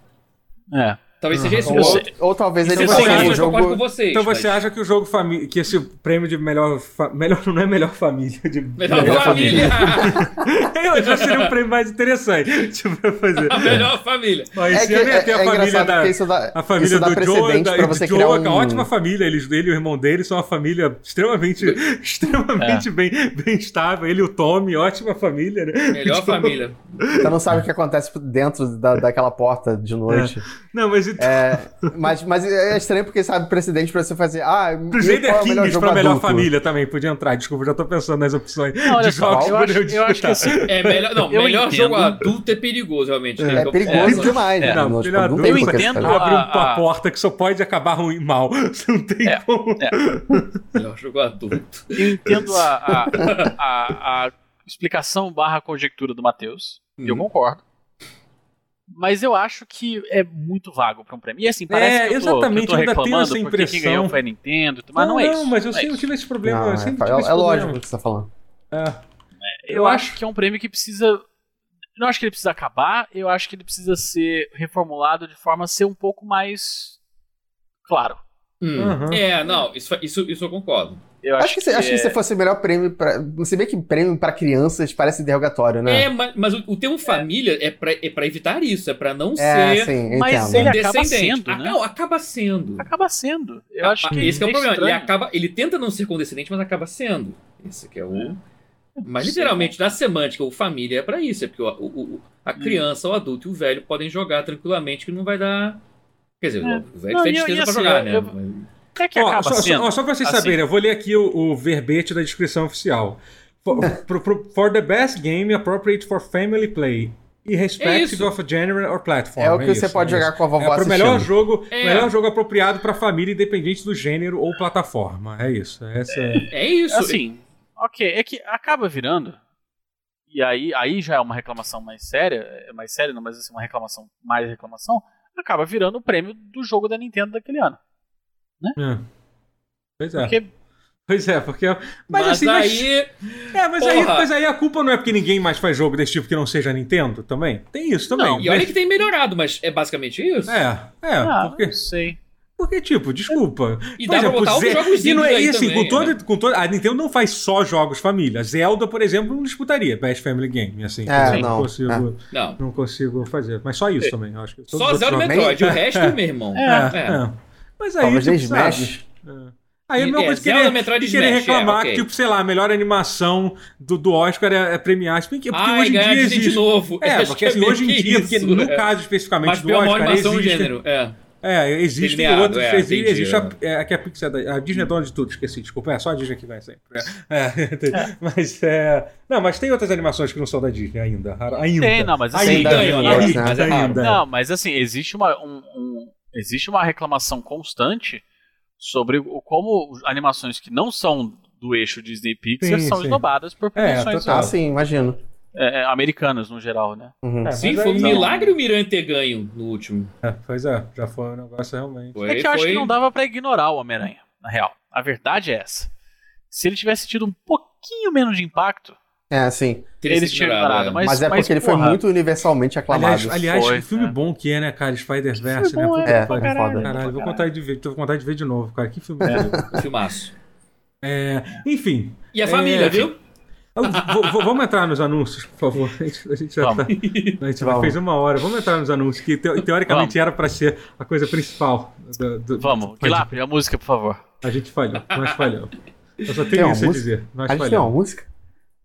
B: É.
C: Talvez seja esse
D: Ou,
B: Eu
C: ponto.
B: sei.
D: ou talvez
A: Então
D: ele
C: Eu
A: você
D: faça
A: acha-
D: um
C: concordo,
D: jogo.
C: concordo com vocês.
A: Então
C: mas-
A: você acha que o jogo família. que esse prêmio de melhor. fa- melhor não é melhor família. De
C: Melhor, família!
A: Eu já seria um prêmio mais interessante tipo, pra fazer.
C: a melhor família.
A: Mas
D: É
A: se
D: que
A: eu ia
D: é,
A: ter a
D: é
A: família
D: engraçado
A: da.
D: porque isso dá,
A: A família
D: isso dá
A: do Joe, é
D: precedente
A: da,
D: pra você
A: Joe
D: criar
A: é uma
D: um...
A: ótima família. Eles, ele e o irmão dele são uma família extremamente,
B: É.
A: extremamente bem, bem estável. Ele e o Tommy, ótima família, né?
C: Melhor
A: Tipo,
C: família.
D: Você não sabe o que acontece dentro da, daquela porta de noite.
A: Não, mas
D: É.
A: então,
D: Mas, mas é estranho porque sabe precedente pra você fazer. Ah, e
A: Pro
D: qual é
A: Crusader
D: o melhor
A: Kings
D: jogo
A: pra melhor
D: adulto?
A: família também, podia entrar. Desculpa, já tô pensando nas opções
B: Não,
A: de
B: olha só,
A: jogos
B: eu
A: pra
B: acho, eu acho que assim,
C: É melhor, não,
B: Eu
C: melhor
B: entendo.
C: jogo adulto é perigoso, realmente. né?
D: É
C: Então,
D: perigoso
C: é,
D: demais,
B: é.
D: né?
A: Não,
D: tipo,
A: filho adulto,
D: tem
B: eu
D: como
B: entendo
D: fazer.
B: a-
A: Abre uma porta que só pode acabar ruim mal. Não tem
B: Ah, É,
A: como.
C: melhor jogo adulto.
B: eu entendo a, a, a- a explicação barra conjectura do Matheus. Eu
C: Uhum.
B: concordo. Mas eu acho que é muito vago pra um prêmio. E assim, parece
A: É,
B: que eu tô, que eu
A: exatamente,
B: tô
A: eu ainda tenho
B: reclamando
A: essa
B: porque quem
A: impressão.
B: ganhou foi a Nintendo. Mas não, é isso.
A: Não, mas eu
B: não é
A: sempre
B: isso.
A: tive esse problema.
D: Não,
A: eu sempre tive
D: é,
A: esse
D: é
A: problema.
D: lógico o que você tá falando.
A: É.
B: Eu acho que é um prêmio que precisa. Eu não acho que ele precisa acabar, eu acho que ele precisa ser reformulado de forma a ser um pouco mais claro.
C: Hum.
A: Uhum.
C: É, não, isso, fa- isso, isso eu concordo.
B: Eu é-
D: Acho que, se- acho que se fosse o melhor prêmio pra. Se bem que prêmio pra crianças parece interrogatório,
C: É,
D: né?
C: ma- mas, o, o termo família é pra, é pra evitar isso, é pra não ser
D: sim, eu
B: Mas
D: entendo.
B: ele
C: um
B: acaba
C: descendente.
B: sendo, né?
C: Acaba, acaba sendo.
B: acaba sendo. Eu acho que
C: esse que é o problema. Ele,
B: estranho.
C: acaba, ele tenta não ser condescendente, mas acaba sendo. Esse que é o. Mas
B: Sim.
C: literalmente, na semântica, o família é pra isso. É porque o, o- o- a
B: Hum.
C: criança, o adulto e o velho podem jogar tranquilamente, que não vai dar. Quer dizer,
B: É.
C: o velho
B: Não,
C: tem
B: e eu-
C: despesa
B: e
C: pra
B: assim,
C: jogar, né?
B: eu-
C: Mas-
B: Até que
A: Ó,
B: acaba
A: só, só-
B: sendo.
A: ó, só pra vocês
B: assim.
A: saberem, eu vou ler aqui o, o verbete da descrição oficial. For, pro- pro- for the best game appropriate for family play, irrespective
C: É isso.
A: of genre or platform.
D: É o que você
A: isso,
D: pode
A: é
D: jogar com a
A: isso.
D: vovó
A: É pro
D: assistindo.
A: melhor jogo,
C: É.
A: melhor jogo apropriado pra família, independente do gênero ou plataforma. É isso. Essa é-
C: É isso.
B: Assim, ok, é que acaba virando. E aí, aí já é uma reclamação mais séria, é mais séria, não, mas assim, uma reclamação, mais reclamação, acaba virando o prêmio do jogo da Nintendo daquele ano.
A: é. Pois é.
B: Porque
A: Pois é, porque. Mas,
C: Mas,
A: assim, mas-
C: aí.
A: É, mas aí,
C: Porra.
A: mas aí a culpa não é porque ninguém mais faz jogo desse tipo que não seja a Nintendo também? Tem isso também. né?
B: Não,
C: E olha que tem melhorado, mas é basicamente isso.
A: É, é,
B: ah,
A: porque,
B: não sei.
A: porque, tipo, desculpa.
C: E dá pra botar um outros jogos
A: é, E não é
C: aí
A: e assim,
C: também,
A: com
C: né?
A: todo, com todo. A Nintendo não faz só jogos família. Zelda, por exemplo, não disputaria Best Family Game, assim.
D: É,
A: eu
D: não,
A: consigo,
C: Não.
A: não consigo fazer. Mas só isso também, eu acho que. todos
C: É. Só
A: os
C: Zelda
A: outros
C: e
A: jogos-
C: Metroid, o resto, meu irmão.
A: É, é. Mas aí.
D: Talvez nem
A: tipo, sabe,
D: Smash.
A: é. Aí a mesma
C: É,
A: coisa que
C: Zelda,
A: querer,
C: Metroid e
A: querer
C: Smash, é,
A: reclamar
C: ok.
A: que, tipo, sei lá, a melhor animação do, do Oscar é, é premiar. Se bem que- Porque
C: Ah,
A: hoje em
C: ganhar
A: dia
C: Disney
A: existe.
C: de novo.
A: É,
C: Acho
A: porque
C: que
A: assim,
C: meio
A: hoje em
C: que
A: dia, porque
C: isso,
A: no
C: é.
A: caso especificamente
C: Mas
A: do
C: pior
A: Oscar,
C: animação do
A: existe,
C: gênero. É.
A: é, existem
C: Delineado,
A: outros.
C: é,
A: exi-
C: entendi,
A: existe a, é, aqui a Pixar, da- a Disney é dona de tudo, esqueci, desculpa. É só a Disney que vai sempre. É, é, tem- mas é. Não, mas tem outras animações que não são da Disney ainda. rara- Ainda.
B: Tem, não, mas assim,
A: ainda,
C: ganhou,
A: ainda,
C: né?
A: ainda,
D: Mas
C: é raro.
A: ainda.
B: Não, mas assim, existe uma, um- um- existe uma reclamação constante sobre o, como animações que não são do eixo Disney Pixar
A: Sim,
B: são
A: sim. É,
B: esnobadas por produções
A: total.
D: Ah, sim, imagino.
B: é, é, americanas no geral, né?
D: Uhum.
A: É,
C: Sim,
A: mas
C: foi um
A: aí-
C: milagre o Miranha ter ganho no último.
A: É, pois é, já foi um negócio realmente.
C: Foi,
B: É que eu acho
C: foi-
B: que não dava pra ignorar o Homem-Aranha, na real. A verdade é essa. Se ele tivesse tido um pouquinho menos de impacto,
D: É, sim.
C: teria
B: eles
C: sido
B: tinham
C: ignorado,
B: ignorado.
C: é.
B: Mas,
D: Mas, é porque ele foi
B: porra,
D: muito universalmente aclamado.
A: Aliás, aliás
B: Foi,
A: que filme
B: é.
A: bom que é, né, cara?
B: Foi
A: Spider-Verse, né?
B: bom,
A: Puta
B: é,
A: que
D: pra
A: pariu.
D: caralho.
A: Caralho, vou contar de ver, tô com vontade de ver de novo, cara. Que filme bom.
C: um Filmaço.
A: É, enfim,
C: E a
A: É,
C: família, viu?
A: eu- vou- vou- vamos entrar nos anúncios, por favor. A gente, a gente já
B: Vamos.
A: tá, a gente já
D: Vamos.
A: fez uma hora. Vamos entrar nos anúncios, que teo- teoricamente
B: Vamos.
A: era pra ser a coisa principal. do- do-
B: Vamos, Guilherme, a música, por favor.
A: A gente falhou, nós falhamos. Eu só
D: Tem
A: tenho
D: uma
A: isso a
D: música?
A: dizer. Nós
D: A gente tem uma
A: falhamos.
D: música?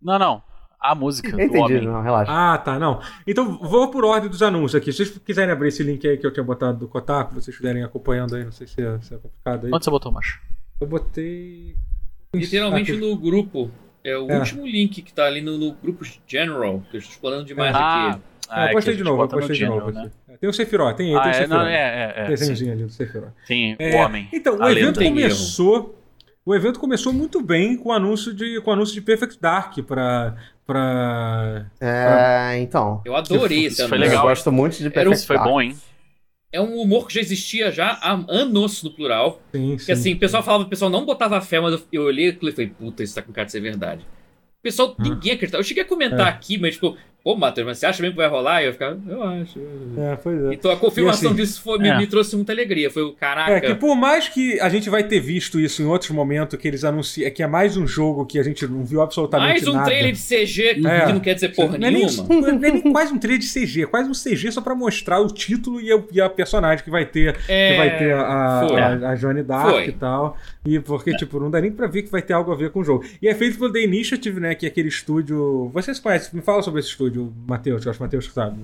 B: Não, não. A música do
D: Entendi,
B: homem.
D: não, relaxa.
A: Ah, tá, não. Então, vou por ordem dos anúncios aqui. Se vocês quiserem abrir esse link aí que eu tinha botado do Kotaku, vocês estiverem acompanhando aí, não sei se é, se é complicado aí.
B: Onde você botou, macho?
A: Eu botei.
C: Literalmente no grupo. É o
A: É.
C: último link que tá ali no, no grupo General, que eu estou explorando demais
B: Ah,
C: aqui.
A: Ah, eu
B: é que a
A: postei
B: gente
A: de novo, eu
B: bota no
A: postei de
B: General,
A: novo.
B: né?
A: aqui. É, Tem o Sephiroth, tem, tem
B: Ah,
A: o
B: é, não,
A: Sephiroth.
B: é, é, é. sim.
A: Desenhozinho ali do Sephiroth.
B: Tem o
A: É,
B: homem.
A: Então, o
B: a
A: evento
B: lenda.
C: tem
A: começou. O evento começou muito bem com o anúncio de, com o anúncio de Perfect Dark pra. pra...
D: É, então.
C: Eu adorei
B: Isso
C: esse
B: foi Ah.
C: anúncio.
B: É legal.
D: Eu gosto muito de
C: Era um-
B: Isso foi
D: Dark.
B: bom, hein?
C: É um humor que já existia já há anos no plural.
A: Sim,
C: Porque assim, o pessoal falava, o pessoal não botava fé, mas eu, eu olhei aquilo e falei, puta, isso tá com cara de ser verdade. O pessoal,
A: Hum. É.
C: ninguém acreditava. Eu cheguei a comentar aqui, mas tipo, pô, Matheus, mas você acha mesmo que vai rolar? E eu ficava, eu acho.
A: É, pois é.
C: Então a confirmação
A: E assim,
C: disso foi, me,
B: é.
C: me trouxe muita alegria. Foi o caraca.
A: É, que por mais que a gente vai ter visto isso em outros momentos, que eles anunciam, que é mais um jogo que a gente não viu absolutamente
C: mais um
A: nada.
C: trailer de CG
A: É.
C: que não quer dizer porra
A: não é nem,
C: nenhuma.
A: não é nem quase um trailer de CG, é quase um CG só pra mostrar o título e a, e a personagem que vai ter,
C: É,
A: que vai ter a,
C: foi.
A: a, a Johnny Dark
C: Foi.
A: e tal. E porque, tipo, não dá nem pra ver que vai ter algo a ver com o jogo. E é feito pelo The Initiative, né? Que é aquele estúdio. Vocês conhecem, me fala sobre esse estúdio, Matheus, que eu acho que o Matheus que sabe.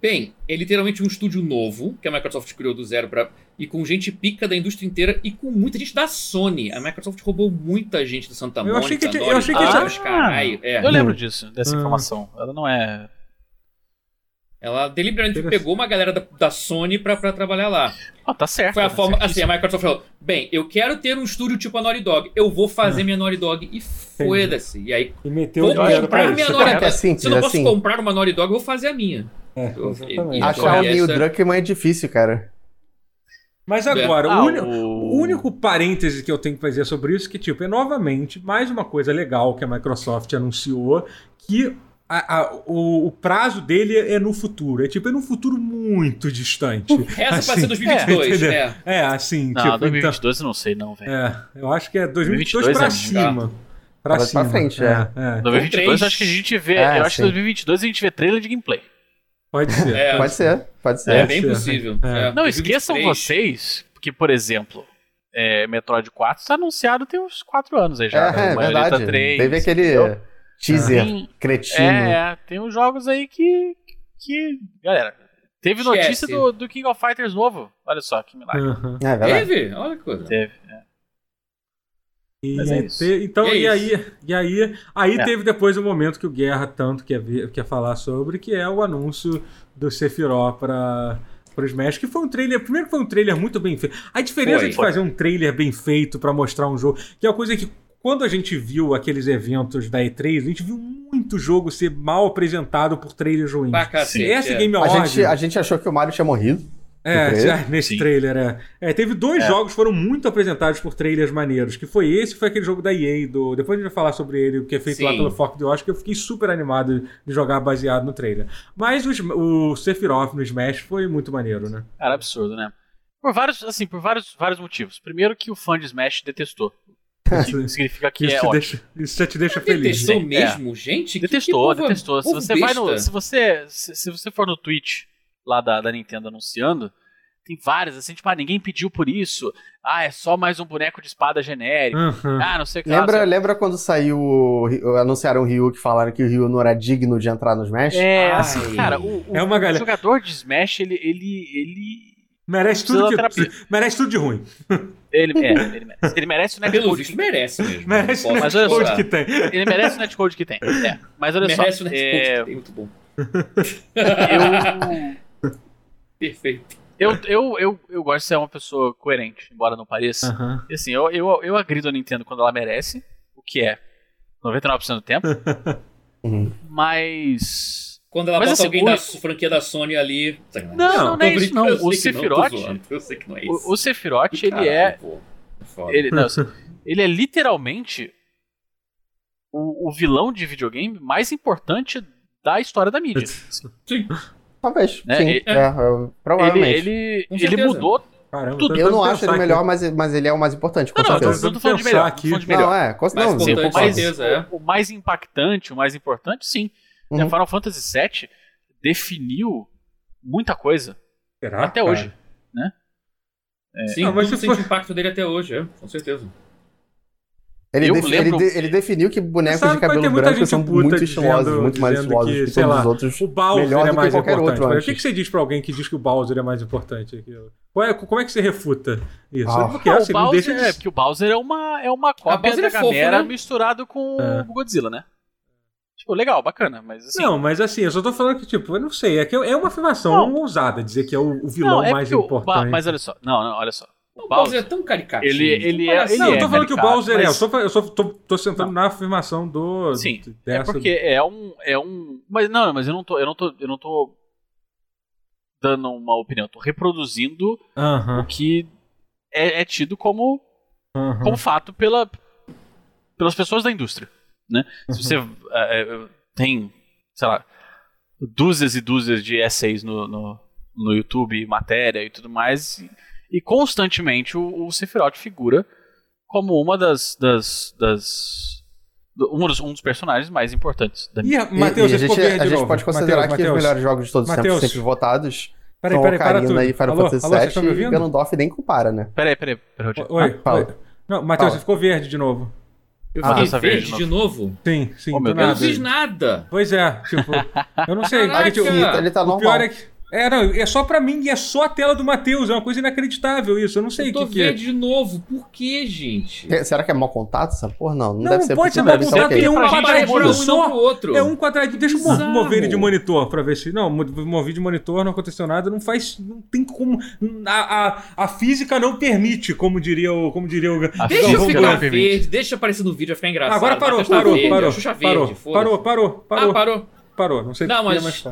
C: Bem, é literalmente um estúdio novo que a Microsoft criou do zero pra. e com gente pica da indústria inteira e com muita gente da Sony. A Microsoft roubou muita gente do Santa
A: Eu
C: Mônica.
A: achei que tinha- Ah. eu
C: Naughty
A: achei
B: que
C: Dog,
B: tinha-
C: os caralho. É.
B: Ah, Eu lembro disso, dessa
A: Hum.
B: informação. Ela não é.
C: Ela deliberadamente
A: Interessante.
C: pegou uma galera da, da Sony pra, pra trabalhar lá.
B: Ah, tá certo.
C: Foi a
B: tá
C: forma. Assim,
B: certíssimo.
C: a Microsoft falou: bem, eu quero ter um estúdio tipo a Naughty Dog. Eu vou fazer
A: Ah.
C: minha Naughty Dog e foda-se. E aí,
A: E meteu
C: vou
A: o dinheiro pra
C: comprar
A: isso.
C: minha Naughty Dog.
D: É simples,
C: Se eu não posso
D: assim.
C: comprar uma Naughty Dog, eu vou fazer a minha.
A: É,
C: Eu-
A: exatamente.
C: e- e-
D: Achar o
C: Essa-
D: Neil Druckmann é difícil, cara.
A: Mas
C: assim,
A: agora,
B: Ah,
A: o, uni-
B: o-
A: O único parêntese que eu tenho pra dizer sobre isso é que, tipo, é novamente mais uma coisa legal que a Microsoft anunciou que a- a- o, o prazo dele é no futuro. É tipo, é num futuro muito distante.
C: Essa pra
A: Assim,
C: ser 2022.
A: é,
C: É,
A: É, assim,
B: Não,
A: tipo, então.
B: 2022 eu não sei, não, velho.
A: É, eu acho que é 2022,
B: 2022
A: pra
B: é
A: cima. Pra,
D: Pra
A: cima.
D: frente,
A: é. é.
B: 2022
C: três.
B: eu acho que a gente vê.
D: É,
B: eu acho que
D: sim.
B: 2022 a gente vê trailer de gameplay.
A: Pode ser.
C: É.
D: Pode ser, pode ser.
C: É,
A: É,
C: bem
A: sim,
C: possível.
A: é.
C: É.
B: né? Não, esqueçam
C: 2023.
B: vocês que, por exemplo, é, Metroid 4 está anunciado tem uns 4 anos aí já. né?
D: É, é
B: O Bayonetta
D: verdade.
B: 3,
D: Teve aquele
B: entendeu?
D: teaser
B: Tem-
D: cretino.
B: É, é, tem uns jogos aí que. que galera, teve notícia
C: Esquece.
B: do, do King of Fighters novo. Olha só que milagre.
A: Aham.
D: É verdade.
C: Teve? Olha que coisa.
B: Teve.
A: E
B: Mas é isso.
A: te- então,
C: E é
A: e, aí, e aí, aí
B: É.
A: teve depois o momento que o Guerra tanto quer, ver, quer falar sobre, que é o anúncio do Sephiroth para pro Smash, que foi um trailer, primeiro que foi um trailer muito bem feito. A diferença
C: Foi.
A: de fazer um trailer bem feito para mostrar um jogo, que é uma coisa que quando a gente viu aqueles eventos da E3, a gente viu muito jogo ser mal apresentado por trailers ruins.
C: Pra cacete.
A: Essa
C: é.
A: Game
D: A
A: Awards,
D: gente, a gente achou que o Mario tinha morrido.
A: é,
D: No trailer?
A: já nesse
B: Sim.
A: trailer, é. É, Teve dois
B: É.
A: jogos que foram muito apresentados por trailers maneiros, que foi esse e foi aquele jogo da EA, do... depois a gente vai falar sobre ele, que é feito lá
C: Sim.
A: pelo Fox de Oscar, que eu fiquei super animado de jogar baseado no trailer. Mas o, Sm- o Sephiroth no Smash foi muito maneiro, né?
B: Cara, absurdo, né? Por vários, assim, por vários, vários motivos. Primeiro que o fã de Smash detestou.
A: Isso,
B: Significa que
A: isso
B: é
A: te
B: ótimo.
A: deixa, isso já te deixa feliz. É.
C: Detestou
B: né?
C: mesmo, gente? Que-
B: Detestou,
C: que povo-
B: detestou. Se
C: povo
B: você vai no,
C: besta.
B: se você, se, se você for no tweet lá da, da Nintendo anunciando, tem várias assim, tipo, ah, ninguém pediu por isso. Ah, é só mais um boneco de espada genérico.
A: Aham.
B: Ah, não sei o que. lá,
D: Lembra,
B: não
D: lembra quando saiu. o Ryu- Anunciaram o Ryu que falaram que o Ryu não era digno de entrar no Smash?
B: sei- É,
C: Ai.
B: assim, cara, o, o-
A: É uma
B: o
A: galera-
B: jogador de Smash, ele ele ele
A: Merece tudo,
B: Precisa
A: que, merece tudo de ruim.
B: ele, é, ele merece. Ele merece o
C: Pelo
B: netcode.
C: visto, merece mesmo.
A: Merece
C: Não
A: o
C: posso
B: Mas olha só.
A: netcode
C: discordar.
A: que tem.
B: que- Ele merece o netcode que tem. É. Mas olha
C: Merece
B: só,
C: o Netcode,
B: é,
C: que tem, muito bom.
B: eu
C: Perfeito.
B: eu, eu, eu, eu gosto de ser uma pessoa coerente, embora não pareça.
A: Aham.
B: E assim, eu, eu, eu agrido a Nintendo quando ela merece, o que é 99% do tempo,
D: Uhum.
B: mas.
C: Quando ela
B: Mas
C: bota
B: assim,
C: alguém
B: o-
C: da su- franquia da Sony ali. Sacanagem.
B: Não, não,
A: Não,
B: não é
C: Tô
B: isso não.
C: brincando, eu
B: O
C: sei que não, tô
B: Sephiroth,
C: zoando, Eu sei que não é isso.
B: o, o Sephiroth, ele
C: Caralho,
B: é.
C: pô. Foda.
B: Ele, não, assim, ele é literalmente o, o vilão de videogame mais importante da história da mídia.
D: Talvez.
B: Né,
D: Sim.
B: ele-
D: É, eu-
B: Ele,
D: provavelmente.
B: ele,
C: Com
B: ele
C: certeza.
B: mudou.
A: Caramba,
B: Tudo.
A: tô
D: Eu não
A: tentando
D: acho ele
A: pensar
D: melhor,
A: aqui.
D: mas, mas ele é o mais importante, com
B: Não, não, eu tô,
D: certeza.
B: eu tô falando de
A: Pensar
B: melhor.
A: aqui.
B: Tô falando de
D: Não,
B: melhor.
D: é, com
C: Mais
D: não,
C: importante,
D: com
B: o, mais,
D: certeza.
C: certeza, é.
B: o- o mais impactante, o mais importante, sim. Né,
D: Uhum.
B: Final Fantasy VII definiu muita coisa
A: Será,
B: até
A: cara?
B: hoje.
C: Sim,
A: Não, mas
C: mas você
A: se
C: sente
A: for-
C: é, o impacto dele até hoje, é, com certeza.
D: Ele,
B: Eu
D: defi-
B: lembro-
D: ele de- ele definiu que bonecos
A: sabe que
D: de
A: vai ter
D: cabelo
A: muita
D: branco
A: gente
D: são
A: puta
D: muito
A: dizendo-
D: estilosos, muito mais
A: dizendo
D: estilosos
A: que,
D: que,
A: sei
D: todos
A: lá,
D: os outros.
A: O Bowser
D: Melhor do
A: é
D: que
A: mais
D: qualquer
A: importante.
D: outro, eu
A: Mas o
D: acho.
A: que, que você diz pra alguém que diz que o Bowser é mais importante? que- Qual é- como é que você refuta isso?
D: Ah.
A: Porque
B: Ah,
A: assim,
B: o
A: não
B: Bowser,
A: deixa de...
B: é, porque o Bowser é uma, é uma cópia
C: Bowser
B: da
C: é fofo,
B: Gamera
C: né?
B: misturado com
A: É.
B: o Godzilla, né? Tipo, legal, bacana, mas assim...
A: Não, mas assim, eu só tô falando que, tipo, eu não sei. É, que é uma afirmação
B: Não.
A: ousada dizer que é o, o vilão
B: Não, é
A: mais
B: porque o Ba-
A: importante.
B: Mas olha só, não, não, olha só. O
C: O Bowser é
B: Bowser,
C: tão caricato.
B: ele, ele é... Ele
A: não, eu
B: é
A: tô falando que o
B: caricato,
A: Bowser é. Eu
B: mas-
A: só, fa- eu só tô, tô sentando na afirmação do.
B: Sim, É
A: dessa-
B: porque é um, é um. Mas não, mas eu não tô. Eu não tô. Eu não tô dando uma opinião. Eu tô reproduzindo o
A: Aham,
B: que é, é tido como,
A: aham.
B: como fato pela, pelas pessoas da indústria. Né? Se você é, é, tem, sei lá, dúzias e dúzias de essays no, no, no YouTube, matéria e tudo mais, e, e constantemente o, o Sephiroth figura como uma das. das, das do- um dos, um dos personagens mais importantes da
A: Ih,
D: E-
A: Matheus,
D: e a
A: você ficou
D: gente,
A: verde
D: a
A: de
D: gente
A: novo.
D: pode considerar
A: Matheus,
D: que os
A: Matheus.
D: melhores jogos de todos os tempos
A: Mateus.
D: sempre votados
A: Peraí,
D: são
A: peraí, para tudo.
D: Ocarina e Final
A: alô,
D: Fantasy
A: alô, vocês estão me
D: VII e
A: ouvindo?
D: Ganondorf nem compara, né?
B: Peraí, peraí, peraí. Rodrigo.
A: Oi,
D: Ah, fala.
A: oi. Não, Matheus,
D: Fala.
A: você ficou verde de novo.
C: Eu
D: Ah,
C: fiquei
B: essa
C: verde
B: verde
C: de novo.
A: Sim, sim,
B: Oh,
A: do
B: meu
C: Eu
B: Deus.
C: não
A: nada.
C: fiz nada.
A: Pois é, tipo, eu não sei.
C: Caraca!
A: porque, tipo,
D: Ele, tá- ele tá
A: o
D: normal.
A: pior é que. É, não, é só pra mim e é só a tela do Matheus. É uma coisa inacreditável isso. Eu não sei
C: Eu
A: o
C: tô
A: que, que é.
C: verde de novo. Por que, gente?
D: Te- Será que é mau contato essa porra? Não, não,
A: Não,
D: deve ser.
A: pode ser
D: porque
A: mau
D: deve
A: contato,
D: ok.
A: tem um
C: Pra gente é pra um
A: quadradinho
C: e não pro
A: só.
C: outro.
A: É um quadradinho. Deixa eu mo-
C: Bizarro.
A: mover ele de monitor pra ver se. Não, mo- movi de monitor, não aconteceu nada. Não faz. Não tem como. A, a, a física não permite, como diria o. Como diria o
B: A
C: Deixa
B: física
C: eu
A: Galvão
B: não
C: ficar
A: Bueno.
B: permite.
C: verde, deixa aparecer no vídeo, vai ficar engraçado.
A: Agora parou,
C: Matheus tá
A: parou,
C: verde,
A: parou,
C: a Xuxa
A: parou,
C: verde, foda-se.
A: parou, parou,
C: Ah,
A: parou,
C: parou.
A: parou. Não sei.
C: Não, mas,
A: sei mais-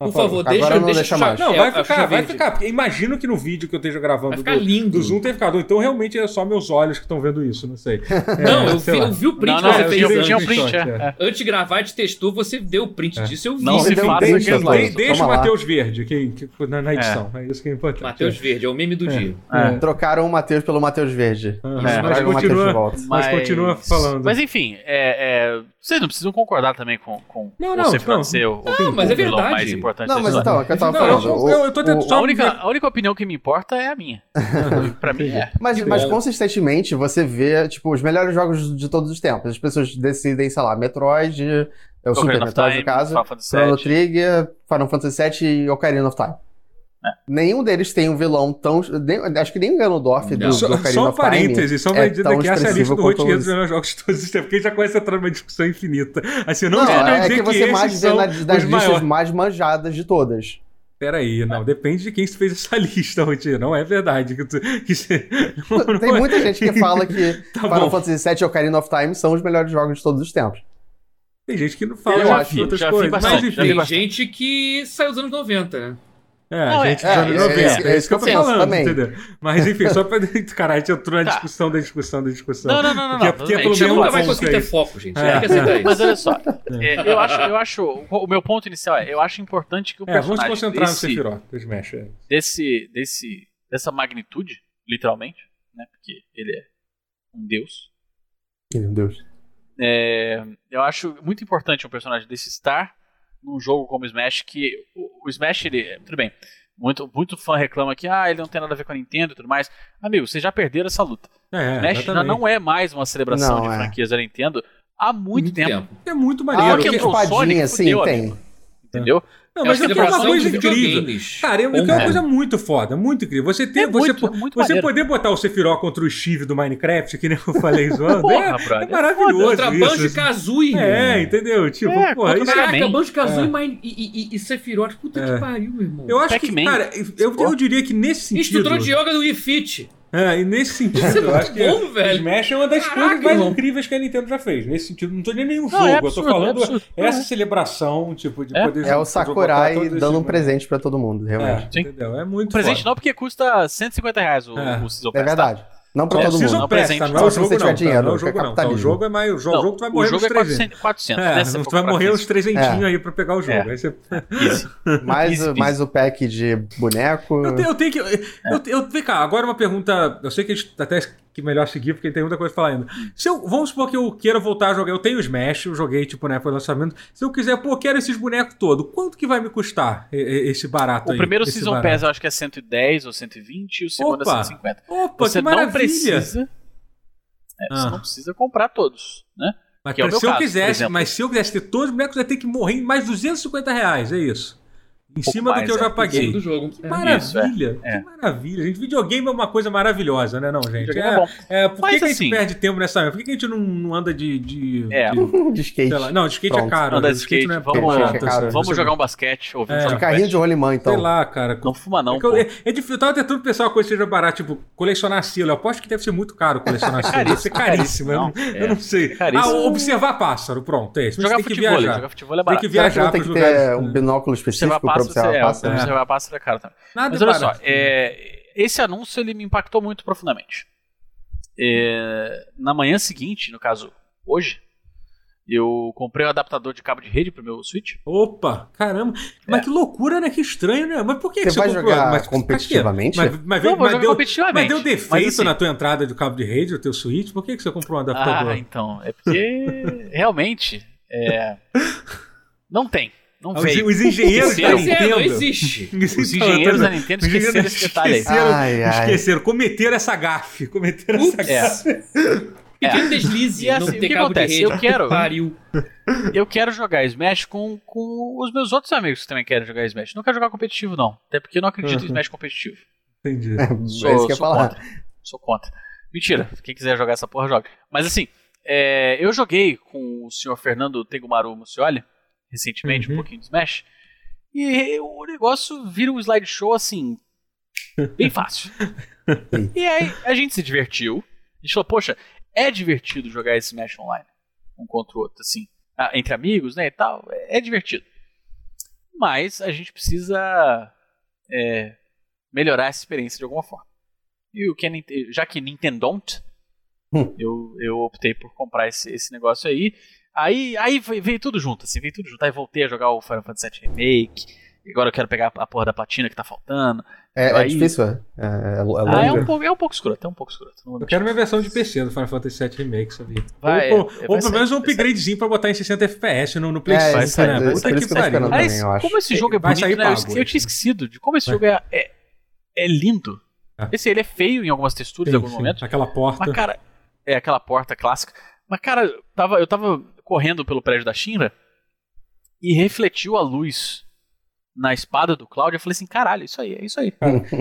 C: por
A: Ah, parou.
C: favor,
D: Agora
C: deixa,
D: não deixa
C: deixa, o Xuxa-
D: mais.
A: Não,
C: é,
A: vai
C: a Xuxa
A: ficar, vai
C: verde.
A: ficar. Porque imagino que no vídeo que eu esteja gravando
C: Vai
A: do,
C: ficar lindo.
D: Hum.
A: do Zoom tenha ficado. Então realmente é só meus olhos que estão vendo isso, não sei. É,
C: Não, eu
A: sei
C: vi,
A: lá.
C: eu vi o print
B: Não,
C: que
B: não,
C: você
B: eu tinha,
C: fez
B: eu tinha
C: antes.
B: um print, é, é.
C: Antes de gravar, te testou, você deu o print disso, eu vi.
B: Não se
D: Ele deu um
B: faça
D: beijo,
A: De-
B: Claro,
A: de-
D: Slayer,
A: assim, deixa
D: toma
A: o
D: lá.
A: Matheus Verde que, que- na, na edição. É. isso que é importante.
C: Matheus
A: É.
C: Verde, é o meme do dia.
B: É.
D: Trocaram o Matheus pelo Matheus Verde.
A: Aham.
D: Isso,
B: É,
A: mas
D: traga o Matheus de
A: continua.
D: volta.
A: Mas continua falando.
B: Mas enfim, é, é, vocês não precisam concordar também com, com
A: Não,
B: o
A: não,
B: Sephiroth
A: não.
B: ser o,
C: Não,
B: o
C: mas é
B: vilão
C: verdade.
B: mais importante
D: Não,
B: da
D: mas
B: história.
D: então, é o que eu tava
A: Não,
D: falando.
A: eu-
D: o-
A: eu- eu tô tentando
D: o-
A: só-
B: A única, a única opinião que me importa é a minha. pra mim é.
D: Mas,
A: Entendi.
D: mas consistentemente você vê, tipo, os melhores jogos de todos os tempos. As pessoas decidem, sei lá, Metroid, é o Super
B: Ocarina of
D: Metroid
B: Time,
D: no caso,
B: Final Fantasy
D: Chrono
B: VII.
D: Trigger, Final Fantasy VII e Ocarina of Time.
B: É.
D: Nenhum deles tem um vilão tão. nem- acho que nem o Ganondorf do,
C: Não.
D: do
A: Só,
D: Ocarina
A: só um
D: of Time.
A: parênteses, só
D: é
A: pra dizer
D: tão
A: que essa é a lista
D: expressivo
A: do
D: quanto
A: roteiro dos
D: os-
A: melhores jogos de todos os tempos, porque a gente já começa a entrar numa discussão infinita. Assim, eu não,
D: Não,
A: estou
D: é,
A: dizer
D: que você
A: esses
D: mais vê
A: são
D: na- das
A: os
D: listas
A: maiores.
D: mais manjadas de todas.
A: Peraí, não, depende de quem fez essa lista, Rotinho. Não é verdade. Que tu, que você- não, não
D: Tem
A: é.
D: muita gente que fala que
A: Tá
D: Final
A: bom.
D: Fantasy VII e Ocarina of Time são os melhores jogos de todos os tempos.
A: Tem gente que não fala
D: Eu
A: de
D: acho,
A: outras
B: já vi
A: coisas.
B: bastante,
A: Mas
B: já
A: enfim.
B: vi
C: Tem
B: bastante.
C: gente que saiu dos anos 90, né?
A: É,
B: Não, é-
A: gente
D: é,
A: dos anos
D: é,
A: 90.
D: é isso-
A: É, isso que eu tô
D: penso
A: falando,
D: também.
A: entendeu? Mas enfim, só pra. Cara, a gente entrou na
B: Tá.
A: discussão da discussão da discussão.
B: Não, não, não, não.
A: Porque-
B: não,
A: é porque
B: tudo
A: pelo
C: Você
B: bem.
A: menos-
C: nunca
A: bom,
C: vai conseguir
A: é
C: ter
A: isso.
C: foco, gente.
A: É.
C: É. que essa ideia.
B: Mas olha só, é, eu acho, eu acho, o meu ponto inicial é, eu acho importante que o
A: É, vamos
B: personagem
A: se concentrar
B: desse-
A: no Sephiroth, que mexe. é.
B: desse, desse, dessa magnitude, literalmente, né? Porque ele é um deus.
D: Meu Deus.
B: É, eu acho muito importante um personagem desse estar num jogo como o Smash, que o, o Smash, ele, tudo bem, muito, muito fã reclama que ah, ele não tem nada a ver com a Nintendo e tudo mais. Amigo, vocês já perderam essa luta.
A: É,
B: Smash já
A: exatamente.
B: não é mais uma celebração
D: Não,
B: de
D: é.
B: franquias da Nintendo há muito,
C: Muito
B: tempo,
C: tempo.
A: É muito
D: Ah,
A: maneiro.
B: que
D: que
B: entrou o Sonic,
D: espadinha, sim,
B: fudeu,
D: tem.
B: amigo. entendeu?
A: Não, mas
C: a
A: é que é uma
C: celebração
A: coisa
C: dos
A: incrível.
C: videogames.
A: Cara, eu,
C: Bom,
A: que é uma
C: né?
A: coisa muito foda, muito incrível. Você ter,
B: É
A: você,
B: muito- muito
A: você
B: maneiro.
A: poder botar o Sephiroth contra o Steve do Minecraft, que nem eu falei zoando,
B: Porra,
A: é, é
B: brother.
A: maravilhoso
C: Contra
A: isso.
C: Banjo Kazooie.
A: É, entendeu? Tipo, porra,
B: É, contra
A: isso
B: Mega
C: Caraca,
B: Man.
C: Banjo Kazooie e, e, e Sephiroth. Puta
A: É.
C: que pariu, meu irmão.
A: Eu acho que,
B: Pac-Man.
A: cara, eu, eu diria que nesse sentido.
C: Instrutor de yoga do Wii Fit.
A: É, e nesse sentido,
C: Isso é
A: eu acho
C: muito
A: que
C: bom, velho.
A: Smash é uma das
C: Caraca,
A: coisas mais
C: irmão.
A: incríveis que a Nintendo já fez. Nesse sentido, não tô nem nenhum
B: Não,
A: jogo,
B: é
A: eu
B: absurdo,
A: tô falando assim.
B: é absurdo.
A: essa celebração, tipo, de
B: É.
A: poder
D: É
A: jogar-
D: o
A: botar
D: Sakurai
A: todos
D: dando um
A: esses-
D: presente pra todo mundo, realmente.
A: É,
B: Sim.
A: entendeu? É muito
B: Um presente
A: foda.
B: não, porque custa 150 reais o,
A: É.
B: o Season
D: É,
B: Pass, tá?
D: verdade. Não pra
A: É,
D: todo
A: season
D: mundo.
B: não, um
A: pass,
B: presente.
A: tá? Não é
D: Só
A: o
D: se
A: jogo
D: você
A: não,
D: tiver
A: tá?
D: dinheiro,
A: Não é o
D: que é
A: jogo não. Tá? O
D: capitalismo.
A: jogo é mais. O
B: Não,
A: jogo tu vai morrer
B: o jogo
A: uns
B: é
A: 300.
B: 400, 400
A: É,
B: né? Se
A: tu
B: for
A: vai morrer uns
B: 400.
A: 300
D: É.
A: aí pra pegar o jogo.
B: É.
A: Aí você-
B: Isso.
D: Mais,
B: Isso,
D: o- mais o pack de boneco.
A: Eu tenho, eu tenho que.
B: É.
A: Eu, eu, vem cá, agora uma pergunta. Eu sei que a gente tá até que melhor seguir, porque tem muita coisa pra falar ainda. Se eu, vamos supor que eu queira voltar a jogar. Eu tenho Smash, eu joguei, tipo, na época do lançamento. Se eu quiser, pô, eu quero esses bonecos todos. Quanto que vai me custar e- e- esse barato
B: O
A: aí?
B: primeiro
A: esse
B: Season
A: barato?
B: Pass eu acho que é 110 ou 120 e o segundo
A: Opa!
B: é 150.
A: Opa,
B: Você
A: que
B: não
A: maravilha!
B: precisa né?
A: Ah.
B: Você não precisa comprar todos, né?
A: Mas
B: Que é o meu
A: se eu
B: caso, por
A: quisesse,
B: exemplo.
A: mas se eu quisesse ter todos os bonecos, eu ia ter que morrer em mais 250 reais, é isso. Em
B: pouco
A: cima do que
B: mais,
A: eu
B: é.
A: já
B: Um
A: paguei.
C: do jogo. É.
B: Isso, é.
A: Maravilha,
B: É.
A: que maravilha. Gente, videogame é uma coisa maravilhosa, né, não, gente?
B: Videogame é bom.
A: é, por que,
B: Mas,
A: que a
B: assim-
A: gente perde tempo nessa época? Por que, que a gente não, não anda de. de,
B: É.
A: de-
D: De skate.
A: sei lá. Não, de skate é
D: Pronto.
A: caro.
B: Andar
A: de
B: de skate,
A: não é
B: vamos,
A: barato,
D: é caro.
A: assim.
B: vamos
A: Você-
B: jogar um basquete, ouvir
A: É.
B: um
D: De
B: jogar
D: carrinho de
B: basquete.
D: rolimã, então.
A: Sei lá, cara.
B: Não fuma não,
A: É que eu,
B: pô.
A: é, é difícil, eu tava tentando pensar uma coisa que seja barata, tipo, colecionar selo. Eu aposto que deve ser muito caro colecionar selo. Deve ser é caríssimo. eu não-
B: caríssimo, não.
A: Eu não
B: É
A: sei. Ah,
B: caríssimo.
A: observar pássaro, pronto, é isso. Mas
B: Jogar
A: tem que
B: futebol,
A: viajar.
B: jogar futebol é
A: Tem
B: barato.
A: que
D: Será que
A: viajar
D: não
A: para
D: tem
A: os
D: que
A: lugares.
D: ter um binóculo específico
B: Observar
D: pra
B: pássaro,
D: observar
B: você, é,
D: pássaro?
A: né?
B: observar pássaro é caro também.
A: Nada
B: Mas olha só,
A: Ah, barato.
B: é, esse anúncio ele me impactou muito profundamente. É, na manhã seguinte, no caso hoje, eu comprei um adaptador de cabo de rede pro meu Switch.
A: Opa, caramba.
B: É.
A: Mas que loucura, né? Que estranho, né? Mas por que
D: Você
A: que
D: vai
A: comprou?
D: jogar
A: mas, pra quê?
D: competitivamente?
A: Mas, mas,
B: Não, vou
A: mas
B: jogar
A: deu,
B: competitivamente.
A: mas deu defeito
B: Mas, assim,
A: na tua entrada de cabo de rede, o teu Switch? Por que que você comprou um adaptador?
B: Ah, então. É porque realmente é, não tem. Não
A: Ah, os,
B: veio.
A: os engenheiros da
B: Esqueceram.
C: Pois é, não
A: Nintendo...
C: existe.
B: Os engenheiros da Nintendo
A: Os engenheiros
B: esqueceram esse detalhe aí.
A: esqueceram,
D: Ai, ai.
A: esqueceram, cometeram essa gafe, cometeram essa
C: Ups.
A: gafe.
C: Pequeno deslize,
B: E assim,
C: não
B: o
C: ter
B: que
C: cabo
B: acontece?
C: de rede.
B: Eu quero-
C: Pariu.
B: Eu quero jogar Smash com, com os meus outros amigos que também querem jogar Smash. Não quero jogar competitivo, não. Até porque eu não acredito em
D: Uhum.
B: Smash competitivo.
A: Entendi.
D: é
B: Sou,
D: isso que eu ia
B: sou
D: falar.
B: contra. Sou contra. Mentira, quem quiser jogar essa porra, joga. Mas assim, é, eu joguei com o senhor Fernando Tegumaru Mucioli recentemente,
A: Uhum.
B: um pouquinho de Smash. E o negócio vira um slideshow assim, bem fácil. e aí a gente se divertiu. A gente falou, poxa, é divertido jogar esse Smash online, um contra o outro, assim, ah, entre amigos, né, e tal. É, é divertido. Mas a gente precisa é, melhorar essa experiência de alguma forma. E o que é, Nin- já que Nintendont,
D: Hum.
B: eu, eu optei por comprar esse, esse negócio aí. Aí, aí veio, veio tudo junto, assim, veio tudo junto. Aí voltei a jogar o Final Fantasy VII Remake. e Agora eu quero pegar a porra da platina que tá faltando.
D: É, é
B: Aí-
D: difícil, é? É, é longo.
B: Ah, é um pouco, é um pouco escroto, é um pouco escroto. não vou
A: Eu
B: mentir.
A: quero minha versão de PC do Final Fantasy VII Remake, sabia?
B: Vai,
A: ou
B: é,
A: ou
B: vai
A: pelo menos um
B: sair, vai sair.
A: upgradezinho pra botar em 60 FPS no, no Play
D: É,
A: 5,
B: isso aí,
A: né?
B: é,
A: Puta
B: isso
D: por
A: que
D: isso que eu tô
A: pariu.
D: esperando.
B: Aliás,
D: também, eu acho.
B: como esse jogo é
A: Vai
B: bonito,
A: sair
B: né? Eu
A: pago
B: esque- Eu,
A: hoje.
B: tinha esquecido de como esse jogo é, é, é lindo.
A: É.
B: Esse, ele é feio em algumas texturas, em alguns
A: Enfim,
B: momentos.
A: Aquela porta.
B: Mas, cara, é aquela porta clássica. Mas, cara, tava, eu tava correndo pelo prédio da Shinra e refletiu a luz na espada do Cloud. Eu falei assim: caralho, isso aí, é isso aí.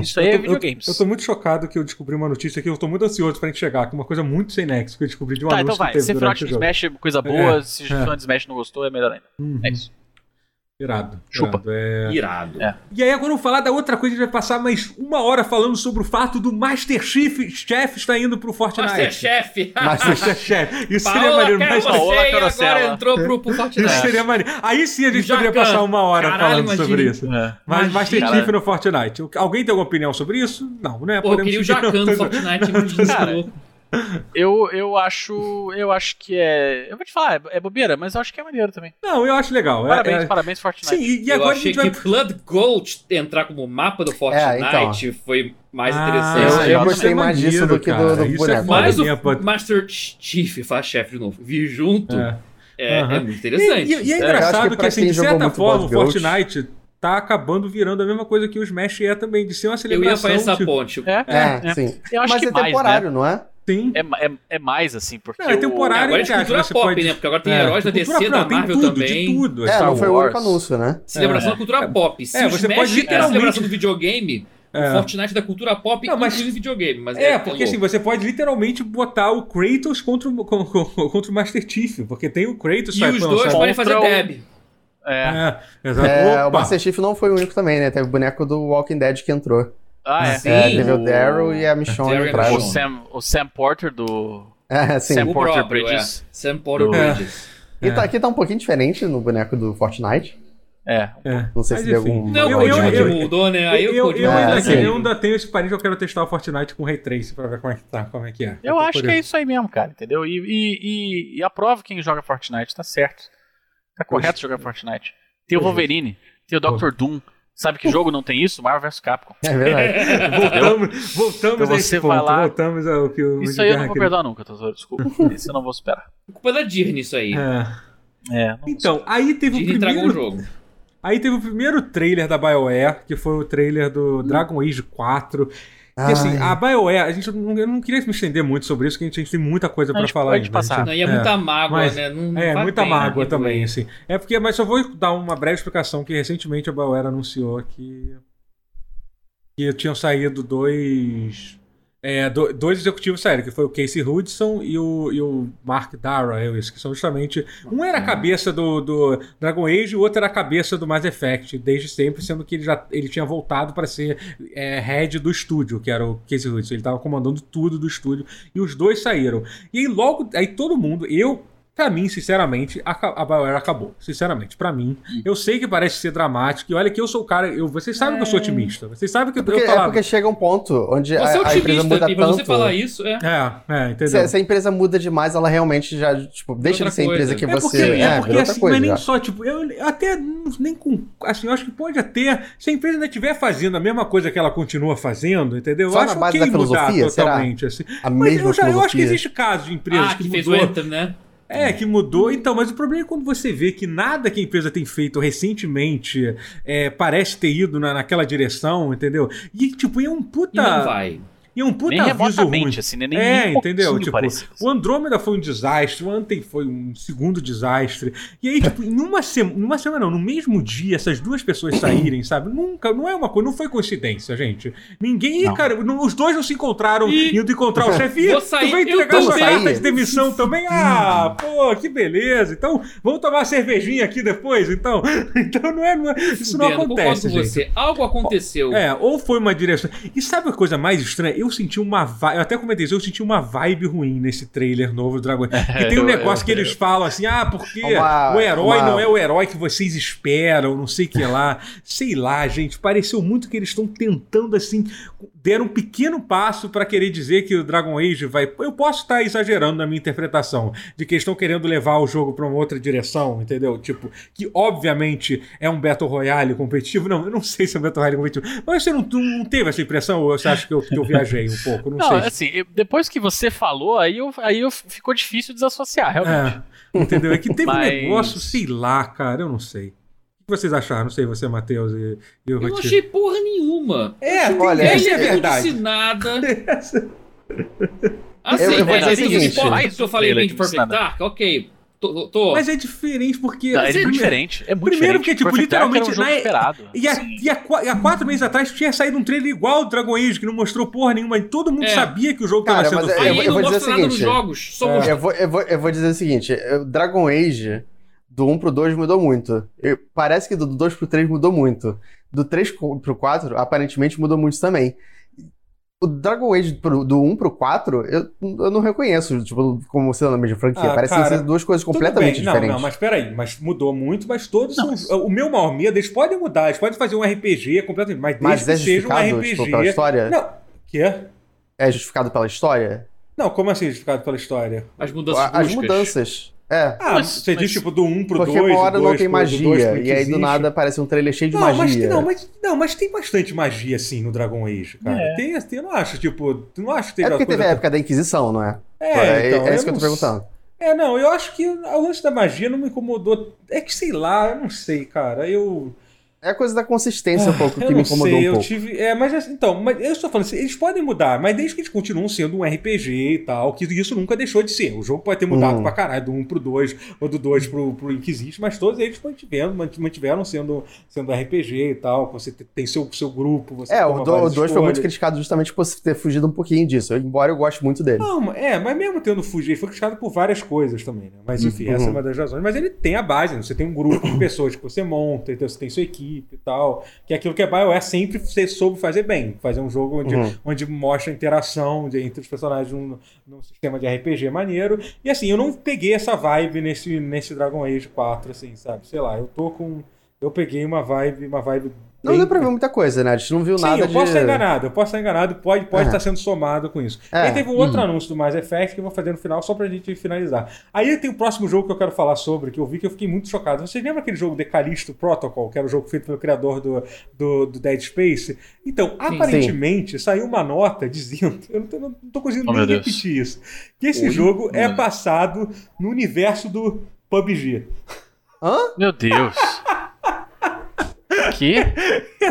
B: Isso aí
A: Eu
B: é
A: tô- eu-
B: videogames.
A: Eu, tô muito chocado que eu descobri uma notícia que eu tô muito ansioso pra gente chegar, que é uma coisa muito sem nexo que eu descobri de um
B: Tá,
A: anúncio
B: então vai.
A: que teve
B: Se
A: durante
B: Front
A: o jogo.
B: Smash é coisa boa,
A: É,
B: se
A: é.
B: fã de Smash não gostou, é melhor ainda.
A: Uhum.
B: É isso.
A: Irado.
B: Chupa.
A: irado, é.
C: Irado.
B: É.
A: E aí, agora eu vou falar da outra coisa, a gente vai passar mais uma hora falando sobre o fato do Master Chief, Chef está indo pro Fortnite.
C: Masterchef.
A: Master Chef. Isso seria
C: é Paola,
A: maneiro.
C: quero
A: Master-
B: Paola
C: você e agora
B: Carosella.
C: entrou pro, pro
A: Isso
C: Fortnite.
A: seria maneiro. Aí sim a gente
C: Jacan.
A: poderia passar uma hora
C: Caralho,
A: falando
C: imagina.
A: sobre isso. Mas
C: Imagina.
A: Master Chief
B: Caralho.
A: no Fortnite. O- Alguém tem alguma opinião sobre isso? Não, né?
C: Pô, eu queria o
A: seguir-
C: Jacan do Fortnite. imagina,
B: Cara,
C: louco.
B: Eu, eu acho. Eu acho que é. Eu vou te falar, é, é bobeira, mas eu acho que é maneiro também.
A: Não, eu acho legal. É-
B: Parabéns,
A: é-
B: parabéns, Fortnite.
A: Sim, e, e
C: Eu
A: agora a
C: achei
A: gente vai.
C: que Blood Gold entrar como mapa do Fortnite foi mais
A: Ah,
B: eu-
A: é,
C: interessante.
B: eu
D: gostei mais disso do que do- do boneco.
C: Mas
A: Mas
C: o Master Chief faz chefe de novo. Vir junto é, é,
A: Aham.
C: muito
A: E,
C: interessante.
A: e- e é
D: Eu acho que
A: engraçado que,
D: pra
A: assim,
D: quem
A: de
D: jogou
A: certa
D: muito
A: forma, o
D: Boss Girls-
A: Fortnite tá acabando virando a mesma coisa que o Smash é também, de ser uma
C: eu ia
A: celebração.
C: pra essa
A: tipo,
C: ponte.
B: É,
D: É,
B: é.
D: sim.
B: Eu acho
D: Mas
B: que
D: é
B: mais,
D: temporário, não é?
A: sim.
B: né? É, ma- é, é mais assim, porque.
A: Não, é
B: o-
A: temporário.
C: Agora é de
A: Cara,
C: cultura
A: você
C: pop,
A: pode-
C: né? Porque agora tem heróis da
A: É, tipo, cultura
C: DC, da
A: pop, tem
C: Marvel
A: tudo,
C: também.
A: De tudo.
D: É,
A: Star
D: não foi o único
A: Wars.
D: anúncio, né?
C: Celebração da cultura pop. Se
A: É,
C: o
A: você
C: Smash
A: pode
C: era a
A: literalmente-
C: celebração do videogame,
A: É.
C: o Fortnite da cultura pop
A: Não, mas-
C: inclusive videogame. Mas
A: É, porque assim,
C: louco.
A: você pode literalmente botar o Kratos contra o, com- com- contra o Master Chief, porque tem o Kratos
C: E
A: sai
C: os
A: com-
C: dois
A: sai-
C: podem fazer
B: Contra o-
C: dab.
B: É.
A: É, exato.
D: É, o
A: Opa!
D: Master Chief não foi o único também, né? Teve o boneco do Walking Dead que entrou.
B: Ah, é.
C: Sim.
D: É, teve o Daryl e a
C: Daryl
D: Michonne
C: e a
D: atrás.
B: O
C: Michonne.
B: Sam, o Sam Porter do.
D: É, sim.
B: Sam
C: O
B: Porter
C: próprio,
B: Bridges.
C: é. Sam Porter
B: Do-
C: Bridges.
D: E tá, aqui tá um pouquinho diferente no boneco do Fortnite.
B: É.
A: É.
D: Não sei
A: Mas
D: se deu
A: enfim.
D: algum.
C: Não,
A: Eu-
C: o
A: eu-
C: código
A: eu-
C: que mudou, né? Aí
A: Eu,
C: o
A: eu,
C: código
D: é,
A: ainda,
D: sim.
A: eu ainda tenho esse parente, eu quero testar o Fortnite com Ray Trace pra ver como é que tá, como é que é.
B: Eu
A: tô
B: acho que é
A: curioso.
B: isso aí mesmo, cara, entendeu? E, e, e, e aprova quem joga Fortnite, tá certo. Tá correto jogar Fortnite. Tem o Wolverine, tem o Doctor Doom. Sabe que jogo não tem isso? Marvel vs Capcom.
D: É verdade.
A: Voltamos, voltamos
B: Então
A: a esse
B: você
A: ponto,
B: vai lá-
A: voltamos ao que o
B: Isso aí eu não vou
A: Guerra
B: perdoar nunca, Tesouro. Desculpa. Isso eu não vou superar.
C: culpa da Disney isso aí.
A: queria- É.
B: É, não vou
A: Então, aí teve o
C: Disney tragou o
A: primeiro
C: jogo.
A: Aí teve o primeiro trailer da BioWare, que foi o trailer do Dragon Age 4. Porque assim,
D: Ai.
A: a BioWare, a gente não, eu não queria me estender muito sobre isso, porque a gente, a gente tem muita coisa
B: A
A: pra
B: gente
A: falar
B: pode
A: ainda.
B: passar.
A: A
C: Não,
A: gente-
C: e é muita mágoa,
A: mas-
C: né? Não,
A: É,
C: não
A: muita
C: tem, né,
A: mágoa
C: que
A: também,
C: doer.
A: assim. É porque, mas só vou dar uma breve explicação que recentemente a BioWare anunciou que que tinham saído dois é, do- dois executivos saíram, que foi o Casey Hudson e o, e o Mark Dara, eu esqueci, que são justamente um era a cabeça do, do Dragon Age, o outro era a cabeça do Mass Effect, desde sempre, sendo que ele já ele tinha voltado para ser é, head do estúdio, que era o Casey Hudson. Ele estava comandando tudo do estúdio e os dois saíram. E aí logo, aí todo mundo, eu, pra mim, sinceramente, aca- a BioWare acabou. Sinceramente, pra mim. Eu sei que parece ser dramático, e olha que eu sou o cara, eu, vocês sabem que eu sou otimista. Vocês sabem que eu,
D: Porque,
A: eu
D: é
A: falava.
D: porque chega um ponto onde a,
C: Você é
D: a empresa
C: otimista,
D: muda
C: Pipa,
D: tanto.
C: você falar isso, é.
A: É, é, entendeu?
D: se, se a empresa muda demais, ela realmente já, tipo, deixa
C: Outra
D: de ser a
C: coisa.
D: empresa que
A: É
D: você...
A: porque, é porque,
D: virou outra
A: assim,
D: coisa
A: mas nem
D: já.
A: só, tipo, eu eu até não- nem com. Assim, eu acho que pode até. Se a empresa ainda estiver fazendo a mesma coisa que ela continua fazendo, entendeu?
D: Só
A: eu
D: na
A: acho
D: base
A: ok
D: da filosofia,
A: mudar
D: será?
A: totalmente. Assim.
D: É A
A: Mas
D: mesma
A: eu, já, eu acho que
D: filosofia.
A: existe casos de empresas
C: Ah, que,
A: que,
C: fez o
A: mudou.
C: Anthem, né?
A: É, que mudou. Então, mas o problema é quando você vê que nada que a empresa tem feito recentemente é, parece ter ido na, naquela direção, entendeu? E, tipo, é um
C: E não
A: puta.
C: vai.
A: E é um puta
B: Nem
A: aviso ruim.
B: remotamente, assim, né? Nem
A: É,
B: nem um
A: entendeu?
B: pouquinho
A: Tipo,
B: parecido.
A: o Andrômeda foi um desastre, o Anthem foi um segundo desastre. E aí, tipo, em uma semana, numa semana não, no mesmo dia, essas duas pessoas saírem, sabe? Nunca, não é uma coisa, não foi coincidência, gente. Ninguém,
B: Não.
A: cara, não- os dois não se encontraram
C: Ih,
A: indo encontrar o chefe.
C: vou
A: Ih,
C: sair,
A: tu vai
C: eu
A: entregar
C: tô
A: sua
D: saindo.
A: carta de demissão também? Ah, pô, que beleza. Então, vamos tomar uma cervejinha aqui depois, então. Então não é, não é- isso não
C: Fudendo,
A: acontece,
C: concordo com
A: gente.
C: você. Algo aconteceu.
A: É, ou foi uma direção. E sabe a coisa mais estranha? Eu senti uma vibe. Eu até comentei isso, eu senti uma vibe ruim nesse trailer novo do Dragon Age. Que tem um
B: É, eu-
A: negócio
B: eu-
A: que eles falam assim: ah, porque
D: Uma-
A: o herói
D: uma-
A: não é o herói que vocês esperam, não sei o que lá. sei lá, gente. Pareceu muito que eles estão tentando assim. Deram um pequeno passo pra querer dizer que o Dragon Age vai. Eu posso estar exagerando na minha interpretação de que eles estão querendo levar o jogo pra uma outra direção, entendeu? Tipo, que obviamente é um Battle Royale competitivo. Não, eu não sei se é um Battle Royale competitivo. Mas você não, tu não teve essa impressão ou você acha que eu, que eu viajei um pouco? Não,
B: Não,
A: sei.
B: assim, eu- depois que você falou, aí, eu, aí eu, ficou difícil desassociar, realmente.
A: É, entendeu? É que teve
B: Mas-
A: um negócio, sei lá, cara, eu não sei. O que vocês acharam? Não sei, você, Matheus e, e o
C: Eu não
A: Rotti.
C: achei porra nenhuma.
A: É, tem-
D: Olha,
A: essa é a
C: Ele
A: verdade.
C: não disse nada. Assim,
D: Eu- eu vou
C: né,
D: dizer o
C: assim,
D: seguinte. é
C: importa se eu falei
B: Ele
C: bem de
B: não disse
C: Perfect
B: nada.
C: Dark, ok. Tô, tô-
A: Mas é diferente porque. assim,
B: Não, é
A: primeiro-
B: muito diferente. É muito
A: primeiro
B: diferente.
A: porque, tipo,
B: Perfect Dark
A: literalmente,
B: era um jogo
A: né,
B: esperado.
A: E há,
B: Sim.
A: e há qua- e há quatro meses atrás tinha saído um trailer igual ao Dragon Age, que não mostrou porra nenhuma, e todo mundo
C: É.
A: sabia que o jogo
D: Cara,
A: estava sendo
D: mas é-
A: feito.
C: Aí
D: eu vou-
C: ele
D: eu
C: não
D: vou dizer
C: mostra
D: o
C: nada nos
D: seguinte.
C: jogos.
A: é,
C: Só mostra-
D: Eu vou, eu, vou, eu vou dizer o seguinte, eu- Dragon Age, do 1 pro 2 mudou muito. Eu- parece que do 2 pro 3 mudou muito. Do 3 co- pro 4, aparentemente mudou muito também. O Dragon Age pro- do 1 pro 4, eu, eu não reconheço, tipo, como sendo a mesma franquia.
A: Ah,
D: Parece
A: cara,
D: ser duas coisas
A: Tudo
D: completamente
A: bem.
D: diferentes.
A: Não, não, mas peraí, mas mudou muito, mas todos são. O meu maior medo, eles podem mudar, eles podem fazer um RPG completamente, mas,
D: Mas
A: desde
D: é
A: que seja um
D: justificado,
A: RPG.
D: tipo, pela história?
A: Não, que é?
D: É justificado pela história?
A: Não, como assim justificado pela história?
C: As mudanças
D: A- as
C: bruscas.
D: mudanças. É.
A: Ah,
B: Mas-
A: você
B: mas-
A: diz tipo do 1 pro 2.
D: Porque uma hora
A: do
D: não
A: dois
D: tem
A: pro- do dois pro
D: magia.
A: que
D: E aí do
A: existe.
D: nada aparece um trailer cheio de
A: Não,
D: magia. É
A: mas, não, mas, não, mas tem bastante magia, assim, no Dragon Age, cara.
B: É.
A: Tem, tem- eu não acho, tipo, eu não acho que
D: É
A: teve
D: porque
A: uma coisa...
D: teve a época da Inquisição, não é?
A: É, então,
D: é isso que eu tô
A: não
D: perguntando.
A: É, não, eu acho que o lance da magia não me incomodou. É que sei lá, eu não sei, cara. Eu.
D: É a coisa da consistência um pouco
A: Ah, eu
D: que me
A: não
D: incomodou
A: sei,
D: um
A: eu
D: pouco.
A: tive. É, mas assim, então, mas eu estou falando assim, eles podem mudar, mas desde que eles continuam sendo um RPG e tal, que isso nunca deixou de ser. O jogo pode ter mudado
D: Hum.
A: pra caralho, do 1 pro 2, ou do 2 pro, pro Inquisite, mas todos eles mantiveram, mant- mantiveram sendo, sendo RPG e tal. que Você te- tem seu, seu grupo, você
D: É,
A: toma
D: o
A: várias
D: 2 foi muito
A: escolhas.
D: criticado justamente por ter fugido um pouquinho disso, embora eu goste muito dele.
A: Não, é, mas mesmo tendo fugido, ele foi criticado por várias coisas também, né? Mas enfim,
D: Uhum.
A: essa é uma das razões. Mas ele tem a base, né? Você tem um grupo de pessoas que você monta, então você tem sua equipe e tal. Que é aquilo que a BioWare sempre você soube fazer bem. Fazer um jogo onde,
D: Uhum.
A: onde mostra a interação de- entre os personagens num, num sistema de RPG maneiro. E assim, eu não peguei essa vibe nesse, nesse Dragon Age 4, assim, sabe? Sei lá, eu tô com... Eu peguei uma vibe, uma vibe...
D: Não
A: bem-
D: deu pra ver muita coisa, né? A gente não viu
A: Sim,
D: nada
A: eu
D: de...
A: posso estar enganado, eu posso estar enganado, pode estar pode
D: É.
A: estar sendo somado com isso.
D: É.
A: E aí teve um outro anúncio do Mass Effect que eu vou fazer no final só pra gente finalizar. Aí tem o próximo jogo que eu quero falar sobre, que eu vi que eu fiquei muito chocado. Vocês lembram aquele jogo The Callisto Protocol, que era o jogo feito pelo criador do, do, do Dead Space? Então, aparentemente, saiu uma nota dizendo, eu não tô, não tô conseguindo
B: Oh,
A: nem
B: meu Deus.
A: repetir isso, que esse
C: Oi?
A: jogo é
C: Hum.
A: passado no universo do PUBG.
B: Meu Deus. aqui.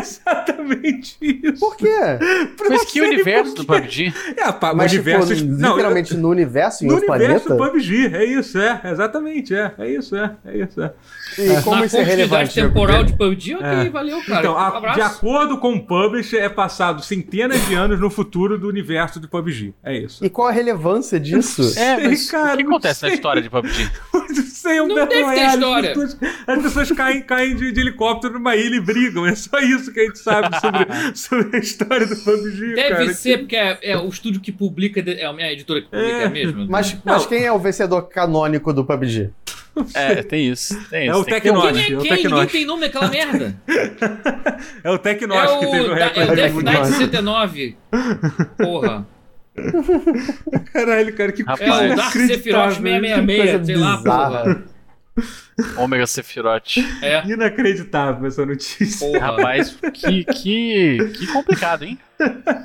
A: Exatamente isso.
D: Por quê?
A: Eu
B: Mas
A: não
B: que
A: sei
B: universo do
A: por quê.
B: PUBG?
A: É, pá,
D: Mas
A: o universo.
D: tipo,
A: não,
D: literalmente no universo, em
A: no
D: outro
A: universo
D: planeta?
A: do PUBG. É isso, é. Exatamente, é. É isso, é. É isso, é.
D: E como
C: Na
D: isso é
C: continuidade
D: relevante?
C: temporal de PUBG, ok,
A: É.
C: valeu, cara. um
A: Então, a- de
C: abraço.
A: acordo com o publisher, é passado centenas de anos no futuro do universo do PUBG. É isso.
D: E qual a relevância disso?
B: É, mas
A: Sei, cara,
B: o que
A: não
B: acontece na
A: sei.
B: história de PUBG?
A: Não sei, é um
C: Não
A: Battle
C: deve ter
A: Royale,
C: história.
A: As pessoas, as pessoas caem, caem de, de helicóptero numa ilha e brigam. É só isso que a gente sabe sobre, sobre a história do PUBG,
C: Deve
A: cara.
C: ser, porque é, é o estúdio que publica, é a minha editora que publica, é,
A: É.
C: mesmo.
D: Mas, mas
A: Não.
D: quem é o vencedor canônico do PUBG?
B: É, tem isso. Tem
A: É
B: isso.
A: o
B: tem que ter um-
A: Tecnoid.
C: Quem é
A: É o
C: quem? Ninguém
A: Tecnoid.
C: tem nome naquela merda.
A: É o
C: é
A: Tecnos que teve o
C: o, da, é o
A: recorde.
C: Death
A: mundial.
C: Knight 69. Porra.
A: Caralho, cara, que
C: É
B: Rapaz.
A: coisa
C: o Dark
A: inacreditável,
C: Sephiroth
D: coisa
C: 666, sei lá,
D: bizarra.
C: porra.
B: Ômega Sephiroth.
C: É.
A: Inacreditável essa notícia.
C: Porra.
B: Rapaz, que, que, que complicado, hein?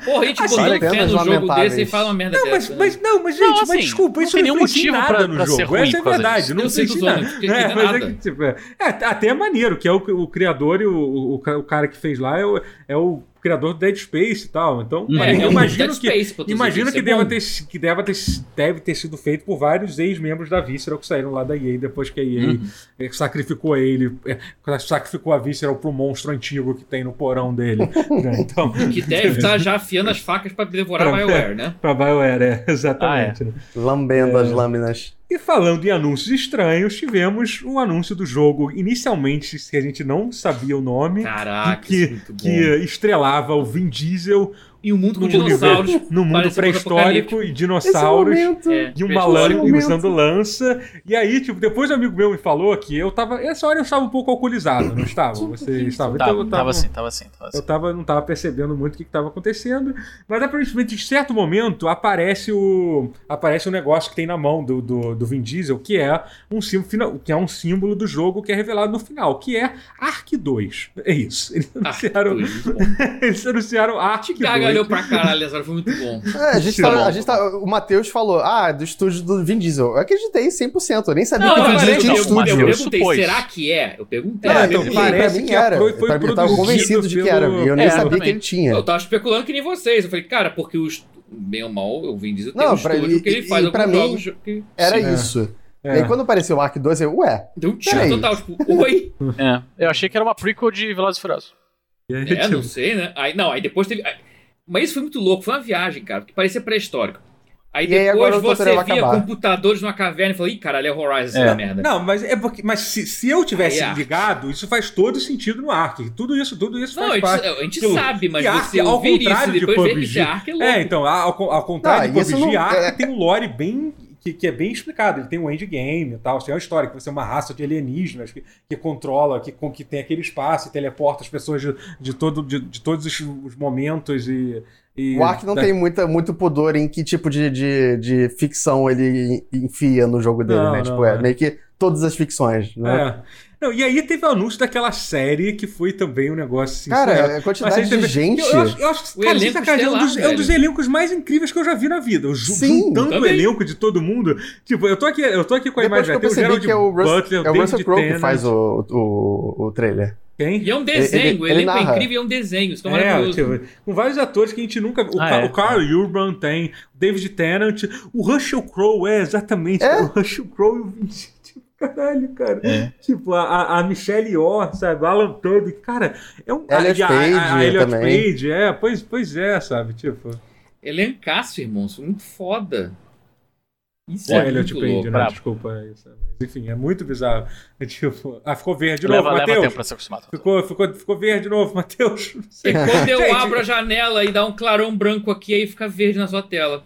C: Porra, a gente
A: Assim,
C: botando fé
D: apenas
C: num jogo
D: lamentáveis.
C: desse e fala uma merda
A: Não, mas,
C: dessa. né?
A: mas, não, mas gente,
B: Não, assim,
A: mas desculpa,
B: não
A: isso
B: tem
A: não
B: nenhum
A: influencia em
B: motivo
A: nada
B: pra-
A: no
B: pra ser
A: jogo.
B: ruim
A: Essa é
B: por causa
A: verdade,
B: disso.
A: não
C: Eu sei
A: influencia
C: que
A: em nada.
C: os outros não entendem
A: É, mas é
C: nada.
A: que, tipo, é, é, até é maneiro, que é o, o criador e o, o, ca- o cara que fez lá é o, é o criador do Dead Space e tal. Então,
B: É,
A: maneiro.
C: É
A: eu
C: um
A: imagino
C: Dead
A: que.
C: Space pra tu
A: Imagino
C: dizer,
A: que,
C: isso é
A: deva
C: bom.
A: ter, si- que deva ter, si- deve ter sido feito por vários ex-membros da Visceral que saíram lá da EA depois que a EA
C: Uhum.
A: eh, sacrificou ele, eh, sacrificou a Visceral pro monstro antigo que tem no porão dele. né? Então,
C: Que deve tá estar já afiando as facas pra devorar
A: Pra-
C: BioWare, né?
A: pra BioWare, é,
C: Ah,
A: exatamente. né?
D: Lambendo as lâminas.
A: E falando em anúncios estranhos, tivemos um anúncio do jogo, inicialmente, que a gente não sabia o nome,
C: Caraca,
A: Que-
C: isso é muito
A: que
C: bom.
A: estrelava o Vin Diesel
C: E o mundo com
A: no
C: dinossauros.
A: no mundo
C: Parece um mundo
A: pré-histórico e dinossauros.
C: É,
A: E um
C: fez-
A: malandro
D: momento.
A: usando lança. E aí, tipo, depois um amigo meu me falou que eu tava. Essa hora eu estava um pouco alcoolizado, não estava? Você estava? Então
B: Tava,
A: eu
B: tava assim, tava assim, tava assim.
A: Eu tava, não tava percebendo muito o que estava acontecendo. Mas aparentemente, em certo momento, aparece o. Aparece um negócio que tem na mão do, do, do Vin Diesel, que é um símbolo final, que é um símbolo do jogo que é revelado no final, que é Ark 2. É isso. Eles
C: Ah,
A: anunciaram, eles anunciaram Ark 2.
C: Cagalhou pra caralho, essa hora foi muito bom.
D: É, a gente
A: Sim.
D: tá, a gente tá- o Matheus falou, ah, é do estúdio do Vin Diesel. Eu acreditei 100%, eu nem sabia
C: Não,
D: que
C: eu,
D: Vin
C: falei,
D: Diesel
C: eu,
D: tinha
B: não,
C: eu,
B: mas
D: estúdio.
C: eu,
B: eu
C: perguntei,
B: supus.
C: será que é? Eu perguntei.
A: É,
D: Não,
A: então,
D: pra
A: parece
D: mim
A: que
D: era.
A: foi- foi
D: pra mim, eu tava
A: produzido
D: convencido de que
A: pelo-
D: era. E eu nem
B: É,
D: sabia que
B: exatamente.
D: ele tinha.
C: Eu tava especulando que nem vocês. Eu falei, cara, porque os. Bem ou mal, eu vim dizer tem
D: Não,
C: um
D: pra-
C: estúdio
D: e-
C: que ele
D: e-
C: faz
D: e pra
C: alguns
D: mim-
C: jogos que
D: Era
A: Sim.
D: isso. E
A: É.
D: aí quando apareceu o Ark 2, eu, ué,
C: deu um tiro
D: Peraí.
C: total, tipo, oi?
B: É, eu achei que era uma prequel de Velozes e Furiosos.
A: E aí,
C: É,
A: tipo,
C: não sei, né? Aí, não, aí depois teve. aí- mas isso foi muito louco, foi uma viagem, cara, porque parecia pré-histórico. Aí
D: E aí
C: depois
D: agora o
C: você
D: tutorial vai
C: via
D: acabar.
C: computadores numa caverna e falou, ih, caralho, é Horizon
B: É.
C: essa merda.
A: Não, mas é porque. Mas se, se eu tivesse
C: Aí, Ark.
A: ligado, isso faz todo sentido no Ark. Tudo isso, tudo isso
C: Não,
A: faz
C: a gente,
A: parte.
C: a gente
A: Tipo,
C: sabe, mas
A: e Ark,
C: você
A: ao
C: ouvir isso
A: contrário
C: e
A: de
C: depois ver que
A: PUBG,
C: esse Ark é louco.
A: É, então, ao, ao contrário
D: Não,
A: do
D: isso
A: PUBG,
D: não-
A: a
D: é-
A: Ark tem um lore bem. Que, que é bem explicado, ele tem um endgame e tal, tem uma história que você é uma raça de alienígenas que, que controla, que, com- que tem aquele espaço e teleporta as pessoas de, de, todo, de, de todos os, os momentos e. e-
D: o Ark não
A: da-
D: tem muita, muito pudor em que tipo de, de, de ficção ele enfia no jogo dele,
A: Não,
D: né?
A: não,
D: tipo, é,
A: é.
D: meio que todas as ficções, né?
A: É. Não, e aí teve o anúncio daquela série que foi também um negócio assim. surreal.
D: Cara, a
A: Mas
D: quantidade
A: você
D: de
A: teve-
D: gente.
A: Eu, eu acho, eu acho-
C: O
A: cara, sem
C: elenco
A: sacanagem, é um, dos, é um
C: estelar,
A: dos
C: velho.
A: elencos mais incríveis que eu já vi na vida. Eu ju-
D: Sim,
A: juntando o
C: também.
A: elenco de todo mundo. Tipo, eu tô aqui, eu tô aqui com a
D: Depois
A: imagem.
D: que eu
A: né? Tem o
D: percebi
A: Gerald
D: que é o
A: Butler,
D: Russell, é o
A: David
D: Russell Crowe que
A: Tennant.
D: faz o, o, o trailer.
A: Quem?
C: E é um
D: ele-
C: desenho, ele,
D: ele
C: é
D: narra.
C: incrível, é um desenho, isso que é
A: É,
C: maravilhoso.
A: tipo, com vários atores que a gente nunca viu. O,
B: Ah,
A: Ca-
B: é.
A: o Carl Urban tem, o David Tennant, o Russell Crowe, é, exatamente.
D: É?
A: O Russell Crowe e o Vin Diesel. Tipo, Caralho, cara. Tipo, a- a, a Michelle Yeoh, sabe? Alan Tudyk. Cara, é um...
D: Elliot
A: e a, a, a
D: Page
A: Elliot
D: também.
A: Page, é. Pois, pois é, sabe? Tipo...
C: Elencaço, irmão, isso é muito foda. Isso
A: Ou
C: é,
A: é, Elliot
C: muito
A: Page,
C: louco.
A: né?
B: brabo.
A: Desculpa. é isso. Mas, enfim, é muito bizarro. É tipo, ah, ficou verde de
B: Leva,
A: novo, Tá,
B: leva tempo
A: Matheus.
B: pra se acostumar. Totoro.
A: Ficou, ficou, ficou verde de novo, Matheus. Não
C: E
A: sei.
C: quando eu
A: Gente.
C: abro a janela e dá um clarão branco aqui, aí fica verde na sua tela.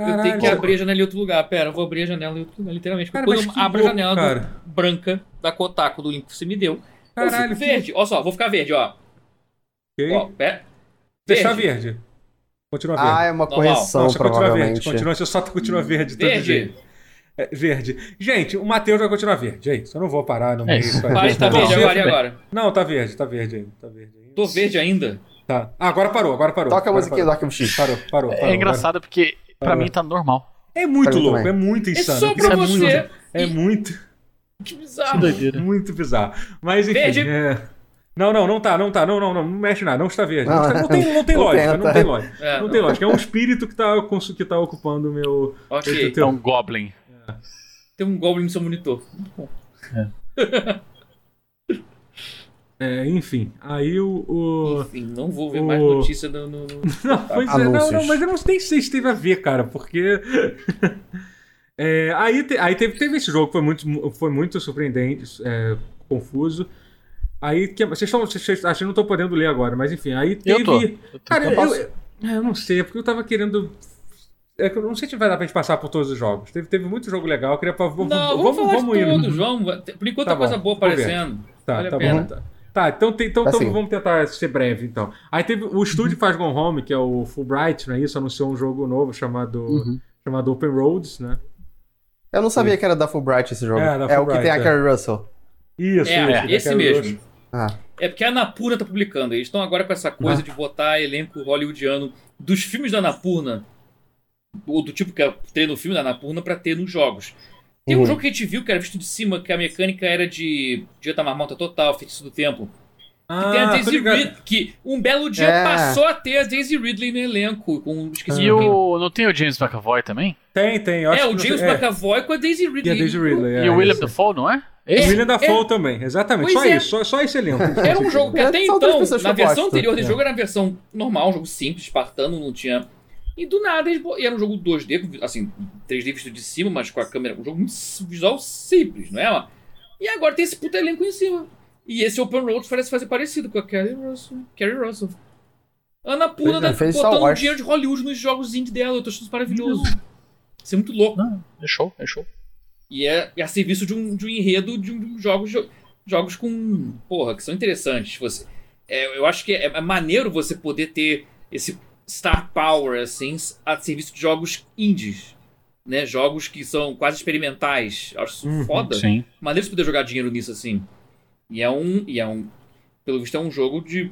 C: eu tenho que
A: Caralho.
C: abrir a janela em outro lugar. Pera, eu vou abrir a janela em outro lugar, literalmente. Porque
A: Cara,
C: quando
A: mas
C: eu
A: que
C: abro a
A: louco,
C: janela do-
A: cara.
C: branca da Kotaku, do link que você me deu, eu
A: Caralho,
C: fico verde. Olha só, vou ficar verde, ó.
A: que-
C: ó pera.
A: Deixar verde. Continua verde.
D: Ah, é uma
C: Normal.
D: correção,
A: Nossa, continua verde.
D: provavelmente.
A: Continua, você só continua verde. todo
C: Hum, Verde.
A: jeito. É, verde. Gente, o Matheus vai continuar verde. É isso. Eu não vou parar no
B: É
A: meio.
B: isso.
A: pra-
C: Vai, tá
A: Bom,
C: verde agora, e agora?
A: Não, tá verde, tá verde ainda. Tá verde ainda.
C: Tô verde ainda.
A: Tá. Ah, agora parou, agora parou.
D: Toca a
A: Agora
D: musiquinha do
A: parou.
D: Arkham X.
A: Parou, parou, parou,
B: É engraçado porque pra mim tá normal.
A: É muito
D: Pra mim
A: louco,
D: também.
A: é muito
C: É
A: insano.
C: só pra
A: é muito-
C: você.
A: é
C: E-
A: muito.
B: Que
C: Que bizarro.
B: doideira.
A: Muito bizarro. Mas enfim,
C: Verde.
A: é... Não, não, não tá, não tá, não, não, não, não mexe nada, não está verde. Não,
D: Não,
A: está- não tem, não tem
D: não tá.
A: lógica,
D: tenta.
A: não tem lógica.
C: É,
A: Não tem lógica, é um espírito que tá, cons- que tá ocupando o meu.
C: ok.
A: o
B: É
A: teu-
B: um Goblin.
C: Tem um Goblin no seu monitor.
A: é, enfim, aí o. o-
C: Enfim, não vou ver
A: o-
C: mais notícia no. no- no-
A: Não, pois é, não,
D: Anúncios.
A: não, mas eu não sei se isso teve a ver, cara, porque. É, aí te- aí teve, teve esse jogo que foi muito, foi muito surpreendente, é, confuso. Aí, que, vocês estão. Vocês, vocês- acho que não estão podendo ler agora, mas enfim, aí teve.
B: Eu tô. Eu tô-
A: Cara,
B: eu
A: eu,
B: posso-
A: eu, eu não sei, é porque eu tava querendo. É que eu não sei se vai dar pra gente passar por todos os jogos. Teve, teve muito jogo legal, eu queria. pra- Vamos,
C: Não, vamos,
A: vamos,
C: falar
A: vamos
C: de
A: indo.
C: todos, vamos. Por enquanto
A: Tá
C: tá coisa
A: bom,
C: boa
A: vou ver.
C: aparecendo.
A: Tá,
C: Vale a
A: tá
C: pena.
A: bom. Tá, Tá, então, tem- então,
D: Tá
A: então
D: sim.
A: vamos tentar ser breve, então. Aí teve o estúdio Faz Gone Home, que é o Fulbright, não é isso? Anunciou um jogo novo chamado,
D: Uhum.
A: chamado Open Roads, né?
D: Eu não sabia que era da Fulbright esse jogo.
A: É,
D: É,
A: da
D: o que
A: Fulbright,
D: tem
A: é.
D: a Carrie Russell.
A: Isso,
C: É,
A: isso,
C: esse
A: daquela
C: mesmo.
A: luz.
D: Ah,
C: É porque a Anapurna tá publicando. Eles estão agora com essa coisa
A: Ah.
C: de botar elenco hollywoodiano dos filmes da Anapurna, ou do tipo que é- tem no filme da Anapurna, pra ter nos jogos. Tem um
D: Uhum.
C: jogo que a gente viu que era visto de cima, que a mecânica era de Dieta Marmota Total, Feitiço do Tempo. Que tem a
A: Ah, tô
C: Daisy
A: ligado.
C: Ridley, que um belo dia
D: É.
C: passou a ter a Daisy Ridley no elenco. Com, esqueci
B: E
C: o nome.
B: o. Não tem o James McAvoy também?
A: Tem, tem. eu
C: É,
A: acho
C: o
A: que-
C: James
A: é,
C: McAvoy com a Daisy
A: E a
C: Ridley.
A: Daisy Ridley. é,
B: E o William
A: isso.
B: Dafoe, não é?
A: O
C: É,
A: William Dafoe também, exatamente.
C: Pois
A: só
C: é.
A: isso, só, só esse elenco.
C: Era um jogo que
D: É,
C: até
D: são
C: então,
D: duas pessoas que
C: na
D: eu
C: versão
D: gosto.
C: anterior desse
A: É.
C: jogo era uma versão normal, um jogo simples, espartano, não tinha. E do nada eles bo- e era um jogo 2D, com- assim, 3D visto de cima, mas com a câmera. Um jogo muito s- visual simples, não é? E agora tem esse puto elenco em cima. E esse Open Road parece fazer parecido com a Kerry Russell. Kerry Russell. Ana Puna
D: Pois é,
C: tá
D: fez Star
C: botando
D: Wars.
C: dinheiro de Hollywood nos jogos indie dela. Eu tô achando isso maravilhoso. Isso é muito louco.
B: É show, é show.
C: E é, é a serviço de um, de um enredo de, um, de um jogos, jo- jogos com. Porra, que são interessantes. Você, é, eu acho que é, é maneiro você poder ter esse star power, assim, s- a serviço de jogos indies. Né? Jogos que são quase experimentais. Acho isso
A: Uhum,
C: foda.
B: Sim.
C: Maneiro você poder jogar dinheiro nisso, assim. E é um. E é um. Pelo visto, é um jogo de.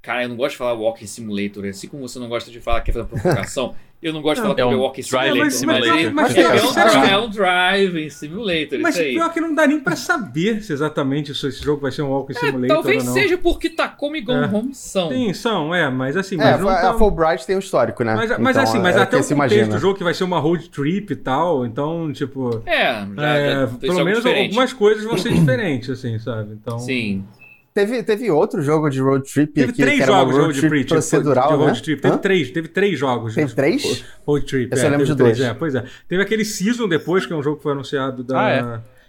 C: Cara, eu não gosto de falar Walking Simulator. Assim como você não gosta de falar que é fazer provocação, eu não gosto de falar que
B: É
C: é
B: um
C: Walking
B: driving
C: Simulator.
A: Mas-
B: Simulator.
A: mas- mas-
C: É,
A: mas-
C: um,
A: será?
C: é um driving simulator,
A: Mas
C: isso aí.
A: pior que não dá nem pra saber se exatamente se esse jogo vai ser um Walking Simulator
C: É, Talvez
A: ou não.
C: seja um porque Takumi e Gone
A: É.
C: Home são.
A: Sim, são, é, mas assim,
D: é,
A: mas não
D: a
A: tá-
D: Fulbright tem um histórico, né?
A: Mas, mas
D: Então,
A: assim, mas
D: é
A: até o
D: que
A: contexto
D: se imagina.
A: do jogo que vai ser uma road trip e tal, então, tipo.
C: É, já,
A: é,
C: já tem
A: pelo
C: jogos
A: menos
C: diferentes.
A: algumas coisas vão ser diferentes, assim, sabe? Então.
C: Sim.
D: Teve, teve outro jogo de road trip
A: Teve
D: aqui, que
A: três
D: era uma
A: jogos de
D: road
A: road
D: trip
A: trip. tipo,
D: procedural,
A: de road
D: né?
A: trip. Teve
D: Hã?
A: três, teve três jogos.
D: Teve três?
A: Road trip.
D: Eu só
A: é,
D: lembro
A: teve
D: de
A: três,
D: dois.
A: é, pois é. Teve aquele Season depois, que é um jogo que foi anunciado da.
B: Ah,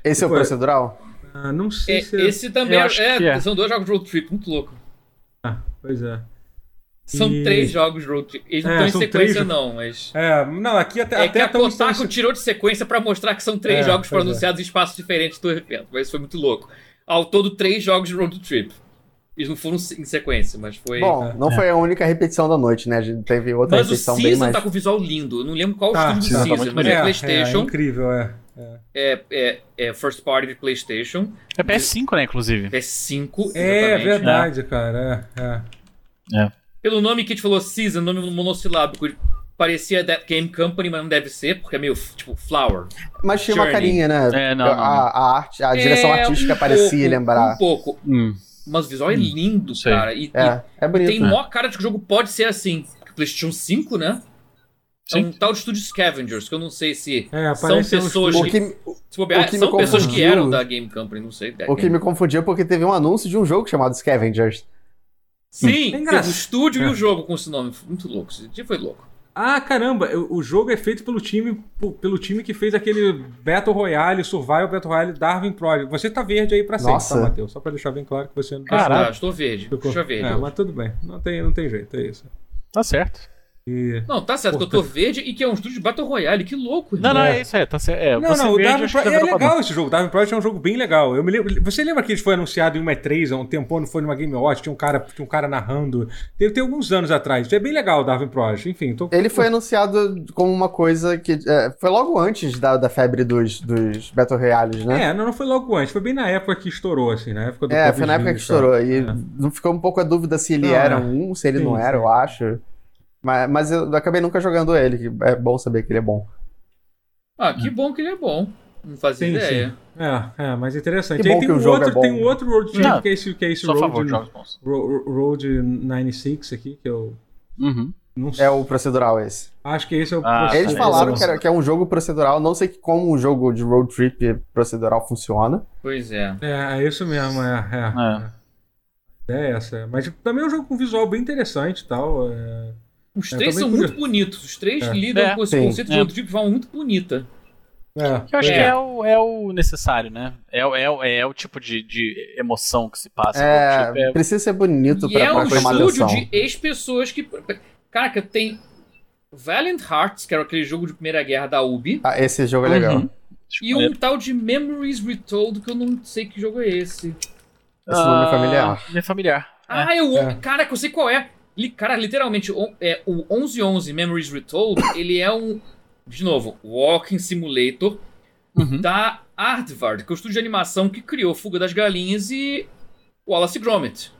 B: é.
D: Esse é o
A: Tipo, é-
D: procedural?
A: Ah, não sei
C: É,
A: se.
C: esse também
B: eu
C: é,
B: acho que é.
C: São dois jogos de road trip, muito louco.
A: Ah, pois é.
C: São
A: E-
C: três jogos de road trip. Eles não
A: É,
C: estão em
A: são
C: sequência,
A: três-
C: não, mas.
A: É, não, aqui até.
C: É
A: até
C: que a
A: tão- tão-
C: Kotaku tirou de sequência pra mostrar que são três
A: É,
C: jogos foram
A: pois é.
C: anunciados em espaços diferentes do evento, mas isso foi muito louco. Ao todo, três jogos de road trip. Eles não foram em sequência, mas foi.
D: Bom, não foi a única repetição da noite, né? A gente teve outra
C: mas o
D: repetição bem
C: Season
D: mais...
C: tá com visual lindo. Eu não lembro qual
A: Tá,
C: o
B: tá,
C: estúdio do
B: tá
C: Season,
B: muito
C: mas
B: bonito.
C: é,
A: É,
C: PlayStation,
A: incrível, é.
C: é, é, é first party de PlayStation,
B: É PS5, né, inclusive.
C: PS5.
A: É
C: exatamente.
A: verdade, cara. É, é.
C: Pelo nome que a gente falou, Season, nome monossilábico, parecia That Game Company, mas não deve ser, porque é meio, tipo, Flower.
D: Mas tinha uma
C: Journey.
D: carinha, né?
B: É, não,
D: a,
B: não, não.
D: a arte, a direção
C: É,
D: artística
C: um
D: parecia
C: pouco,
D: lembrar.
C: Um pouco.
B: Hum.
C: Mas o visual é lindo,
B: Sei.
C: cara. E, e
D: É, é bonito.
C: tem mó cara de que o jogo pode ser assim. PlayStation 5, né? É
B: Sim.
C: um tal de Studio Scavengers, que eu não sei se
A: É,
C: são
A: parece um
C: pessoas
D: O
C: que,
D: que,
C: se bobear,
D: o que me
C: são pessoas que
D: confundiu-
C: eram da Game Company, não sei. da
D: o que
C: Game-
D: me confundiu porque teve um anúncio de um jogo chamado Scavengers.
C: Sim,
A: É
C: teve o
A: engraçado.
C: estúdio e
A: É.
C: o jogo com esse nome. Muito louco, esse dia foi louco.
A: Ah, caramba, eu- o jogo é feito pelo time p- pelo time que fez aquele Battle Royale, Survival Battle Royale, Darwin Project. Você tá verde aí pra sempre,
D: Nossa.
A: tá, Matheus? Só pra deixar bem claro que você não tá
B: Caralho.
C: Ah, estou verde,
A: Ficou-
C: puxa verde.
A: É, mas tudo bem. Não tem, não tem jeito, é isso.
B: Tá certo.
A: E-
C: Não, tá certo que eu tô verde e que é um estúdio de Battle Royale, que louco,
B: Não,
C: irmão.
B: não, é isso aí. Tá certo. É,
A: Não,
B: você
A: não, o
B: verde,
A: Darwin
B: acho que tá
A: Project é
B: vendo o padrão.
A: legal esse jogo. O Darwin Project é um jogo bem legal. Eu me lembro, você lembra que ele foi anunciado em uma E3 há um tempão, foi numa Game Watch, tinha um cara, tinha um cara narrando. Teve, tem alguns anos atrás. Isso é bem legal o Darwin Project. Enfim, tô...
D: Ele foi anunciado como uma coisa que. é, foi logo antes da, da febre dos, dos Battle Royales, né?
A: É, não, não foi logo antes, foi bem na época que estourou, assim, na época do
D: É, foi
A: Covidinho
D: na época que
A: e tal.
D: estourou. E
A: É.
D: não ficou um pouco a dúvida se ele
A: Não,
D: era
A: é.
D: um, se ele
A: Sim,
D: não era,
A: sim.
D: eu acho. Mas, mas eu acabei nunca jogando ele, que é bom saber que ele é bom.
C: Ah, que bom que ele é bom. Não fazia
A: Sim,
C: ideia.
A: É, é, mas é interessante.
D: Que
A: Aí
D: bom
A: tem
D: que o
A: um
D: jogo
A: outro,
D: é bom.
A: tem um outro road trip
B: Não,
A: que é esse, que é esse
B: Só a favor,
A: road,
B: jogos bons.
A: Ro- road 96 aqui, que eu
B: Uhum.
A: não sei.
D: É o procedural esse.
A: Acho que esse é o
B: Ah,
A: processo.
D: Eles
B: tá,
D: falaram
B: esse
D: que, era- que é um jogo procedural, não sei que- como um jogo de road trip procedural funciona.
C: Pois é.
A: É, é isso mesmo, é. é. A ideia É. essa. Mas também é um jogo com visual bem interessante e tal. é.
C: Os
A: Eu
C: três
A: também
C: são
A: podia.
C: muito bonitos. Os três
A: É.
C: lidam
B: É.
C: com esse
D: Sim.
C: conceito de
B: É.
C: road trip de forma muito bonita.
A: É,
B: Que eu acho
C: É.
B: que é o, é o necessário, né? É, o- é, o- é o tipo de, de emoção que se passa.
D: É,
B: Tipo, é-
D: precisa ser bonito
C: E
D: pra,
C: é
D: pra
C: um
D: chamar
C: estúdio
D: atenção.
C: de ex-pessoas que. Caraca, tem Valiant Hearts, que era aquele jogo de Primeira Guerra da Ubi,
D: Ah, esse jogo é legal.
B: Uhum.
C: e
D: É.
C: um tal de Memories Retold, que eu não sei que jogo é esse.
D: Esse nome é
B: Ah,
D: familiar.
B: É familiar. É.
C: Ah, eu.
A: É.
C: Caraca, eu sei qual é. Li- Cara, literalmente, o, é, o 1111 Memories Retold, ele é um. De novo, Walking Simulator
B: Uhum.
C: da Aardvark, que é o estúdio de animação que criou Fuga das Galinhas e Wallace e Gromit.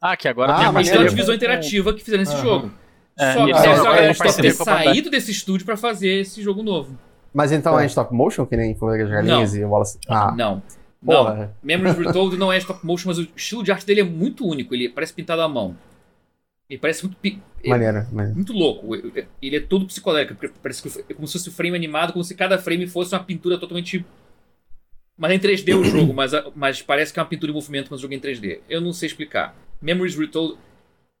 B: Ah, que agora
D: Ah,
B: tem a
C: Mas um
D: maneiro.
C: era a
B: parceria.
C: divisão
B: com-
C: interativa que fizeram esse
A: Aham.
C: jogo.
B: É,
C: Só
B: e
D: eles
C: que eles
D: fizeram
C: agora
D: uma
C: eles devem ter
B: parceria com a Bandai.
C: saído desse estúdio pra fazer esse jogo novo.
D: Mas então
A: Tá.
D: é stop motion, que nem Fuga das Galinhas e Wallace. Ah,
C: Não. Não.
D: porra.
C: Memories Retold não é stop motion, mas o estilo de arte dele é muito único. Ele parece pintado à mão. Ele parece muito, pi-
D: Maneiro, maneiro.
C: muito louco. Ele é todo psicodélico. porque Parece que é como se fosse um frame animado, como se cada frame fosse uma pintura totalmente. Mas é em 3D o jogo, mas, a- mas parece que é uma pintura em movimento, mas o jogo é em 3D. Eu não sei explicar. Memories Retold.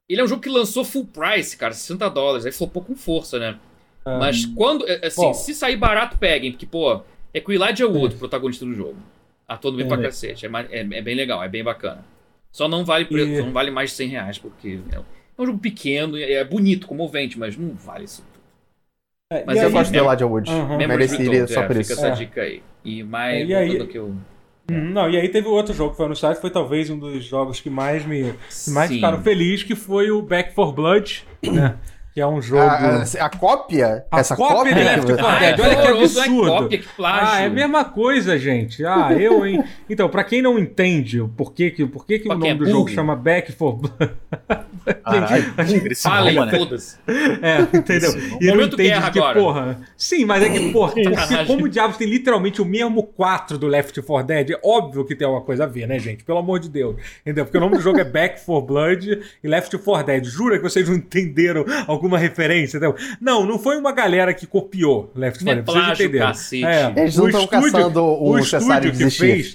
C: Ele é um jogo que lançou full price, cara, 60 dólares. Aí flopou com força, né? Mas quando. é- Assim,
A: Bom.
C: se sair barato, peguem, porque, pô, é com o Elijah Wood, o protagonista do jogo. Atuando bem pra
A: Entendi.
C: cacete. É, ma- é- é bem legal, é bem bacana. Só não vale preço,
A: E-
C: não vale mais de 100 reais, porque é um- é um jogo pequeno, é é bonito, comovente, mas não vale isso.
A: É,
C: Mas
A: e
D: eu
A: aí-
D: gosto de
C: Mem-
D: Elijah Wood.
A: Aham.
C: Memories
D: mereceria
C: Retold,
D: só
C: é,
D: por
C: fica
D: isso.
C: essa
A: É.
C: dica aí. E mais
A: É, e aí-
C: voltando que eu.
A: Uhum, Não, e aí teve outro jogo que foi anunciado, que foi talvez um dos jogos que mais me que mais
C: Sim.
A: ficaram felizes, que foi o Back for Blood, né? Que é um jogo.
D: Ah, A, a- a cópia?
A: A
D: essa
A: cópia
D: cópia? né,
A: de
D: que-
A: Left 4
C: Ah, é
A: Dead, olha que
C: horroroso, é
A: absurdo.
C: cópia, que plágio.
A: Ah, é a mesma coisa, gente. Ah, eu, hein? Então, pra quem não entende o porquê que, por que que
C: Pra
A: o
C: quem
A: nome
C: é
A: do jogo
C: burro.
A: chama Back for Blood,
D: Ah,
B: Caralho, agressivo,
C: Falem,
B: né?
C: foda-se.
A: é, entendeu? E ele não
C: um Momento
A: entende
C: guerra
A: de que,
C: agora.
A: porra. Sim, mas é que, porra, porque
C: Sacanagem.
A: como diabos tem literalmente o mesmo 4 do Left 4 Dead, é óbvio que tem alguma coisa a ver, né, gente? Pelo amor de Deus. Entendeu? Porque o nome do jogo é Back for Blood e Left 4 Dead. Jura que vocês não entenderam alguma referência, entendeu? Não, não foi uma galera que copiou Left 4
C: Não é
A: Dead. Vocês
C: plágio,
A: entenderam.
C: cacete.
A: É.
D: Eles não
A: O
D: estão
A: estúdio-
D: caçando o,
A: O
D: cessar de
A: estúdio que
D: existir.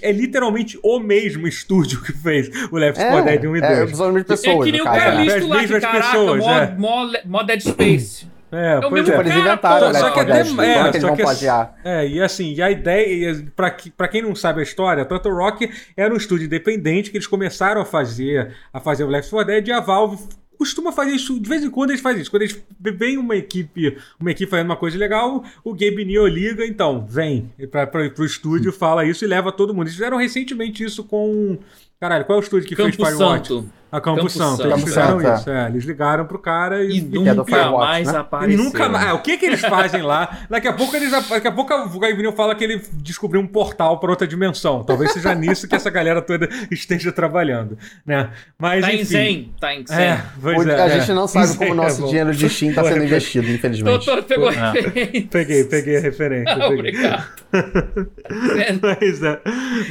A: fez é literalmente o mesmo estúdio que fez o Left 4 Dead 1 e
D: é,
A: 2.
D: precisamos de
C: É
D: pessoas,
C: que nem
D: no
C: o
D: caso.
A: cara
D: né?
A: ali.
C: Carlisto lá, que
A: Mesmas
C: caraca,
A: pessoas,
C: mó,
A: é.
C: mó, le- mó Dead Space.
A: É,
C: É o
A: pois
C: mesmo
A: é.
D: Tipo, eles inventaram o
A: Só
D: Left
A: que
D: 4
A: até-
D: Dead. Como
A: é,
D: é que eles
A: só
D: vão
A: que-
D: plagiar?
A: É, e assim, e a ideia, e pra, que- pra quem não sabe a história, Turtle Rock era um estúdio independente que eles começaram a fazer, a fazer o Left 4 Dead e a Valve costuma fazer isso, de vez em quando eles fazem isso. Quando eles vem uma equipe, uma equipe fazendo uma coisa legal, o Gabe Neo liga, então, vem pra, pra, pro estúdio, fala isso e leva todo mundo. Eles fizeram recentemente isso com. Caralho, qual é o estúdio que
C: Campo
A: fez Firewatch?
C: Santo.
A: A Campo,
C: Campo
A: Santo.
C: Santo.
A: Eles
D: Campo
A: fizeram
D: Santo,
A: isso, é. Eles ligaram pro cara e.
C: E um
D: é do
C: nunca
D: Firewatch,
C: mais
D: né?
A: E
C: apareceu.
A: nunca mais. Ah, o que que eles fazem lá? Daqui a pouco eles. Daqui a pouco o Gaibinho fala que ele descobriu um portal para outra dimensão. Talvez seja nisso que essa galera toda esteja trabalhando, né? Mas
C: Tá em
A: enfim.
C: Zen, tá em Zen.
A: É, pois
D: O-
A: é,
D: a
A: é.
D: gente não sabe como
A: Zen
D: o
A: é
D: nosso
A: bom.
D: dinheiro de Steam está sendo investido, infelizmente.
C: Doutor, pegou a
B: Ah.
C: referência.
A: Peguei, peguei a referência. peguei.
C: Obrigado. Zen.
A: Mas, é,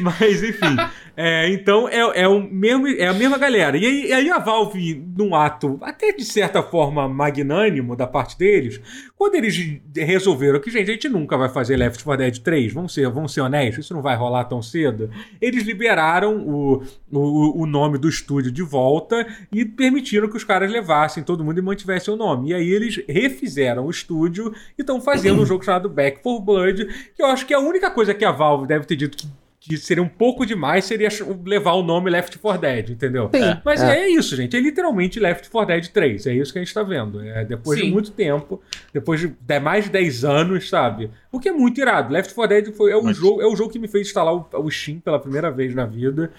A: mas enfim. É, então é, é, o mesmo, é a mesma galera. E aí, e aí a Valve, num ato até de certa forma magnânimo da parte deles, quando eles resolveram que, gente, a gente nunca vai fazer Left 4 Dead 3, vamos ser, vamos ser honestos, isso não vai rolar tão cedo. Eles liberaram o, o, o nome do estúdio de volta e permitiram que os caras levassem todo mundo e mantivessem o nome. E aí eles refizeram o estúdio e estão fazendo um jogo chamado Back for Blood, que eu acho que a única coisa que a Valve deve ter dito que, que seria um pouco demais seria ch- levar o nome Left 4 Dead, entendeu?
D: Sim.
B: É.
A: Mas é.
D: É.
A: isso, gente. É literalmente Left 4 Dead 3. É isso que a gente tá vendo. É, depois de
C: Sim.
A: muito tempo, depois de de- mais de 10 anos, sabe? O que é muito irado. Left 4 Dead foi, é, o
B: Muito.
A: jogo, é o jogo que me fez instalar o, o Steam pela primeira vez na vida.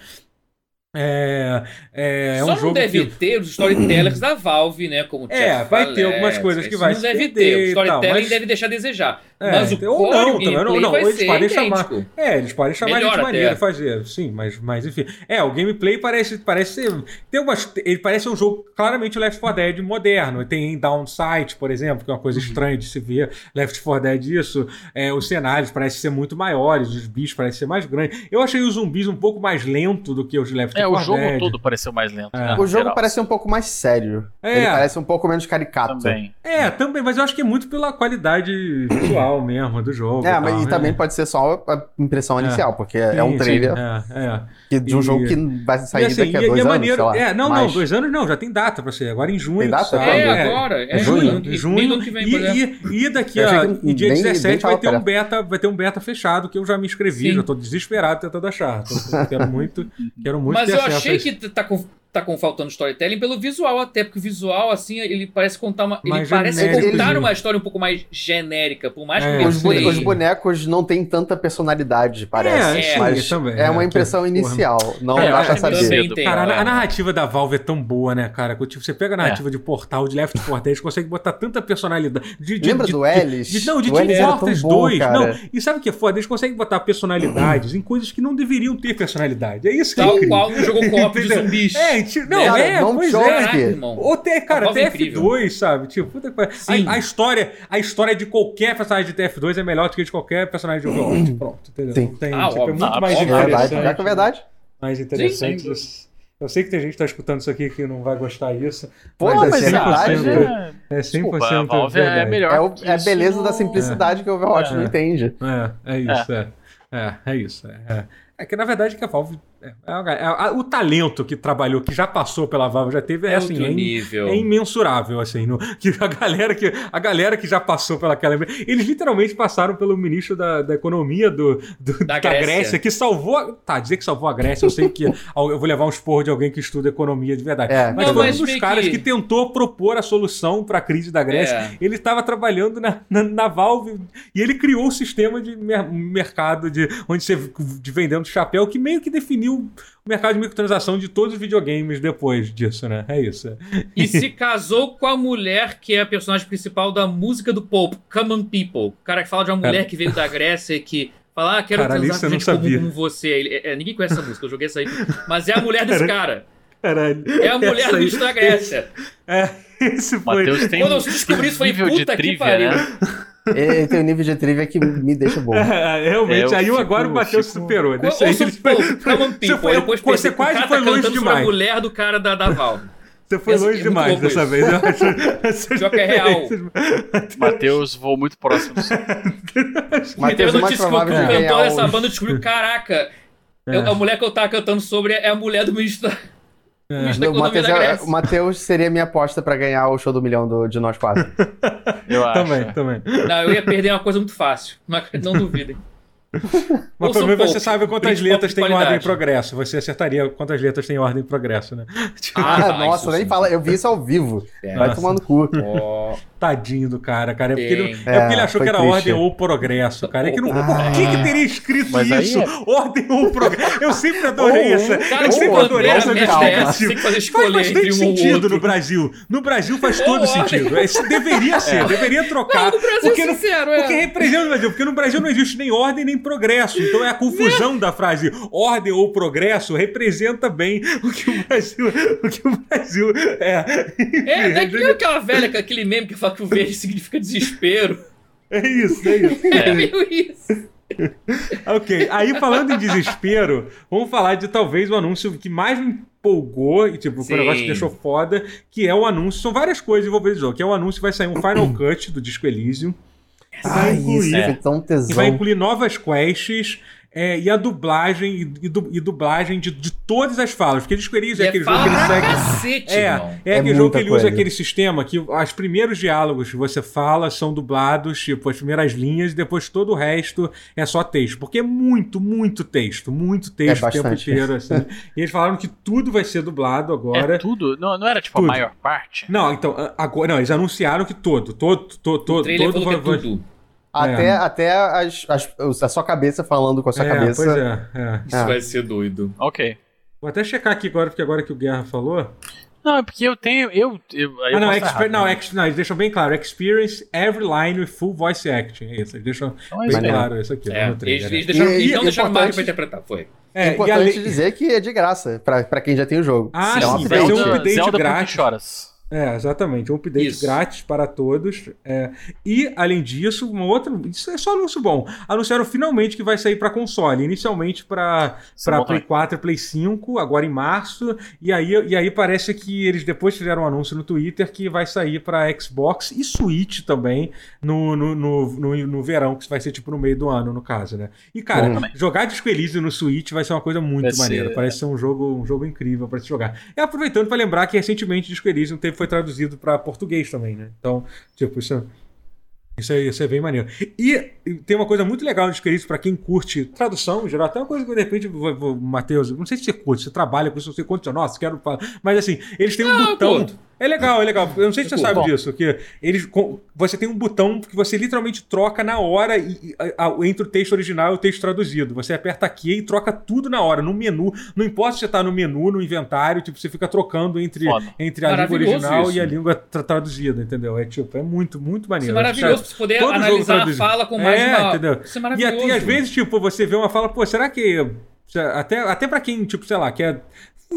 A: É, é, é
C: Só
A: um
C: não
A: jogo
C: deve
A: que...
C: ter os storytellers da Valve, né? Como o
A: É,
C: Jeff
A: vai
C: Valette,
A: ter algumas coisas que
C: isso
A: vai
C: Não
A: se
C: deve
A: perder
C: ter. O
A: e tal,
C: storytelling
A: mas-
C: deve deixar a desejar.
A: É,
C: mas o
A: ou
C: core
A: não,
C: o
A: também,
C: gameplay
A: ou não,
C: vai
A: ou eles
C: ser
A: podem chamar.
C: idêntico.
A: É, eles podem chamar
C: Melhor
A: de
C: até.
A: maneira fazer, sim, mas, mas enfim. É, o gameplay parece, parece ser. Tem umas, ele parece um jogo claramente Left 4 Dead moderno. Tem Downside, por exemplo, que é uma
B: Uhum.
A: coisa estranha de se ver Left 4 Dead isso. É, os cenários parecem ser muito maiores, os bichos parecem ser mais grandes. Eu achei os zumbis um pouco mais lento do que os de Left
B: É,
A: 4
B: o
A: Dead.
B: jogo todo pareceu mais lento. né,
D: O
B: no
D: jogo
B: geral.
D: parece um pouco mais sério.
A: É.
D: Ele parece um pouco menos caricato.
B: Também.
A: É, também, mas eu acho que é muito pela qualidade visual mesmo do jogo.
D: É,
A: tal,
D: mas e
A: né?
D: também pode ser só a impressão
A: É.
D: inicial, porque é é
A: Sim,
D: um
A: sim,
D: trailer
A: É, é.
D: que- de um
A: E-
D: jogo que vai sair
A: e assim,
D: daqui a
A: e- e
D: dois
A: é
D: anos,
A: maneiro,
D: sei lá.
A: é, não,
D: Mas-
A: não, dois anos não, já tem data pra você. Agora em junho.
D: Tem data?
A: sai,
C: É,
D: Ah,
C: agora. É,
D: É junho?
C: junho.
A: junho.
C: Meio do ano que
A: e,
C: vem, por exemplo.
A: e- e daqui
D: Eu
A: a
D: achei que
A: e dia
D: nem- nem
A: 17 vai ter,
D: tava
A: um beta, vai ter um beta fechado que eu já me inscrevi,
C: Sim.
A: já tô desesperado tentando achar. Tô- tô- quero muito, quero muito é assim,
C: Mas
A: ter
C: eu
A: acesso a
C: achei
A: isso.
C: que t- tá com, tá com faltando storytelling pelo visual até, porque o visual, assim, ele parece contar uma. Ele
A: Mais
C: parece
D: genérico,
C: contar
A: né?
C: uma história um pouco mais genérica, por mais que
A: É.
C: o
D: Os, bone-
C: gameplay-
D: os bonecos não têm tanta personalidade, parece.
C: É, sim,
D: mas
A: também,
D: é uma
A: é,
D: impressão
A: que-
D: inicial. Não
B: É, eu
D: dá
B: acho
D: pra
B: que também
D: saber.
B: tem,
A: Cara,
B: ó.
A: a- a narrativa da Valve é tão boa, né, cara? que, tipo, você
C: É.
A: pega a narrativa de Portal, de Left 4 Dead, consegue botar tanta personalidade. De, de,
D: Lembra
A: de-
D: do
A: de-
D: Ellis?
A: de- não, de
D: O Ellis
A: Team
D: era tão
A: Fortress
D: bom,
A: 2.
D: cara.
A: Não, e sabe o que é foda? Eles conseguem botar personalidades em coisas que não deveriam ter personalidade. É isso que é
C: Tal
A: incrível.
C: qual um jogo co-op de
A: Entendeu?
C: zumbis.
A: É, ti- não,
D: Cara,
A: é,
D: não
A: pois
D: joga.
A: é.
C: Caraca, irmão.
A: Ou até, cara,
D: é
C: Uma voz
A: TF2,
C: incrível.
A: sabe? Tipo, puta que pariu.
C: Sim.
A: a, a história, a história de qualquer personagem de TF2 é melhor do que de qualquer personagem de Overwatch. Pronto, entendeu?
D: Sim.
A: Não tem,
C: Ah,
A: tipo, é
C: óbvio.
A: muito
B: Ah,
A: mais
B: óbvio.
D: É verdade,
A: interessante.
D: pior que é verdade.
A: Mais
C: Sim,
A: interessante.
C: sem dúvida.
A: eu sei que tem gente que tá escutando isso aqui que não vai gostar disso.
D: Pô,
A: mas,
D: mas
A: é
D: é
A: 100%.
D: verdade.
B: É,
A: É 100%
B: desculpa, a Valve
A: verdade.
B: é melhor.
D: É, o-
B: que
D: é a
B: isso
D: beleza
B: no-
D: da simplicidade que o Overwatch
A: É.
D: não entende.
A: É, é isso, é. É, é isso. É, é. É que na verdade que a Valve. é- é uma- é- a- o talento que trabalhou, que já passou pela Valve, já teve, é,
C: É outro
A: assim, é, in-
C: nível.
A: É imensurável, assim, no- que a galera que a galera que já passou pelaquela. Eles literalmente passaram pelo ministro da, da economia do, do-
C: Da
A: da,
C: Grécia.
A: Grécia. que salvou. a- Tá, dizer que salvou a Grécia, eu sei que al- eu vou levar uns porros de alguém que estuda economia de verdade.
D: É.
A: Mas
C: Não,
A: foi
C: mas
A: um dos
C: meio
A: caras
C: que-
A: que... tentou propor a solução para a crise da Grécia.
C: É.
A: Ele estava trabalhando na, na, na Valve e ele criou o sistema de mer- mercado de onde você de vendendo chapéu que meio que definiu o mercado de microtransação de todos os videogames depois disso, né? É isso.
C: E se casou com a mulher que é a personagem principal da música do Pope, Common People. O cara que fala de uma mulher que veio da Grécia e que fala, ah, quero
A: Caralho, isso eu
C: transar com
A: não
C: gente comum
A: sabia.
C: como você. Ele- é, é, ninguém conhece essa música, eu joguei essa aí. Mas é a mulher desse cara.
A: Caralho.
C: É a mulher
A: Essa
C: do
A: aí-
C: ministro da Grécia.
A: É, esse foi.
B: Matheus tem
C: Quando
B: um
C: eu descobri isso, eu falei,
B: nível de
C: puta que
B: trivia,
C: pariu.
B: né?
D: Ele tem um nível de trivia que me deixa bom.
A: É, realmente,
B: É, eu
A: aí o
B: fico-
A: agora o Matheus
B: fico-
A: superou.
C: Ou
A: Desse aí,
C: seja,
A: ele foi-
C: Pope, Common People.
A: foi-
C: Depois
A: você
C: pensei,
A: quase
C: o cara
A: foi
C: tá
A: longe
C: cantando sobre a
A: demais.
C: mulher do cara da, da Valve.
A: você foi
C: é
A: longe
C: muito
A: demais
C: louco
A: dessa
C: isso.
A: vez. Eu acho- essas
C: Pior que é real.
A: referências-
B: Matheus voou muito próximo do seu.
C: Mas
D: Matheus, o
C: teve
D: mais
C: notícia que o
D: provável é de
C: cantor
D: ganhar
C: dessa
D: o...
C: banda descobriu, caraca,
A: É.
C: eu- a mulher que eu tava cantando sobre é a mulher do ministro da, do ministro da
D: Não, o
C: Economia
D: Matheus
C: da
D: é-
C: Grécia.
D: O Matheus seria minha aposta pra ganhar o show do milhão do- de nós quatro.
B: Eu acho.
A: Também, também.
C: Não, eu ia perder uma coisa muito fácil. Não, não duvidem.
A: Mas
C: Ouça
A: pelo menos
C: um
A: você
C: pouco.
A: sabe quantas
C: Principal
A: letras
C: de
A: tem em
C: qualidade.
A: ordem e progresso. Você acertaria quantas letras tem em ordem e progresso, né?
D: Ah,
C: tá,
D: nossa,
C: isso
D: nem
C: sim.
D: fala. Eu vi isso ao vivo.
C: É.
D: Vai
A: Nossa.
D: tomar no cu.
C: Ó,
A: Tadinho do cara, cara. É porque ele,
C: Tem.
A: é porque ele
D: É,
A: achou
D: foi
A: que era
D: triste.
A: ordem ou progresso, cara. É que não,
D: Ah.
A: Por que, que teria escrito
B: Mas aí
A: isso?
B: é-
A: Ordem ou progresso? Eu sempre adorei
D: Ou-
A: essa.
C: cara,
A: eu
C: que
A: sempre
D: ou-
A: adorei
C: bandeira
A: essa
D: ou-
C: merda é essa?
A: justificativa.
C: Tem que fazer
A: Faz
C: escolher entre
A: bastante
C: um ou
A: sentido né,
C: outro.
A: no Brasil. No Brasil faz
C: Ou
A: todo
C: ordem.
A: sentido. Esse deveria ser, deveria trocar.
C: Não, no Brasil,
A: porque,
C: sincero,
A: não,
C: é.
A: porque representa o Brasil. Porque no Brasil não existe nem ordem nem progresso. Então é a confusão da frase ordem ou progresso representa bem o que o Brasil, o que o Brasil é.
C: É, é que nem aquela velha, com aquele meme que fala que o verde significa desespero.
A: É isso, é isso.
C: É meio isso.
A: Ok, aí falando em desespero, vamos falar de talvez o anúncio que mais me empolgou e tipo, foi
C: Sim.
A: um negócio que deixou foda, que é o anúncio, são várias coisas envolvidas no jogo, que é o anúncio que vai sair um Final Cut do Disco Elysium, que vai
D: Ai, isso
A: incluir,
D: é tão
A: que vai
D: tesão.
A: incluir novas quests é, e a dublagem e, e du- e dublagem de, de todas as falas, porque Disco Elysium é,
C: É
A: aquele jogo
C: fala
A: que ele
C: pra
A: segue...
C: cacete,
A: É,
C: irmão.
A: é
D: É
A: aquele jogo
D: muita
A: que ele
D: coisa.
A: usa aquele sistema que os primeiros diálogos que você fala são dublados, tipo, as primeiras linhas, e depois todo o resto é só texto. Porque é muito, muito texto, muito texto o tempo
D: É bastante.
A: inteiro, assim. e eles falaram que tudo vai ser dublado agora.
B: É tudo? Não, não era tipo
A: Tudo.
B: a maior parte?
A: Não, então, agora. Não, eles anunciaram que todo, todo, todo,
C: O
A: todo,
C: trailer
A: todo
C: falou que é
A: vai-
C: tudo.
D: Até,
A: É.
D: até as- as- a sua cabeça falando com a sua
A: É,
D: cabeça.
A: pois é, é.
C: Isso
D: Ah.
C: vai ser doido.
B: Ok.
A: Vou até checar aqui agora, porque agora que o Guerra falou.
B: Não, é porque eu tenho. Eu, eu, aí eu
A: ah, não,
B: posso
A: exper-
B: errar,
A: não,
B: né?
A: ex- não, eles deixam bem claro. Experience every line with full voice acting. É isso, eles deixam
B: Então é
A: bem
B: isso.
D: Maneiro.
A: claro isso aqui.
C: É,
A: né, no
C: eles,
A: trailer,
C: eles
A: né?
C: deixaram,
D: E-
C: eles
D: e-
C: não deixaram o
D: importante-
C: Mark pra interpretar, foi.
A: É,
D: é
A: e
D: importante
A: além-
D: dizer que é de graça, pra, pra quem já tem o jogo.
A: Ah,
D: é um
A: sim,
D: update.
A: vai ser um
B: Zelda,
A: update
B: Zelda
A: grátis.
B: Porque choras.
A: É, exatamente. Um update
C: Isso.
A: grátis para todos. É, E, além disso, uma outra. Isso é só anúncio bom. Anunciaram finalmente que vai sair para console. Inicialmente para
B: Isso é
A: para
B: bom
A: Play
B: também.
A: 4 Play 5, agora em março. E aí, e aí parece que eles depois fizeram um anúncio no Twitter que vai sair para Xbox e Switch também no, no, no, no, no verão, que vai ser tipo no meio do ano, no caso, né? E, cara,
D: Bom
B: também.
A: jogar Disco Elysium no Switch vai ser uma coisa muito
B: Vai ser-
A: maneira. Parece ser um jogo, um jogo incrível para se jogar. E aproveitando para lembrar que recentemente Disco Elysium teve, foi traduzido para português também, né? Então, tipo, isso é- isso é, isso é bem maneiro. E tem uma coisa muito legal no Disco Elysium pra quem curte tradução, em geral, até uma coisa que de repente, vou- vou- Matheus, não sei se você curte, você trabalha com isso, você curte, nossa, quero falar. Mas assim, eles têm um
C: Ah, eu
A: botão.
C: curto.
A: É legal, é legal. Eu não sei se você
C: Eu
A: sabe
B: curto.
A: disso, que eles, com- você tem um botão que você literalmente troca na hora e- e- a- a- entre o texto original e o texto traduzido. Você aperta aqui e troca tudo na hora, no menu. Não importa se você tá no menu, no inventário, tipo, você fica trocando entre,
B: Foda.
A: entre a língua
C: Maravilhoso
A: original
C: isso.
A: e a língua tra- traduzida, entendeu? É tipo, é muito, muito
C: Isso é
A: maneiro.
C: maravilhoso pra você poder
A: Todo jogo
C: analisar a
A: traduzido.
C: fala com mais
A: É,
C: uma.
A: entendeu?
C: Isso é
A: E,
C: maravilhoso.
A: até, e às vezes, tipo, você vê uma fala, pô, será que. se- Até, até pra quem, tipo, sei lá, quer.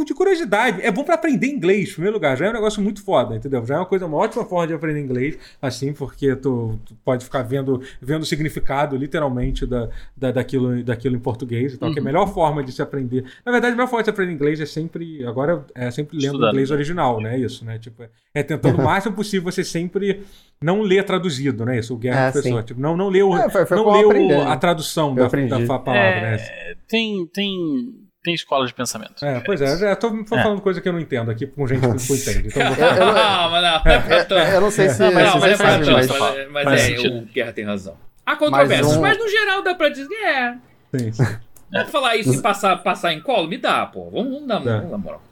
A: De curiosidade, é bom pra aprender inglês, em primeiro lugar. Já é um negócio muito foda, entendeu? Já é uma coisa, uma ótima forma de aprender inglês, assim, porque tu, tu pode ficar vendo, vendo o significado, literalmente, da, da, daquilo, daquilo em português e tal, que é a melhor forma de se aprender. Na verdade, a melhor forma de se aprender inglês é sempre, agora, é sempre lendo
B: Estudando.
A: inglês original, né? Isso, né? Tipo, é- é tentando o máximo possível você sempre não ler traduzido, né? Isso, o guerra
D: É,
A: é, pessoa. Tipo, não, não ler o,
D: É, foi- foi
A: não
D: como
A: lê
D: eu
A: o-
D: aprendi, né?
A: a tradução
D: Eu
A: da,
D: aprendi.
A: da fa- palavra,
B: É,
A: né?
B: Tem, tem, tem escola de pensamento.
A: É, pois é, eu já tô, tô
B: É.
A: falando coisa que eu não entendo aqui com gente que não entende. Então,
C: Calma,
A: vou-
C: não.
D: Eu não sei se
B: Não,
D: vocês
C: Não, mas é
B: faz
D: sabem,
B: sentido,
D: mas
C: maravilhoso.
B: faz
C: Mas, mas
B: Faz
C: é,
B: sentido.
C: o Guerra tem razão. Há controvérsias,
D: um-
C: mas no geral dá pra dizer, é.
A: sim, sim.
C: Vamos falar isso e passar, passar em colo? Me dá, pô. Vamos, vamos dar
A: Tá.
C: vamos dar moral.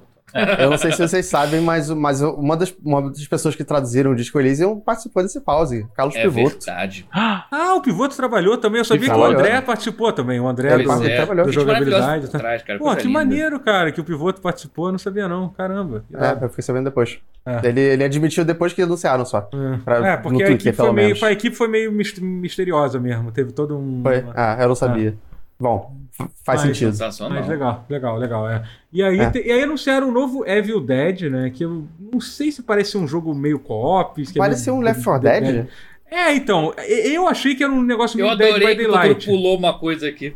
D: eu não sei se vocês sabem, mas, mas uma, das, uma das pessoas que traduziram o Disco Elysium participou desse pause, Carlos
C: É
D: Pivoto.
C: verdade.
B: Ah,
A: Ah, o Pivoto trabalhou também. Eu sabia que o
D: Trabalhou.
A: André participou também. O André
D: Pois
A: do,
D: é. trabalhou.
A: do
C: Gente maravilhosa
A: jogabilidade.
C: por
A: Tá.
C: trás, cara.
A: Pô,
C: coisa
A: que
C: linda.
A: maneiro, cara, que o Pivoto participou. Eu não sabia, não. Caramba. que irado.
D: É, eu fiquei sabendo depois.
A: É.
D: Ele, ele admitiu depois que anunciaram só. Pra-
A: É, porque
D: no
A: a
D: Twitter,
A: equipe, foi
D: pelo
A: meio,
D: menos.
A: a equipe foi meio mis- misteriosa mesmo. Teve todo um.
D: Foi? Ah, eu não sabia. Bom, f- faz
A: É. Ah,
D: sentido.
C: Sensacional.
A: Mas legal, legal, legal. É. E, aí,
D: É.
A: te- e aí anunciaram um novo Evil Dead, né? Que eu não sei se parece um jogo meio co-op. se é
D: Parece
A: meio-
D: um Left 4 Dead?
A: É, então, e- eu achei que era um negócio
C: Eu
A: meio Dead by
C: adorei que o doutor
A: Daylight.
C: pulou uma coisa aqui.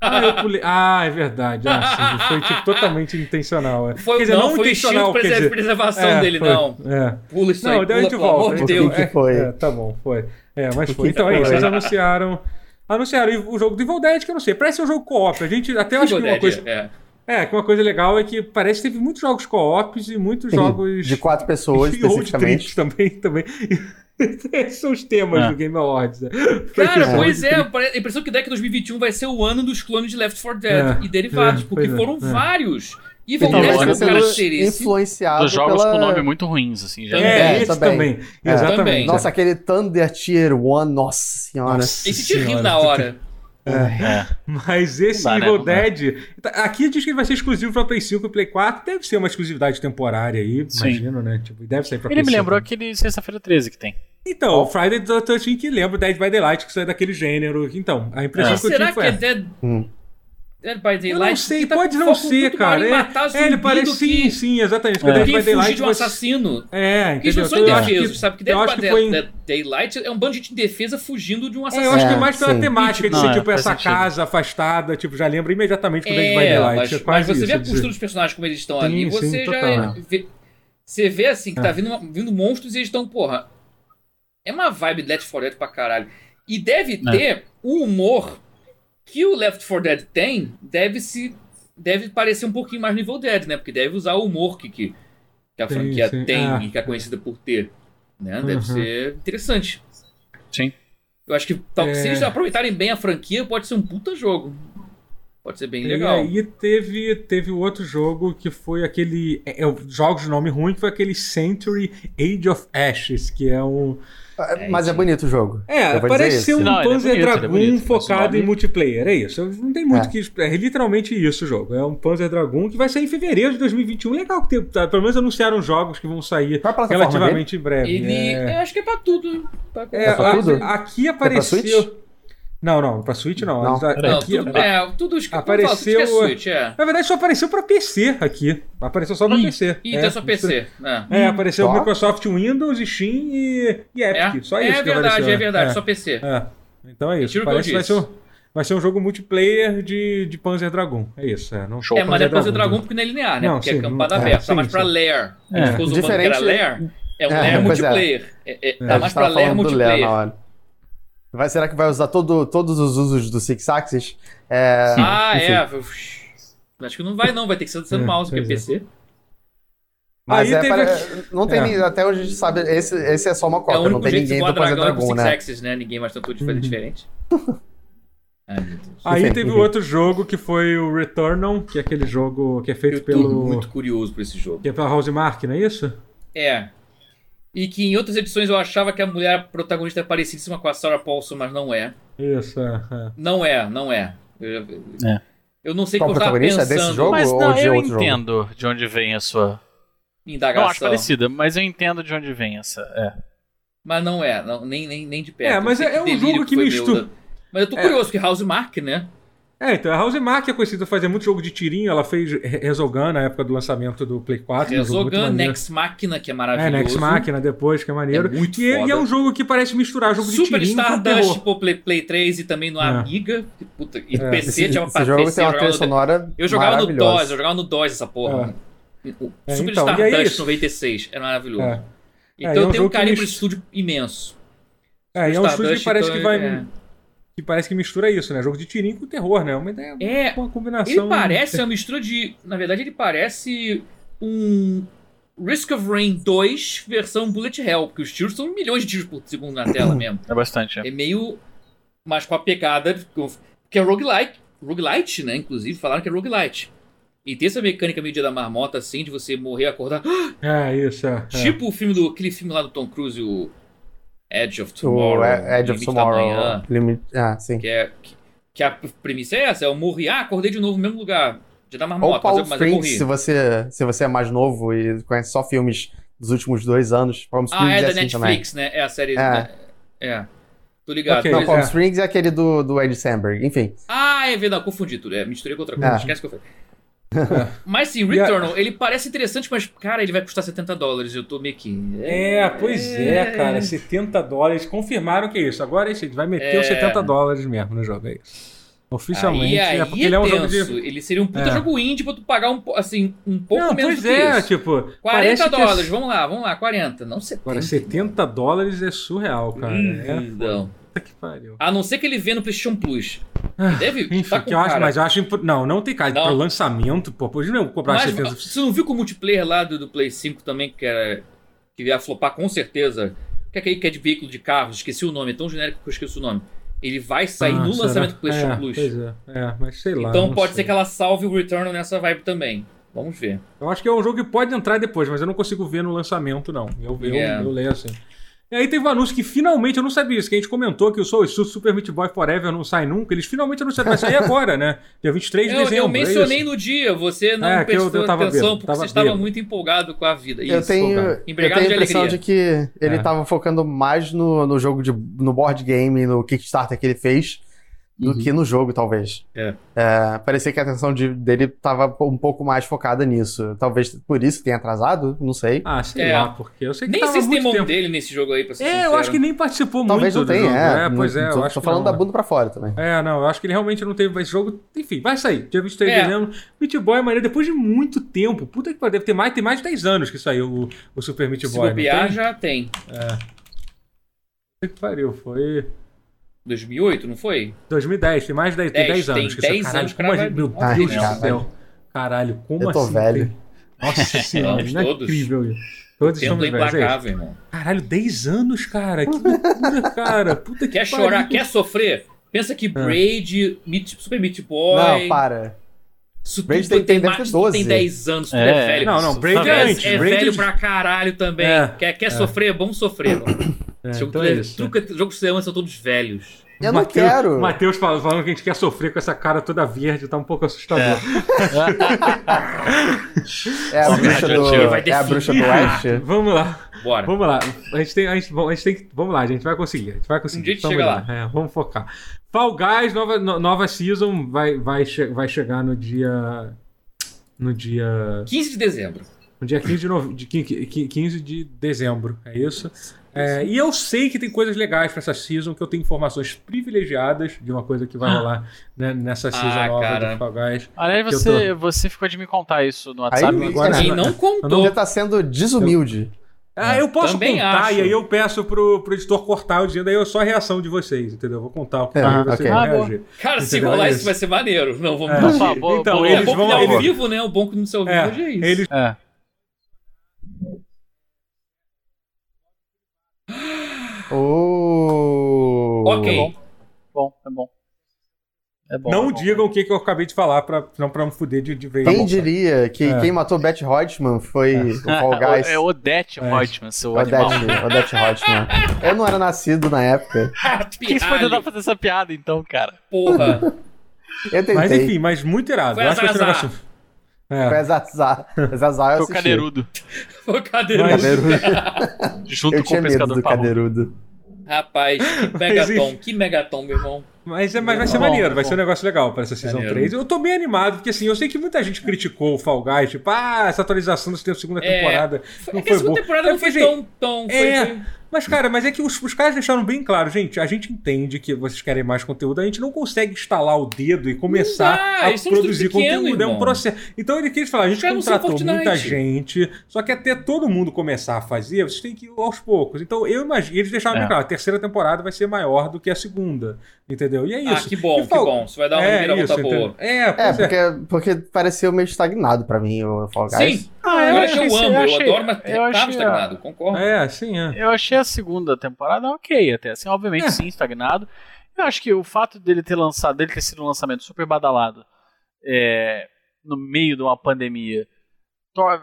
A: Ah, eu pulei. Ah, é verdade. Ah, sim, foi tipo, totalmente intencional. é.
C: Foi,
A: quer dizer,
C: não,
A: não,
C: foi o instinto
A: intencional,
C: de
A: quer
C: preserva-
A: dizer.
C: preservação
A: É,
C: dele,
A: foi,
C: não.
A: É.
C: Pula isso
A: Não,
C: aí,
A: daí a
C: pula,
A: gente
C: pelo amor
A: volta.
C: de
D: O que
C: Deus.
D: que foi?
A: É, tá bom, foi. É, mas
D: O
A: foi.
D: que
A: Então
D: que
A: é isso,
D: foi?
A: eles anunciaram. Anunciaram e o jogo do Evil Dead, que eu não sei. Parece um jogo co-op. A gente até acho que uma coisa.
C: É.
A: É, que uma coisa legal é que parece que teve muitos jogos co-ops e muitos
D: Sim,
A: jogos.
D: De quatro pessoas,
A: e road trips
D: especificamente.
A: também. também. Esses são os temas
B: É.
A: do Game Awards. Né?
C: Cara,
A: Foi
C: pois
A: road
C: é,
A: trip.
C: pare- a impressão que dá é que 2021 vai ser o ano dos clones de Left 4 Dead
A: É,
C: e derivados,
A: é,
C: porque
A: pois é,
C: foram
A: é.
C: vários. E
D: E
C: vão
B: Talvez
D: talvez
B: Então,
D: tenha
C: dessa
B: olha,
D: sido
C: característica.
D: influenciado
B: dos jogos
D: pela...
B: com nome muito ruins, assim. Já
C: É.
A: É,
D: É,
A: esse também.
D: também. É.
A: Exatamente.
D: Nossa, aquele Thunder Tier 1, nossa senhora.
C: E se te riu na hora.
B: É.
A: Mas esse
B: Não dá, né?
A: Evil
B: Não dá.
A: Dead. tá- Aqui diz que ele vai ser exclusivo pra Play 5 e Play 4. Deve ser uma exclusividade temporária aí,
B: Sim.
A: imagino, né? Tipo, deve sair pra
B: Ele
A: Play
B: me
A: 5.
B: lembrou aquele Sexta-feira 13 que tem.
A: Então, o Friday the 13 que lembra o Dead by Daylight, que isso é daquele gênero. Então, a impressão
C: Mas
A: que eu tive
C: será que
A: foi.
C: é
A: essa.
C: Dead,
D: Hum.
C: Dead by Daylight?
A: Eu não sei,
C: Que tá
A: pode
C: com
A: não
C: foco
A: ser,
C: muito maior
A: cara.
C: em matar
A: É, é, ele
C: zumbi
A: parece
C: do
A: sim, sim, exatamente. Porque
B: É.
A: Dead
C: que
A: by
C: tá quem fugir
A: Daylight.
C: de um
A: você-
C: assassino.
A: É,
C: Eles não
A: entendeu? Então,
C: são
A: eu acho que-
C: indefesos, um sabe? Que
A: eu
C: Dead
A: acho
C: by
A: que foi-
C: Dead- Daylight é um bando de gente indefesa fugindo de um
A: É, eu
C: assassino.
A: acho
D: É,
A: que é mais pela
D: sim.
A: temática de
B: Não,
A: ser,
B: é,
A: tipo,
B: faz
A: essa
B: sentido.
A: casa afastada, tipo, já lembra imediatamente do Dead by
C: É,
A: Daylight.
C: mas,
A: é
C: mas
A: quase
C: você
A: isso,
C: vê a
A: quer
C: postura
A: dizer.
C: dos personagens como eles estão
A: Sim,
C: ali,
A: sim,
C: você já é,
A: total.
C: vê, você vê assim que
A: É.
C: tá vindo, uma- vindo monstros e eles estão, porra. É uma vibe de Left 4 Dead pra caralho. E deve
B: É.
C: ter o humor que o Left 4 Dead tem, deve se deve parecer um pouquinho mais no Evil Dead, né? Porque deve usar o humor que, que, que a
A: Sim,
C: franquia
A: sim,
C: tem
A: é.
C: e que é conhecida por ter, né? Deve
A: Uhum.
C: ser interessante.
B: Sim.
C: Eu acho que tal,
A: É.
C: se eles aproveitarem bem a franquia, pode ser um puta jogo. Pode ser bem
A: E
C: legal.
A: aí teve, teve o outro jogo que foi aquele. É, é, jogos de nome ruim, que foi aquele Century Age of Ashes, que é um.
C: É
D: mas é
C: isso.
D: bonito o jogo.
A: É,
D: Eu vou
A: parece
D: dizer
A: ser
D: isso.
A: um
B: Não, ele é
A: Panzer
B: bonito, ele é
A: Dragoon
B: bonito, mas o
A: focado em
B: nome-
A: multiplayer. É isso. Não tem muito
D: É.
A: que. É literalmente isso o jogo. É um Panzer Dragoon que vai sair em fevereiro de 2021. Legal que tem. tá, Pelo menos anunciaram jogos que vão sair
D: Qual é a plataforma dele?
A: relativamente em breve.
C: Ele.
A: É,
C: Eu acho que é pra tudo. Pra
A: É,
D: É pra
A: a-
D: tudo?
A: aqui
D: Switch?
A: apareceu. Não, não, pra Switch não.
D: Não.
A: A-
C: Não,
A: aqui-
C: tudo, é, tudo acho que
A: apareceu-
C: tudo que é Switch, é.
A: Na verdade, só apareceu pra PC aqui. Apareceu só pra
B: Ih,
A: PC.
C: Ih,
A: é,
C: tem só PC. né?
A: É, apareceu
D: Só?
A: Microsoft Windows, Steam e, e Epic.
C: É,
A: Só
C: é
A: isso que
C: verdade,
A: apareceu.
C: é verdade,
A: é.
C: só PC.
A: É. Então é isso.
C: Retiro o que
A: Parece que
C: eu
A: vai ser,
C: disse.
A: um, vai ser um jogo multiplayer de, de Panzer Dragon. É isso. É, não
B: Show.
C: É, mas é
A: Dragoon.
C: Panzer Dragon porque não é linear, né?
A: Não,
C: porque
A: sim,
C: é campada
A: é,
C: aberta.
A: sim,
C: Tá mais pra
A: sim.
C: layer.
B: É.
C: A gente ficou zoando que era
D: Diferente-
C: layer. É um
D: É,
C: layer
D: pois é.
C: multiplayer. É, é,
A: É,
D: a
C: tá
D: gente
C: mais pra
D: tava
C: layer
D: falando do Léo
C: multiplayer.
D: na hora. Vai, será que vai usar todo, todos os usos do Six Axis? É,
C: Ah,
D: enfim.
C: é. Uf, Acho que não vai, não. Vai ter que ser sendo
A: É,
C: mouse, porque é
A: pois é.
C: PC.
D: Mas
A: Aí
D: é
A: teve
D: para- não tem
A: É.
D: ni- até hoje a gente sabe, esse, esse é só uma
C: É
D: cópia,
C: o
D: não
C: único
D: tem
C: jeito de
D: ninguém do
C: voar
D: Panzer
C: dragão é com
D: Dragon,
C: Six
D: né?
C: Axis, né? Ninguém mais tentou de fazer
A: Uhum.
C: diferente. Ai, meu Deus.
A: Aí
D: Enfim,
A: teve
D: enfim.
A: outro jogo que foi o Returnal, que é aquele jogo que é feito
C: Eu tô
A: pelo.
C: muito curioso por esse jogo.
A: Que é pela Housemarque, não é isso?
C: É. E que em outras edições eu achava que a mulher protagonista é parecidíssima com a Sarah Paulson, mas não é.
A: Isso, é. é.
C: Não é, não é. Eu,
B: É.
C: eu não sei o
D: Qual
C: que eu tava
D: protagonista é
C: pensando.
D: desse jogo?
B: Mas
D: ou
B: não,
D: de
B: eu
D: outro jogo?
B: entendo de onde vem a sua. Não acho
C: Indagação.
B: parecida, mas eu entendo de onde vem essa. É.
C: Mas não é, não, nem, nem, nem de perto.
A: É,
C: Eu
A: mas
C: sei
A: é- é um
C: delírio
A: jogo que
C: foi
A: mistura-
C: meu, né? Mas eu tô curioso, porque House Mark, né?
A: É, então a Housemarque é conhecida por fazer muito jogo de tirinho. Ela fez Re- Resogun na época do lançamento do Play
D: É,
A: 4. um jogo muito
C: Resogun,
A: maneiro.
C: Nex É, Machina, que é
A: É,
C: maravilhoso.
A: Next Machina depois, que é maneiro.
C: É muito
A: e, e é
C: foda.
A: um jogo que parece misturar jogo de
C: Super
A: tirinho com
C: Stardust
A: terror.
C: pro Play, Play 3 e também no
A: É.
C: Amiga. que Puta, e
A: É,
C: PC,
D: Esse,
C: tinha uma
D: esse jogo
C: PC,
D: tem uma trilha
C: eu jogava no,
D: sonora
C: eu jogava no
D: maravilhosa.
C: DOS, eu jogava no DOS essa porra. O
A: É,
C: Super
A: então, e é
C: Stardust
A: isso.
C: 96, era maravilhoso.
A: É. é
C: Então
A: um
C: eu tenho um
A: jogo que
C: carinho por
A: mis-
C: esse estúdio imenso.
A: É, e é um estúdio que
C: Stardust,
A: parece
C: então,
A: que vai.
C: é.
A: Que parece que mistura isso, né? Jogo de tirinho com terror, né? Uma ideia.
C: É,
A: uma combinação.
C: Ele parece uma mistura de. Na verdade, ele parece um Risk of Rain 2 versão Bullet Hell, porque os tiros são milhões de tiros por segundo na tela mesmo.
B: É bastante. é.
C: É meio. Mas com a pegada. com- Que é roguelike. Roguelite, né? Inclusive, falaram que é roguelite. E tem essa mecânica meio dia da marmota, assim, de você morrer e acordar.
A: É, isso. É, é.
C: Tipo o filme do. aquele filme lá do Tom Cruise, o. Edge of Tomorrow.
D: O Ed- Edge of
C: Limite da Manhã.
D: Tomorrow. Limit- Ah, sim.
C: Que, é, que, que a premissa é essa, é eu morri, ah, acordei de novo no mesmo lugar. Já dá
D: Ou
C: marmota, é mas eu,
D: Paul
C: mas eu
D: Springs,
C: morri.
D: se você, se você é mais novo e conhece só filmes dos últimos dois anos. Palm
C: Ah,
D: Springs
C: é da
D: assim também.
C: Netflix, né? É a série.
D: É.
C: né? É. Tô ligado.
A: Ok.
D: Não,
C: Mas-
D: Palm
A: É.
D: Springs é aquele do, do Ed Sandberg. Enfim,
C: Ah, é verdade, confundi tudo. É, misturei com outra coisa.
D: É.
C: Esquece o que eu falei. mas sim,
A: E a-
C: Returnal, ele parece interessante, mas, cara, ele vai custar 70 dólares. Eu tô meio que.
A: É, pois é, cara. 70 dólares. Confirmaram que é isso. Agora é isso. Ele vai meter os
C: É.
A: 70 dólares mesmo no jogo. É isso. Oficialmente.
C: Aí, aí
A: é porque ele é um jogo de.
C: tenso. Ele seria um puta
A: É.
C: jogo indie pra tu pagar um, po- assim, um pouco
A: Não,
C: menos
A: pois
C: do que
A: é,
C: isso.
A: tipo.
C: 40
A: parece que é-
C: dólares, vamos lá, vamos lá, 40. Não 70.
A: Agora, 70 dólares é surreal, cara.
C: Hum,
A: é,
C: não.
A: puta que pariu.
C: A não ser que ele venha no PlayStation Plus.
A: Ah,
C: Deve tá
A: Enfim,
C: com
A: que eu acho,
C: cara.
A: mas eu acho. impro- Não, não tem cara.
C: Não.
A: Pro lançamento, pô, pode não cobrar
C: Mas
A: 70.
C: você não viu que o multiplayer lá do, do Play 5 também, que, era, que ia flopar com certeza? Que é aquele que é de veículo de carros, esqueci o nome, é tão genérico que eu esqueci o nome. Ele vai sair
A: Ah,
C: no
A: será?
C: lançamento do PlayStation
A: é,
C: Plus.
A: Pois é, é, mas sei lá.
C: Então
A: não
C: pode
A: sei.
C: ser que ela salve o Returnal nessa vibe também. Vamos ver.
A: Eu acho que é um jogo que pode entrar depois, mas eu não consigo ver no lançamento, não. Eu, eu,
C: Yeah.
A: eu leio assim. E aí teve um anúncio que finalmente, eu não sabia isso, que a gente comentou que o Soul Su- Super Meat Boy Forever não sai nunca. Eles finalmente anunciaram, vai sair agora, né? Dia 23 de
C: Eu,
A: dezembro.
C: eu
A: é isso?
C: mencionei no dia, você não
A: É, que eu- eu
C: prestou
A: tava
C: atenção
A: bêbado,
C: porque
A: tava
C: você estava
A: bêbado.
C: muito empolgado com a vida.
D: eu
C: Isso.
D: tenho,
A: cara.
D: eu tenho
C: Empregado
D: a
C: de
D: impressão de
C: alegria.
D: que ele
A: É.
D: tava focando mais no, no jogo de. no board game, no Kickstarter que ele fez, do
C: Uhum.
D: que no jogo, talvez.
C: É.
D: É, parecia que a atenção de- dele tava um pouco mais focada nisso. Talvez por isso tenha atrasado, não sei.
A: Ah, sei
C: É.
A: lá, porque eu sei que
C: Nem
A: tava
C: sei se tem
A: muito
C: mão
A: tempo.
C: dele nesse jogo aí, pra ser
A: É,
C: sincero.
A: eu acho que nem participou
D: Talvez não
A: muito do
D: tenha,
A: jogo.
D: é.
A: É, pois é,
D: Não-
A: eu
D: tô
A: acho que
D: falando
A: não,
D: da
A: né?
D: bunda pra fora também.
A: É, não, eu acho que ele realmente não teve esse jogo. Enfim, vai sair. Dia 23
C: É.
A: de dezembro. Meat Boy é maneiro. Depois de muito tempo. Puta que pariu. Deve ter mais, tem mais de 10 anos que saiu o, o Super Meat
C: Se
A: Boy. né? não
C: bobear,
A: tem?
C: já tem.
A: Puta que pariu. Foi
C: 2008, não foi?
A: 2010. Tem mais de 10, tem
C: 10,
A: 10 anos.
C: tem
A: que saiu. Caralho,
C: 10 anos
A: como a
C: pra
A: gente- Meu Deus
D: caralho.
A: do
D: Ai,
A: céu. Caralho, como
D: Eu tô
A: assim?
D: velho.
A: tem- Nossa senhora, é
C: Estamos todos.
A: incrível isso. Todos estamos
C: Tempo é
A: velhos. é isso.
C: implacável, irmão.
A: Caralho, 10 anos, cara. Que loucura, cara. Puta que
C: Quer
A: pariu.
C: chorar, quer sofrer? Pensa
A: É.
C: que Braid, Meat- Super Meat Boy.
D: Não, para.
C: Isso
D: Braid
C: tudo
D: tem- tem-
C: mais-
D: deve ter
C: tudo
D: 12.
C: Tem 10 anos, tudo é,
B: É,
C: velho.
A: Não, não, Braid
C: Tudo
A: é
C: é,
A: antes.
C: é
A: Braid
C: velho
A: é-
C: pra caralho também.
A: É,
C: quer quer sofrer? Vamos sofrer. mano.
A: É,
C: Esse jogo,
A: então
C: tudo
A: é
C: é-
A: isso.
C: truca- jogos de cinema são todos velhos.
D: Eu não quero.
A: O Matheus fala- falando que a gente quer sofrer com essa cara toda verde, tá um pouco assustador.
D: É a
B: Sim,
D: bruxa do.
B: radioativo.
C: Vai
D: É a bruxa do oeste.
A: Vamos lá,
C: Bora.
A: vamos lá. A gente tem. A gente, bom, a gente tem que, vamos lá, a gente vai conseguir. A gente vai conseguir.
C: Um dia a gente
A: Vamos
C: chega
A: É, vamos focar. Fall Guys, nova, no- nova season, vai, vai, che- vai chegar no dia. No dia.
C: 15 de dezembro.
A: No dia 15 de, nove- de quin- quin- 15 de dezembro, é isso? É, e eu sei que tem coisas legais pra essa season, que eu tenho informações privilegiadas de uma coisa que vai
B: Ah.
A: rolar né, nessa season
C: Ah,
A: nova
C: cara.
A: do Fall Guys.
B: Aliás,
A: Que eu
B: você, você ficou de me contar isso no WhatsApp.
D: Aí,
B: agora.
D: cara.
C: Quem não
D: Você
C: contou.
D: tá sendo desumilde.
A: Ah, eu posso
C: Também
A: contar,
C: acho.
A: e aí eu peço pro, pro editor cortar o dia, daí é só a reação de vocês, entendeu? Eu vou contar o que
D: É,
A: tá, e vocês
D: ok.
A: vão
B: Ah, boa.
A: reagir.
C: Cara, se
A: Entendeu?
C: rolar
A: É
C: isso
A: isso.
C: vai ser maneiro. Não, vamos.
B: Por favor,
A: Então,
B: boa-
C: É,
A: eles
C: bom que
A: vão-
C: não é ao
A: eles-
C: vivo, né? O bom que não ser ao vivo
A: É,
C: hoje é isso.
A: eles-
B: um É.
D: Oh.
C: Ok.
A: Tá
B: Bom, bom, é bom. É bom.
A: não
B: é bom.
A: digam o que, que eu acabei de falar, pra, não pra não fuder de, de vez.
D: Quem diria que
A: É.
D: quem matou Beth Hodgman foi o Fall Guys?
B: É Odete
A: É.
B: Reutemann, seu
D: Odette,
B: animal.
D: Odette Hodgman. Eu não era nascido na época.
B: Por que você foi tentar
C: Pirralho,
B: fazer essa piada então, cara?
C: porra.
D: Eu tentei.
A: Mas enfim, mas muito irado.
C: Foi
A: Eu acho que esse
C: azar.
A: negócio... É.
D: Foi Zazar. Zazar eu
B: Foi o
D: assisti.
B: Cadeirudo,
C: Foi o cadeirudo.
A: Mas-
D: Cadeirudo.
B: junto
D: Eu
B: com
D: tinha
B: o
D: medo
B: pescador
D: do
B: Paulo.
D: Cadeirudo.
C: Rapaz, que megatom, que megatom, meu irmão.
A: Mas, é, mas vai
B: Tá
A: ser
B: bom,
A: maneiro,
B: tá
A: vai
B: bom.
A: ser um negócio legal pra essa Season
C: Maneiro.
A: 3. Eu tô bem animado, porque assim, eu sei que muita gente criticou o Fall Guys, tipo, ah, essa atualização da segunda
C: É.
A: temporada.
C: Foi,
A: Não
C: é que a
A: foi
C: segunda
A: bom.
C: temporada
A: Eu
C: não foi
A: falei,
C: tão. tão foi,
A: é.
C: foi-
A: Mas, cara, mas é que os, os caras deixaram bem claro, gente, a gente entende que vocês querem mais conteúdo, a gente não consegue instalar o dedo e começar
C: Não dá,
A: a
C: isso é um
A: produzir
C: estúdio pequeno,
A: conteúdo, é um
C: irmão.
A: processo. Então ele quis falar, a gente
C: Os caras não são
A: contratou muita
C: Fortnite.
A: gente, só que até todo mundo começar a fazer, vocês têm que ir aos poucos. Então eu imagino, eles deixaram bem
B: É.
A: claro, a terceira temporada vai ser maior do que a segunda, entendeu? E é isso.
C: Ah, que bom,
A: E
C: que
A: fal-
C: bom. Isso vai dar uma reviravolta boa.
A: entendeu? É,
D: É,
A: pois é.
D: porque, porque pareceu meio estagnado pra mim o Fall Guys.
C: Sim,
B: Ah,
C: eu,
B: eu
C: acho que eu
B: achei-
C: amo,
B: eu
C: eu,
B: achei-
C: adoro, mas
B: eu
C: tava
B: achei-
C: estagnado, concordo.
A: É, sim, é.
B: Eu achei a segunda temporada ok até, assim, obviamente
A: É.
B: sim, estagnado. Eu acho que o fato dele ter lançado, dele ter sido um lançamento super badalado é, no meio de uma pandemia, tor-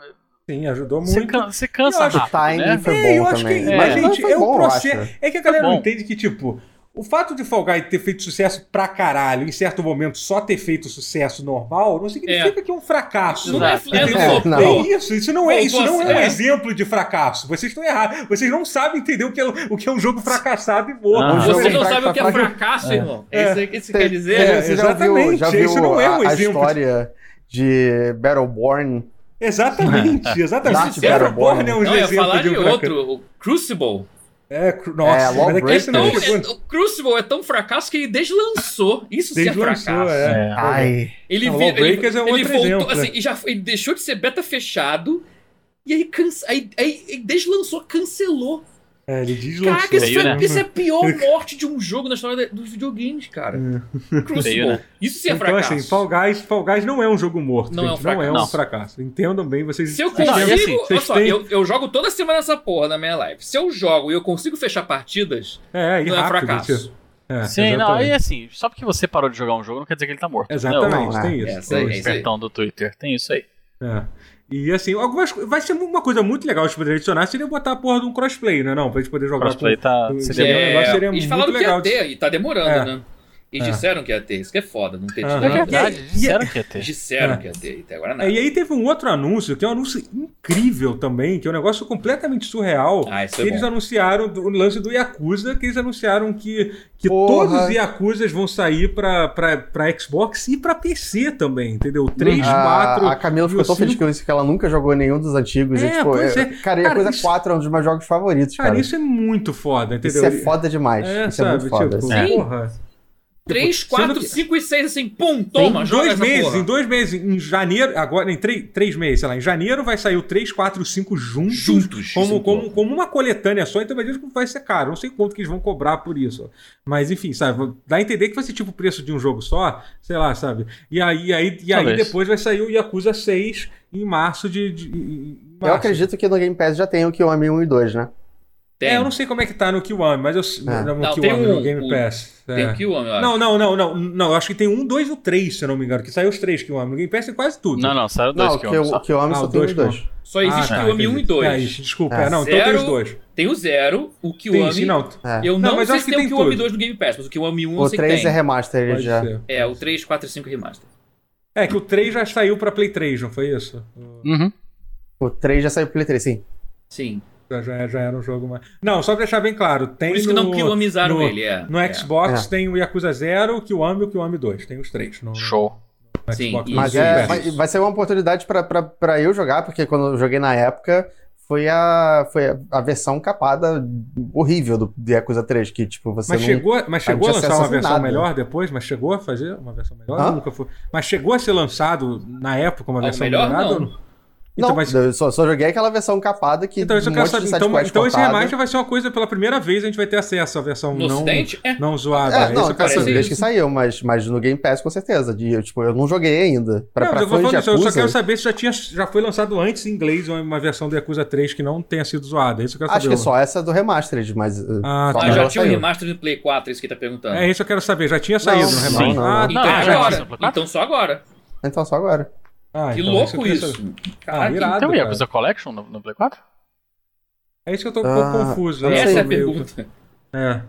A: Sim, ajudou
B: você
A: muito.
B: can- você cansa
A: Eu
D: O
B: rápido,
D: timing
B: né?
D: foi
A: É, eu
D: bom
A: acho
D: também.
A: que.
B: É.
A: Mas,
D: Mas não
A: gente,
D: foi
A: é um
D: bom, eu acho.
A: processo. É que a
C: Tá
A: galera não
B: Bom.
A: entende que, tipo, o fato de Fall Guy ter feito sucesso pra caralho, em certo momento só ter feito sucesso normal, não significa que é um fracasso.
C: Não é,
B: Exato.
C: é,
A: Entendeu?
C: não
D: É,
C: foi-
D: não.
A: É isso, isso não é,
C: Bom,
A: isso não é um
C: você-
A: exemplo de fracasso. Vocês estão errados. Vocês não sabem entender o que é, o que é um jogo fracassado e morto.
B: Ah.
A: Um jogo
C: Você não
D: fracasso
C: sabe o que é
D: pra-
C: fracasso,
B: É.
C: irmão. É isso aí que você quer dizer?
A: É,
D: Você já viu,
A: exatamente,
D: já viu
A: isso não é um
D: a- a,
A: exemplo.
D: história de Battleborn?
A: Exatamente, exatamente.
D: Darth Vader
A: Battleborn
D: Born.
A: é um
C: Não, eu ia
A: exemplo
C: falar de
A: um fracasso.
C: outro, o Crucible.
A: É, cru- nossa,
D: É,
A: mas é que esse
D: Lawbreaker.
A: não
C: Então,
D: Não,
A: chegou.
C: é- o Crucible é tão fracasso que ele deslançou. Isso sim é
A: Desde lançou,
C: fracasso.
A: é.
B: É.
D: Ai,
C: Ele,
A: Não,
C: vi-
A: Lawbreakers
C: ele,
A: é um
C: ele
A: outro
C: voltou,
A: exemplo,
C: assim, e já foi- ele deixou de ser beta fechado. E aí, cansa, aí, aí, aí deslançou, cancelou.
A: É, ele deslançou.
C: Caraca, isso,
B: Feio,
C: foi-
B: né?
A: Uhum.
C: isso é a pior morte de um jogo na história da- dos videogames, cara. Crucible.
B: Feio, né?
C: Isso sim é
A: Então,
C: fracasso.
A: assim, Fall Guys, Fall Guys não é um jogo morto,
C: Não é um
A: gente. não é um
B: fracasso.
A: fracasso. Entendam bem, vocês.
C: Se eu
A: vocês
B: Não,
C: consigo.
B: e assim,
C: olha
A: vocês
C: só,
A: têm-
C: eu, eu jogo toda semana essa porra na minha live. Se eu jogo e eu consigo fechar partidas,
A: É, e
C: não é
A: rápido,
C: fracasso.
A: tio. É,
B: Sim, não, e
A: exatamente.
B: assim, só porque você parou de jogar um jogo não quer dizer que ele tá morto. Não,
A: Exatamente,
D: Não,
A: tem
C: é,
A: isso.
C: essa
A: tem
C: aí, é
A: isso.
C: isso aí.
B: Então, do Twitter, tem isso aí.
A: É. E assim, algumas, co- vai ser uma coisa muito legal de poder adicionar seria botar a porra de um crossplay, não é não? Pra gente poder jogar
B: Crossplay
A: com...
B: tá.
A: com-
B: Seria
A: Seria
B: muito
A: um
C: é,
A: negócio, seria
C: eles
A: muito
C: falaram
A: legal
C: que
A: de-
C: ia ter, e tá demorando,
A: É.
C: né? Eles
A: É.
C: disseram que ia ter, isso que é foda, não ter
A: Aham.
B: É
A: É
C: tido.
A: verdade,
B: verdade, disseram que ia
C: Eles
B: ter.
C: disseram
A: É.
C: que ia ter, e até agora nada.
A: É, E aí teve um outro anúncio, que é um anúncio incrível também, que é um negócio completamente surreal.
C: Ah, isso
A: que
C: é
A: eles
C: bom.
A: anunciaram do- o lance do Yakuza, que eles anunciaram que, que
D: Porra.
A: todos os Yakuzas vão sair pra, pra, pra Xbox e pra PC também, entendeu? 3,
D: a,
A: 4.
D: Uhum. Ah, a Camila ficou tão
A: cinco.
D: feliz com isso que ela nunca jogou nenhum dos antigos. e,
A: É,
D: tipo,
A: pois
D: eu-
A: é.
D: Cara, e a
A: Cara,
D: coisa
A: isso-
D: 4 é um dos meus jogos favoritos,
A: Cara,
D: cara.
A: isso é muito foda,
D: Isso
A: entendeu?
D: é foda demais.
A: É,
D: isso
A: sabe,
D: é muito foda.
A: tipo,
D: assim.
B: é.
A: porra.
C: 3,
A: Tipo, sendo
C: 4,
A: que-
C: 5 e 6, assim, pum, toma,
A: em
C: joga
A: dois
C: essa
A: meses, então,
C: porra.
A: em dois meses, em janeiro, agora, em três, três meses, sei lá, em janeiro vai sair o 3, 4 e 5 juntos.
C: Juntos.
A: Como,
C: isso,
A: como,
C: porra.
A: como uma coletânea só, então imagina como vai ser caro. Não sei quanto que eles vão cobrar por isso. Mas enfim, sabe? Dá a entender que vai ser tipo o preço de um jogo só, sei lá, sabe? E aí, aí, e aí
B: Talvez.
A: depois vai sair o Yakuza 6 em março de. de- em março.
D: Eu acredito que no Game Pass já tem o Kiwami 1 e 2, um né?
C: Tem.
A: É, eu não sei como é que tá no Kiwami, mas eu.
D: É.
A: No,
C: Não,
A: Kiwami,
C: tem
A: no
C: um-
A: Game
C: o-
A: Pass.
C: Tem
A: é.
C: o Kiwami, eu acho.
A: Não, não, não, não, não. eu Acho que tem um, dois ou três, se eu não me engano, que saiu os três Kiwami. No Game Pass tem quase tudo.
B: Não, não, saiu dois
D: Não,
B: que
D: que
B: eu.
D: o que eu amo
A: Ah,
D: só
A: o
D: tem os
A: dois
D: dois.
C: Só existe
A: tá,
C: Kiwami
A: entendi.
C: 1 e 2.
A: É, isso, desculpa,
D: É,
A: é, não, então tem os
C: zero,
A: dois.
C: Tem o 0, o
A: Tem, sim,
C: Kiwami.
A: não.
D: É.
C: Eu
A: Não,
C: não,
A: mas eu
C: sei
A: acho
C: se
A: que
C: tem
A: tem
C: o Kiwami
A: tudo.
C: 2 no Game Pass, mas o Kiwami 1 eu
D: O
C: sei que
D: 3 é
C: tem.
D: remastered
A: Pode
D: já.
A: ser.
C: É, o 3, 4 e 5 remaster.
A: É, que o 3 já saiu pra Play 3, não foi isso?
B: Uhum.
D: O 3 já saiu pro Play 3, sim.
C: Sim.
A: Já, já, já era um jogo mais. Não, só pra deixar bem claro, tem.
C: Por isso que não
A: no-
C: Kiwamizaram
A: no-
C: ele, é.
A: No
C: É.
A: Xbox
D: É.
A: tem o Yakuza 0, o Kiwami e o Kiwami 2. Tem os três. No, no
B: Show.
A: Xbox
C: Sim,
A: One.
C: e-
D: Mas
C: Isso,
D: é,
C: isso.
D: vai, vai ser uma oportunidade pra, pra, pra eu jogar, porque quando eu joguei na época, foi a, foi a- a versão capada horrível do de Yakuza 3, que tipo, você
A: Mas
D: não...
A: chegou, mas chegou a
D: tinha
A: lançar uma
D: acesso a
A: versão
D: nada.
A: melhor depois? Mas chegou a fazer uma versão melhor?
D: Hã?
A: Nunca foi. Mas chegou a ser lançado na época uma
C: Ah, o
A: versão
C: melhor,
A: melhorada?
C: não.
A: ou Então,
D: Não,
A: mas-
D: eu só, só joguei aquela versão capada que
A: Então, isso eu
D: um
A: quero
D: monte
A: saber.
D: de
A: Então,
D: sidequest
A: então esse
D: cortada.
A: remaster vai ser uma coisa pela primeira vez a gente vai ter acesso à versão
C: No
A: não,
C: Ocidente? É.
A: não zoada.
D: É,
A: Esse
D: não,
A: eu quero
D: tá, assim,
C: parece-
A: saber.
D: desde que saiu, mas, mas no Game Pass com certeza. De, eu, tipo, eu não joguei ainda. Pra,
A: Não,
D: pra
A: eu, vou
D: fãs de
A: falando isso, eu só
D: Yakuza,
A: quero saber se já, tinha, já foi lançado antes em inglês uma- uma versão do Yakuza 3 que não tenha sido zoada. É Isso eu quero
D: acho
A: saber.
D: que é só essa do remastered, mas... uh,
A: Ah,
D: só
A: tá.
C: Ah,
D: ela
C: já tinha o
D: saiu.
C: remaster no Play 4, isso que ele tá perguntando.
A: É isso eu quero saber. Já tinha saído no
D: Não, não,
A: remaster?
D: não,
A: ah,
D: não.
B: Não,
A: tá.
B: já
A: já-
B: tinha.
C: agora. Então só agora.
D: Então só agora.
A: Ah,
C: que
A: então,
C: louco
A: eu quero
C: isso. Ah,
A: saber.
C: Caraca,
A: irado. Tá
B: Então,
A: cara.
B: Yakuza Collection no, no Play 4?
A: É isso que eu tô um pouco
D: Ah,
A: confuso.
D: não
A: né?
C: Essa é a
A: Meio-
C: pergunta.
A: É.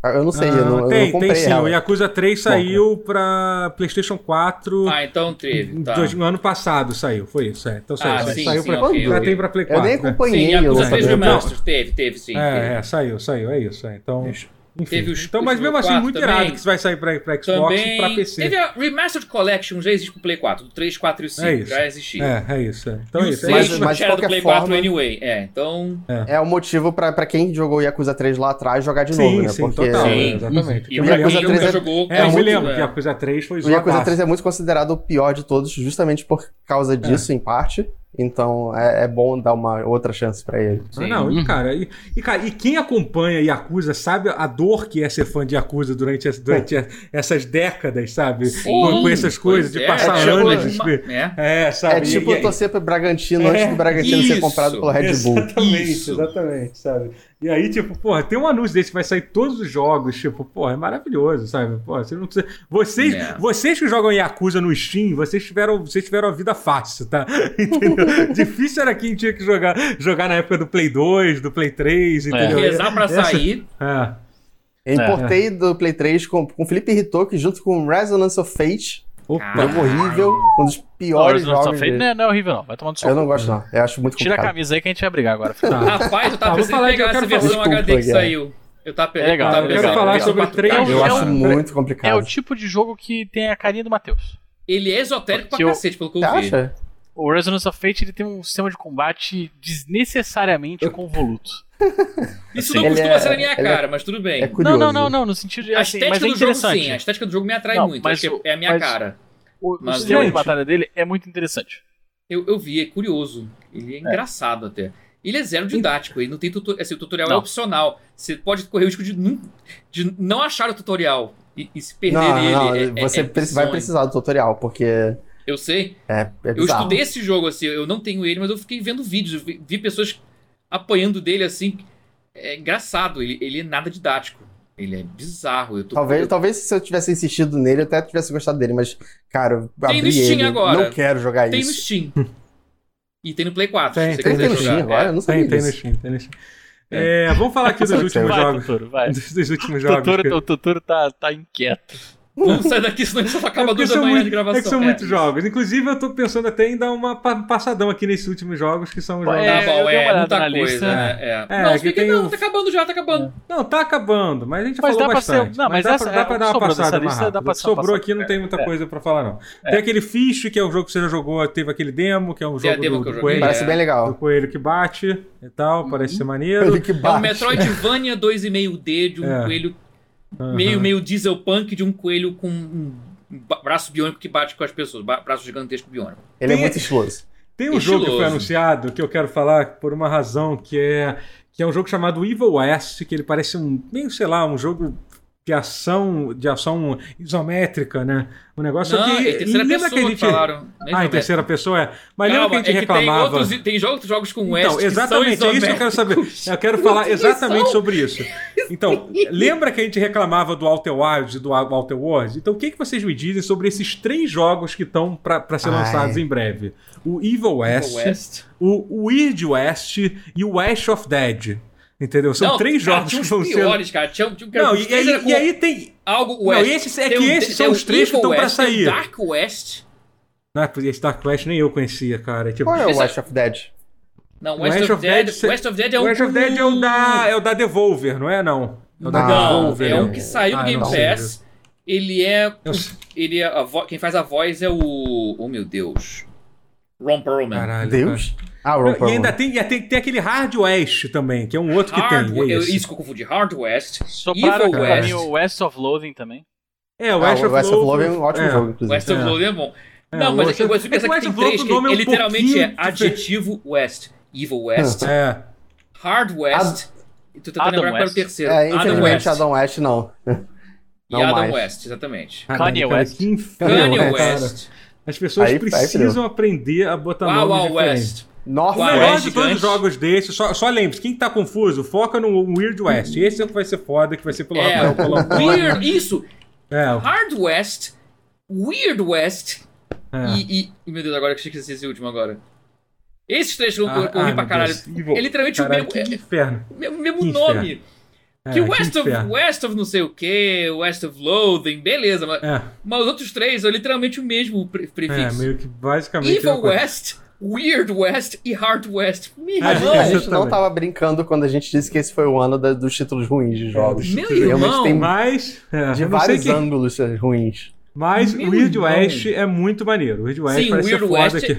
D: Ah, Eu não sei,
A: Ah,
D: eu, não, eu
A: tem,
D: não comprei
A: tem sim.
D: ela.
A: O Yakuza 3 saiu pra PlayStation 4
C: Ah, então teve.
A: em
C: Tá.
A: dois- no ano passado, saiu. Foi isso, é. Então saiu.
C: Ah,
A: saiu.
C: sim,
A: saiu
C: sim,
A: pra...
C: ok,
A: Já
C: ok.
A: tem pra Play 4.
D: Eu nem
A: né?
D: acompanhei,
C: Sim,
D: eu não
C: Yakuza 3
D: sabia.
C: Remaster. Teve, teve, sim.
A: É,
C: teve.
A: é, saiu, saiu, é isso. é. Então, enfim.
C: Teve os-
A: então, mas
C: os
A: mesmo assim,
C: 4
A: muito
C: também.
A: irado que isso vai sair pra, pra Xbox e pra
C: Também.
A: PC.
C: Teve a Remastered Collection, já existe pro Play 4. Do 3, 4 e 5.
A: É isso.
C: Já existia.
A: É, é isso. é. Então,
C: e
A: é
C: o
A: isso.
C: 6
A: Mas-
D: seis-
A: mas-
D: mas de
C: já era do
D: qualquer
C: Play 4
D: forma-
C: anyway. É, então.
D: É o motivo pra, pra quem jogou Yakuza 3 lá atrás jogar de novo, né?
A: sim,
D: Porque
A: total.
C: Sim.
A: é, Exatamente.
C: E
D: O
C: o
D: Yakuza
C: Yakuza
D: 3
C: nunca
D: é-
C: jogou.
A: É, eu me
D: muito-
A: lembro
C: é.
A: que a Yakuza 3 foi
D: o Yakuza
A: zoadaço.
D: 3 é muito considerado o pior de todos, justamente por
A: É.
D: causa disso, em parte. Então é, é bom dar uma outra chance pra ele.
A: Ah, Não, e
B: Uhum.
A: cara, e, e, cara, e quem acompanha Yakuza sabe a dor que é ser fã de Yakuza durante, essa- durante a- essas décadas, sabe? com, com essas coisas, de
C: pois é,
A: passar
D: é tipo-
A: anos. de-
C: É.
A: É, sabe?
D: É tipo
A: E- e-
D: torcer pro Bragantino
A: É,
D: antes do Bragantino
C: isso.
D: ser comprado pelo Red Bull.
A: Exatamente,
C: Isso.
A: exatamente, sabe? E aí, tipo, porra, tem um anúncio desse que vai sair todos os jogos, tipo, porra, é maravilhoso, sabe? Porra, você não precisa- vocês,
C: É.
A: vocês que jogam Yakuza no Steam, vocês tiveram, vocês tiveram a vida fácil, tá? Entendeu? Difícil era quem tinha que jogar, jogar na época do Play 2, do Play 3, entendeu?
C: Rezar pra sair.
A: É.
D: Eu importei do Play 3 com, com Felipe Ritoque junto com Resonance of Fate.
A: Opa.
D: Jogo horrível, um dos piores
B: Não,
D: jogos.
B: of Fate
D: de-
B: não é, não é horrível, não. Vai tomar no
D: Eu
B: seu.
D: não gosto, não. Eu acho muito
B: Tira a
D: complicado.
B: camisa aí que a gente vai brigar agora.
A: Tá.
C: Rapaz, eu
A: Tá,
C: tava
A: vou
C: pensando
A: falar
C: em
A: de- eu
C: pegar
A: quero
C: essa versão
D: falar-
C: HD que
D: Desculpa,
C: saiu. Eu tava pe-
B: É legal,
C: tava
B: eu quero
C: pegando
B: falar
C: a versão
A: sobre
C: 4K.
A: três-
D: Eu acho
B: É o-
D: muito
B: É o
D: complicado.
B: tipo de jogo que tem a carinha do Matheus.
C: Ele é esotérico pra
B: Que eu-
C: cacete, pelo que
D: Você
C: eu vi.
D: acha?
B: O Resonance of Fate ele tem um sistema de combate desnecessariamente convoluto.
C: Isso
B: Assim,
C: não
D: ele
C: costuma
D: é-
C: ser na minha
D: ele é-
C: cara, mas tudo bem.
D: É curioso.
B: Não, não, não, não, no sentido de
C: A
B: assim,
C: estética
B: mas é
C: do jogo, sim. A
B: interessante.
C: estética do jogo me atrai
B: Não,
C: muito.
B: mas
C: acho
B: o-
C: que é a minha
B: mas-
C: cara.
B: O, o
C: Mas,
B: sistema de
A: gente-
B: batalha dele é muito interessante.
C: Eu, eu vi, é curioso. Ele é engraçado até. Ele é zero didático, ele não tem tutorial. Assim, o tutorial é
B: Não.
C: opcional. Você pode correr o risco de, nu- de não achar o tutorial e, e se perder nele.
D: Não,
C: É-
D: não,
C: é-
D: você
C: é
D: pre- vai
C: bizonho.
D: precisar do tutorial, porque é,
C: Eu sei.
D: é
C: Eu
D: bizarro.
C: estudei esse jogo, assim, eu não tenho ele, mas eu fiquei vendo vídeos, eu vi, vi pessoas apanhando dele assim. É engraçado, ele, ele é nada didático. Ele é bizarro. Eu tô
D: Talvez,
C: eu-
D: talvez se eu tivesse insistido nele, eu até tivesse gostado dele, mas, cara, eu
C: Tem no
D: abri
C: Steam
D: ele,
C: agora.
D: não quero jogar
C: Tem no
D: isso.
C: Steam. e tem no Play 4,
A: Tem,
C: se você
A: tem-
D: Tem
C: quiser
D: no
C: jogar.
D: Steam agora? Eu não sabia
A: Tem, tem no
D: disso.
A: Steam, tem no Steam. É, vamos falar aqui dos
D: Sabe que
A: últimos
B: Vai,
A: jogos.
B: Totoro, vai.
A: Dos, dos últimos jogos.
B: Totoro,
A: que-
B: o Totoro tá, tá inquieto.
C: É. Vamos sair daqui, senão isso
A: É
C: acaba
A: porque
C: duas da
A: são
C: manhã
A: muito-
C: de gravação.
A: É que são muitos jogos. Inclusive, eu tô pensando até em dar uma pa- passadão aqui nesses últimos jogos, que são os jogos.
C: Tá
B: É, eu
C: bom,
B: dei uma
C: é,
B: olhada
C: muita
B: na
C: coisa.
B: lista.
C: né? É.
A: É,
C: não,
A: que
C: se bem que
A: tem
C: não,
A: o-
C: tá acabando já, tá acabando.
A: Não, tá acabando, mas a gente
B: Mas
A: falou
B: dá pra ser-
A: bastante.
B: não, mas
A: dá,
B: essa-
A: pra, dá pra
B: é,
A: dar uma
B: sobrou
A: passada
B: dessa
A: mais
B: lista,
A: rápida.
B: dá pra ser uma
A: Sobrou
B: passada,
A: aqui, não tem muita
B: é.
A: coisa pra falar, não. Tem aquele Fish, que é o jogo que você já jogou, teve aquele demo, que é um
C: Tem a
A: jogo
C: demo
A: do,
C: que eu
A: do
C: joguei,
A: coelho,
D: Parece bem
A: do
D: legal.
A: coelho que bate e tal, parece
B: Uhum.
A: ser maneiro.
D: Ele que
C: É um
D: bate.
C: Metroidvania 2,5D de um
A: É.
C: coelho
A: Aham.
C: meio, meio diesel punk de um coelho com um ba- braço biônico que bate com as pessoas. ba- Braço gigantesco biônico.
D: Ele é
A: Tem-
D: muito estiloso.
A: Tem um jogo que foi
C: Estiloso.
A: anunciado que eu quero falar por uma razão que é que é um jogo chamado Evil West, que ele parece um meio sei lá um jogo de ação, de ação isométrica, né? O negócio
C: Não,
A: é que.
C: é terceira
A: lembra
C: pessoa
A: que a
C: que
A: gente.
C: falaram. é
A: ah, em terceira pessoa é. Mas
C: Calma,
A: lembra que a gente
C: é que tem,
A: reclamava.
C: outros, tem jogos, jogos com West
A: Então, exatamente,
C: que são
A: é isso que eu quero saber. Eu quero falar exatamente sobre isso. Então, lembra que a gente reclamava do Outer Wilds e do Outer Worlds? Então, o que, que vocês me dizem sobre esses três jogos que estão para ser
D: Ai.
A: lançados em breve? O Evil West,
C: West.
A: o Weird West e o Ash of Dead. Entendeu? São
C: Não,
A: três
C: cara,
A: jogos
C: tinha
A: que
C: uns
A: vão ser...
C: piores, cara. Tinha, tinha um que era-
A: Não,
C: os
A: e,
C: três
A: aí-
C: era com
A: e aí tem...
C: algo
A: Não,
C: West.
A: esses- é
C: Tem
A: que
C: um-
A: esses
C: tem
A: são
C: um
A: os três que
C: Evil
A: estão pra
C: West, tem um
A: sair.
C: Dark West.
A: Não, porque esse Dark Quest nem eu conhecia, cara. É Tipo,
D: Qual é o
C: Esse é-
D: West of Dead?
C: Não,
A: O
C: West,
A: Ash
C: of,
A: of
C: Dead,
A: Dead, cê-
C: West of Dead é um.
A: o Ash of Dead é o da, é o da Devolver, não é? Não. É o da
D: Não,
C: Não,
A: Devolver,
C: é
A: né?
C: um que saiu no
A: Ah,
C: Game
A: não sei.
C: Pass. Ele é.
A: Eu sei.
C: Ele é a vo- Quem faz a voz é o. Oh meu Deus. Ron Perlman.
A: Caralho,
D: Deus? Ah, o
A: Cara. E ainda
D: Roper.
A: tem, e tem, tem aquele Hard West também, que é um outro que
C: Hard,
A: tem. É,
C: eu-
A: esse.
C: isso que eu confundi. Hard West.
B: Sopraram
C: Evil
B: pra mim
C: West.
B: o West of Loathing também.
A: é
D: Ah,
A: o
D: o
A: West of
D: West of Love
A: Love
D: é um ótimo
A: é.
D: jogo, inclusive.
C: West of
A: É.
C: Love é bom.
A: É,
C: não,
A: o
C: mas
A: West-
C: eu gosto
A: é que
C: pensar
A: o
C: que
A: West
C: tem
A: of Love
C: três.
A: o
C: que
A: nome é um
C: ele literalmente é
A: pouquinho
C: adjetivo West. Evil West.
A: É.
C: Hard West. E tô tentando
B: Adam
C: lembrar qual era o
B: West.
C: terceiro.
D: É,
C: Adam
D: infelizmente,
C: West.
D: Adam West não.
C: E
D: Não
C: Adam
D: mais.
C: West, exatamente.
A: Caralho, cara,
B: West.
A: Que inferno,
C: Kanye
A: cara. tá
C: West.
A: As pessoas
D: Aí- aí
A: precisam aprender a botar
C: Wow
A: nomes
C: Wow
A: diferentes.
C: West.
D: North
A: O
C: Uau,
A: melhor
C: West
A: de todos
C: é? gigante.
A: os jogos desses, só, só lembre-se, quem tá confuso, foca no Weird West. Esse é o que vai ser foda, que vai ser pelo
C: É,
A: Rafael Colombo.
C: Weird. Isso.
A: É,
C: Hard West. Weird West.
A: é.
C: E, e- Meu Deus, agora que eu esqueci esse último agora. Esses três que eu
A: Ah,
C: eu corri
A: ah,
C: pra
A: meu
C: caralho.
A: Deus. Evil.
C: É literalmente
A: Caralho,
C: o mesmo,
A: que inferno.
C: é, é o mesmo
A: que
C: nome.
A: É,
C: que West of,
A: inferno.
C: West of não sei o que, West of Loathing, beleza, mas,
A: É,
C: mas os outros três é literalmente o mesmo pre-
A: é,
C: prefixo.
A: meio que basicamente. é uma
C: Evil
A: coisa.
C: West, Weird West e Hard West. Meu
A: Ah,
D: A gente, a
A: Não,
C: irmão,
D: gente
A: eu
D: não
A: também.
D: tava brincando quando a gente disse que esse foi o ano da- dos títulos ruins de jogos.
C: meu
D: Realmente
C: irmão.
D: tem
A: Mas, é,
D: de
A: eu não sei
D: vários
A: quem,
D: ângulos ruins.
A: mas
C: Meu
A: o Weird
C: irmão.
A: West é muito maneiro. O Weird West
C: sim,
A: parece
C: Weird
A: ser foda
C: West,
A: que...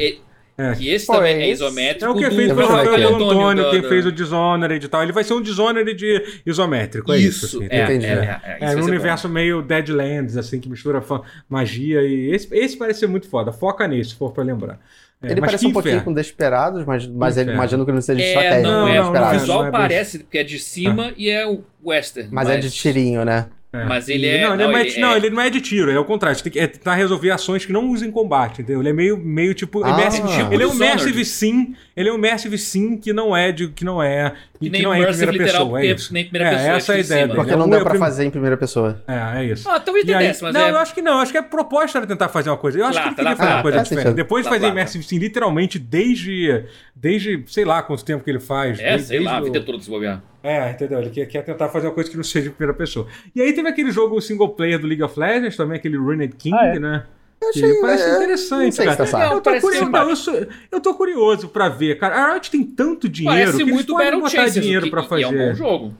C: é,
A: É.
C: que esse
D: Pô,
C: também
D: é
C: é
D: esse-
C: isométrico.
A: É o que
C: do-
A: fez
C: do
A: pelo
D: Vai
A: Rafael
D: falar que é.
A: Del Antônio,
C: da-
A: quem
C: da-
A: fez o Dishonored e tal. Ele vai ser um Dishonored isométrico, é isso.
C: Isso,
A: assim,
C: é,
D: Entendi.
C: é, é, é, isso vai
A: É
C: ser
A: um
C: bom.
A: universo meio Deadlands, assim, que mistura fa- magia e. Esse, esse parece ser muito foda. Foca nesse, se for pra lembrar. É,
D: ele
A: mas
D: parece
A: que
D: um pouquinho
A: inferno.
D: com Desperados, mas, mas ele,
A: Inferno.
D: imagino que não seja de
C: É,
D: estratégia.
C: não,
A: Não,
C: é.
A: não, não
C: o
A: é. Ah.
D: Desperados.
C: visual
A: bem-
C: parece, porque é de cima e é o western.
D: Mas, é de tirinho, né?
C: mas ele é-
A: Não, ele,
C: não,
A: não, é,
C: ele é-
A: não, ele não é de tiro, é o contrário. Você tem que é tentar resolver ações que não usem combate, entendeu? Ele é meio, meio tipo.
D: Ah.
A: imersive-
D: É tipo
A: ele é um
C: Dishonored.
A: Mersive Sim, ele é um Mersive Sim que não é de. que não é.
C: Que
A: que
C: nem
A: não é em
C: Immersive
A: primeira
C: literal,
A: pessoa. É
C: porque
A: isso.
C: nem primeira
A: é,
C: pessoa,
A: essa é a
C: tipo
A: ideia
C: cima.
A: dele.
D: Porque
A: É
D: não
A: um-
D: dá
A: é o
D: pra
A: prim-
D: fazer em primeira pessoa.
A: É, é isso.
C: Ah, talvez
A: E aí-
C: desse, mas
A: não,
C: é.
A: eu acho que não. Eu acho que é proposta era tentar fazer uma coisa. Eu acho
C: Lá,
A: que ele
C: tá na
A: queria fazer
D: placa.
A: uma coisa
D: Faz
A: diferente.
D: sentido.
A: Depois de
C: Na
A: fazer
C: placa.
A: Immersive Sim, literalmente desde, desde sei lá quanto tempo que ele faz.
C: É,
A: desde,
C: sei lá, a
A: desde o-
C: vida toda se bobear.
A: É, entendeu? Ele quer, quer tentar fazer uma coisa que não seja de primeira pessoa. E aí teve aquele jogo single player do League of Legends, também aquele Ruined King,
B: Ah, é.
A: né?
D: achei-
A: que parece
D: é, não
A: interessante,
D: sei se
A: cara.
D: tá safado.
A: Eu tô,
C: Parece
A: curioso,
C: simpático.
A: não, eu, sou- eu tô curioso pra ver, cara. A Riot tem tanto dinheiro
C: Parece
A: que eles
C: muito
A: podem
C: Battle
A: botar
C: Chasers,
A: dinheiro
C: que-
A: pra
C: que
A: fazer.
C: é um bom jogo.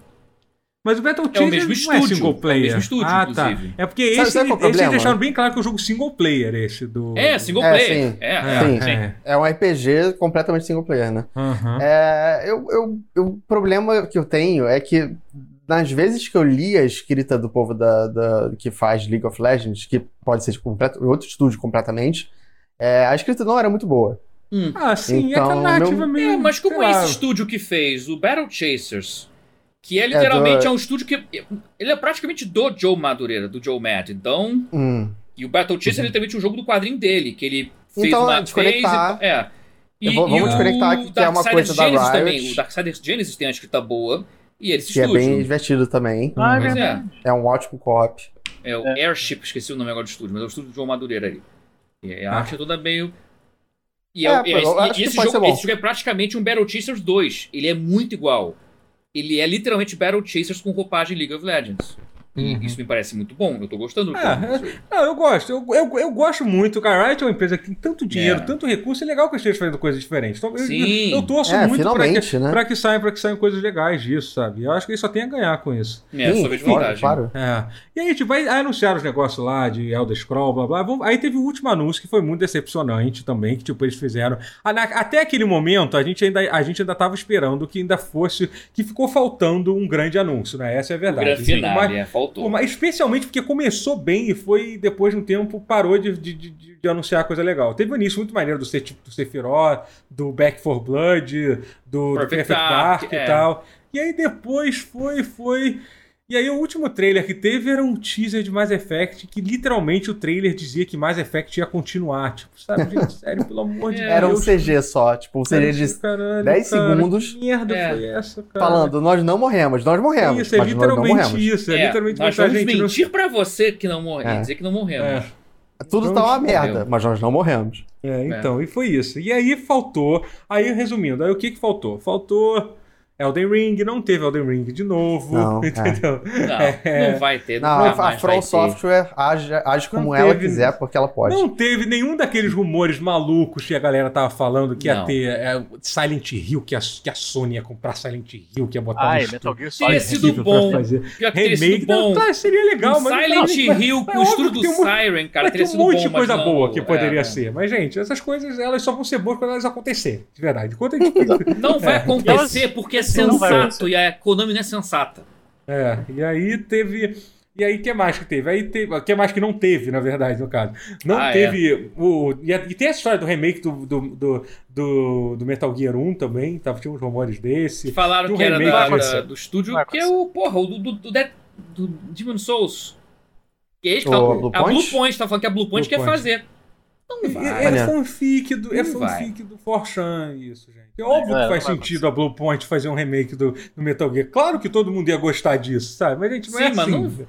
A: Mas o Battle
C: É o
A: Chase
C: mesmo
A: não é
C: estúdio,
A: single player.
C: é o mesmo estúdio,
A: ah, tá.
C: inclusive.
A: É porque
D: Sabe-
A: esse,
D: sabe qual é o
A: esse eles
D: problema?
A: deixaram bem claro que é um jogo single player, esse do.
C: É, single
D: É,
C: player.
D: sim.
C: É,
A: É,
D: Sim.
A: é.
D: É um RPG completamente single player, né?
A: Aham.
D: É, eu, eu- eu- o problema que eu tenho é que nas vezes que eu li a escrita do povo da, da- que faz League of Legends, que pode ser de completo, outro estúdio completamente, é, a escrita não era muito boa.
A: Ah, sim, é aquela
D: Então,
A: narrativa meio.
C: É, mas como
A: sei
C: é
A: lá.
C: esse estúdio que fez o Battle Chasers, que é literalmente é um estúdio que. Ele é praticamente do Joe Madureira, do Joe Mad. Então.
D: Hum.
C: E o Battle
A: Uhum.
C: Chasers é literalmente um jogo do quadrinho dele, que ele fez
D: Então,
C: uma.
D: é desconectar.
C: fez e- é.
D: Eu vou- vamos desconectar que- que é uma
C: Darksiders
D: coisa da
C: Genesis
D: Riot.
C: também. O Darksiders Genesis tem a escrita boa. E esse
D: Que é
C: estúdio.
D: bem divertido também.
B: Ah, é
C: Pois é.
B: verdade.
D: É um ótimo co-op.
C: É o Airship, esqueci o nome agora do estúdio, mas é o estúdio do João Madureira ali. E é a
A: Ah.
C: arte é toda meio. E,
D: É,
C: é, o-
D: pô,
C: e-
D: eu
C: e-
D: acho que
C: e esse,
D: pode ser
C: jogo,
D: bom.
C: esse jogo é praticamente um Battle Chasers 2. Ele é muito igual. Ele é literalmente Battle Chasers com roupagem League of Legends. E
A: Uhum.
C: isso me parece muito bom. Eu tô gostando do
A: É,
C: jogo.
A: é. Não, eu gosto. Eu, eu, eu gosto muito. Cara, a Riot é uma empresa que tem tanto dinheiro,
C: É.
A: tanto recurso. É legal que eles estejam fazendo coisas diferentes. Então, eu-
C: Sim.
A: Eu, eu torço
D: É,
A: muito pra que,
D: finalmente, né?
A: pra que saiam, pra que saiam coisas legais disso, sabe? Eu acho que eles só tem a ganhar com isso.
C: É,
D: Sim,
C: só vejo
D: claro,
C: vantagem.
D: claro.
A: É. E aí, tipo, aí, aí anunciaram os negócios lá de Elder Scroll, blá blá. Vamos- Aí teve o último anúncio que foi muito decepcionante também, que tipo, eles fizeram. Ah, na- Até aquele momento, a gente ainda a gente ainda tava esperando que ainda fosse. Que ficou faltando um grande anúncio, né? Essa é a
C: O
A: verdade.
C: grande
A: Por mais-
C: finale, é,
A: Pô,
C: faltou.
A: mas especialmente porque começou bem e foi, depois de um tempo, parou de, de, de, de anunciar coisa legal. Teve um início muito maneiro do, Se- tipo, do Sephiroth, do Back for Blood, do do Perfect,
C: Perfect
A: Dark,
C: Dark,
A: e
C: é.
A: tal. E aí depois foi, foi. E aí o último trailer que teve era um teaser de Mass Effect, que literalmente o trailer dizia que Mass Effect ia continuar. Tipo, sabe, gente, sério, pelo amor de
C: É,
A: Deus.
D: Era um CG só, tipo, um
A: É,
D: CG de
A: Caralho,
D: 10
A: cara,
D: segundos.
A: Que merda
C: É.
A: foi essa, cara?
D: falando, nós não morremos, nós morremos.
A: Isso, é
D: mas nós não morremos.
A: literalmente isso. É, literalmente
C: nós
A: botar a
C: vamos
A: gente no-
C: mentir pra você que não morremos,
D: É.
C: dizer que não morremos.
A: É.
D: Tudo
A: Não
D: tá uma
A: morreu.
D: merda, mas nós não morremos.
A: É, então, e foi isso. E aí faltou. Aí, resumindo, aí o que que faltou? Faltou Elden Ring, não teve Elden Ring de novo. Então,
D: Não, é.
A: entendeu?
C: Não,
A: É.
C: não vai ter.
D: Não,
C: nunca
D: a, a
C: mais Ah, vai
D: From
C: ter.
D: Software age, age como
A: Não
D: ela
A: teve-
D: quiser, porque ela pode.
A: Não teve nenhum daqueles rumores malucos que a galera tava falando que ia
C: Não.
A: ter é, Silent Hill, que a, que a Sony ia comprar Silent Hill, que ia botar
D: Tá
A: um
B: Ai,
A: estúdio
B: Ah, é Metal Gear Solid.
C: Teria sido
A: pra
C: bom.
A: fazer.
C: Pior que teria
A: Remake
C: sido
A: não,
C: bom.
A: tá, seria legal,
C: Um
A: mas
C: Silent
A: mas-
C: Hill
A: mas
C: com o
A: óbvio
C: estudo
A: que
C: do
A: tem um monte-
C: Siren, cara,
A: mas
C: teria
A: tem um
C: sido bom.
A: monte de coisa
C: mas não-
A: boa que
C: é,
A: poderia
C: é.
A: ser. Mas, gente, essas coisas elas só vão ser boas quando elas acontecerem, de verdade. Enquanto a gente
C: Não vai
A: Então, assim,
C: acontecer porque é
B: Não vai
C: sensato e a Konami não é sensata.
A: É, e aí teve. E aí, o que mais que teve? Aí teve. O que mais que não teve, na verdade, no caso? Não
C: Ah, é.
A: teve. O, e, a- e tem a história do remake do, do, do, do- do Metal Gear 1 também, tava, tinha uns rumores desse.
C: Falaram
A: Do
C: que era
A: um remake,
C: da-
A: vai
C: da-
A: acontecer.
C: do estúdio,
B: Vai
C: que é o, porra, o do, do, do, Dead- do Demon Souls. Que eles
D: O
C: falam-
D: Blue
C: a Blue
D: Point?
C: Point, tá falando que a Blue Point
A: Blue
C: quer
A: Point.
C: fazer. Não
A: É,
C: vai.
A: é
D: Olha.
A: fanfic do, é
C: Não
A: fanfic do Forchan, isso, gente. É óbvio
B: É,
A: que faz
B: não vai
A: sentido a Blue Point fazer um remake do, do Metal Gear. Claro que todo mundo ia gostar disso, sabe? Mas, gente, não é
C: Sim, mas
A: assim.
C: não-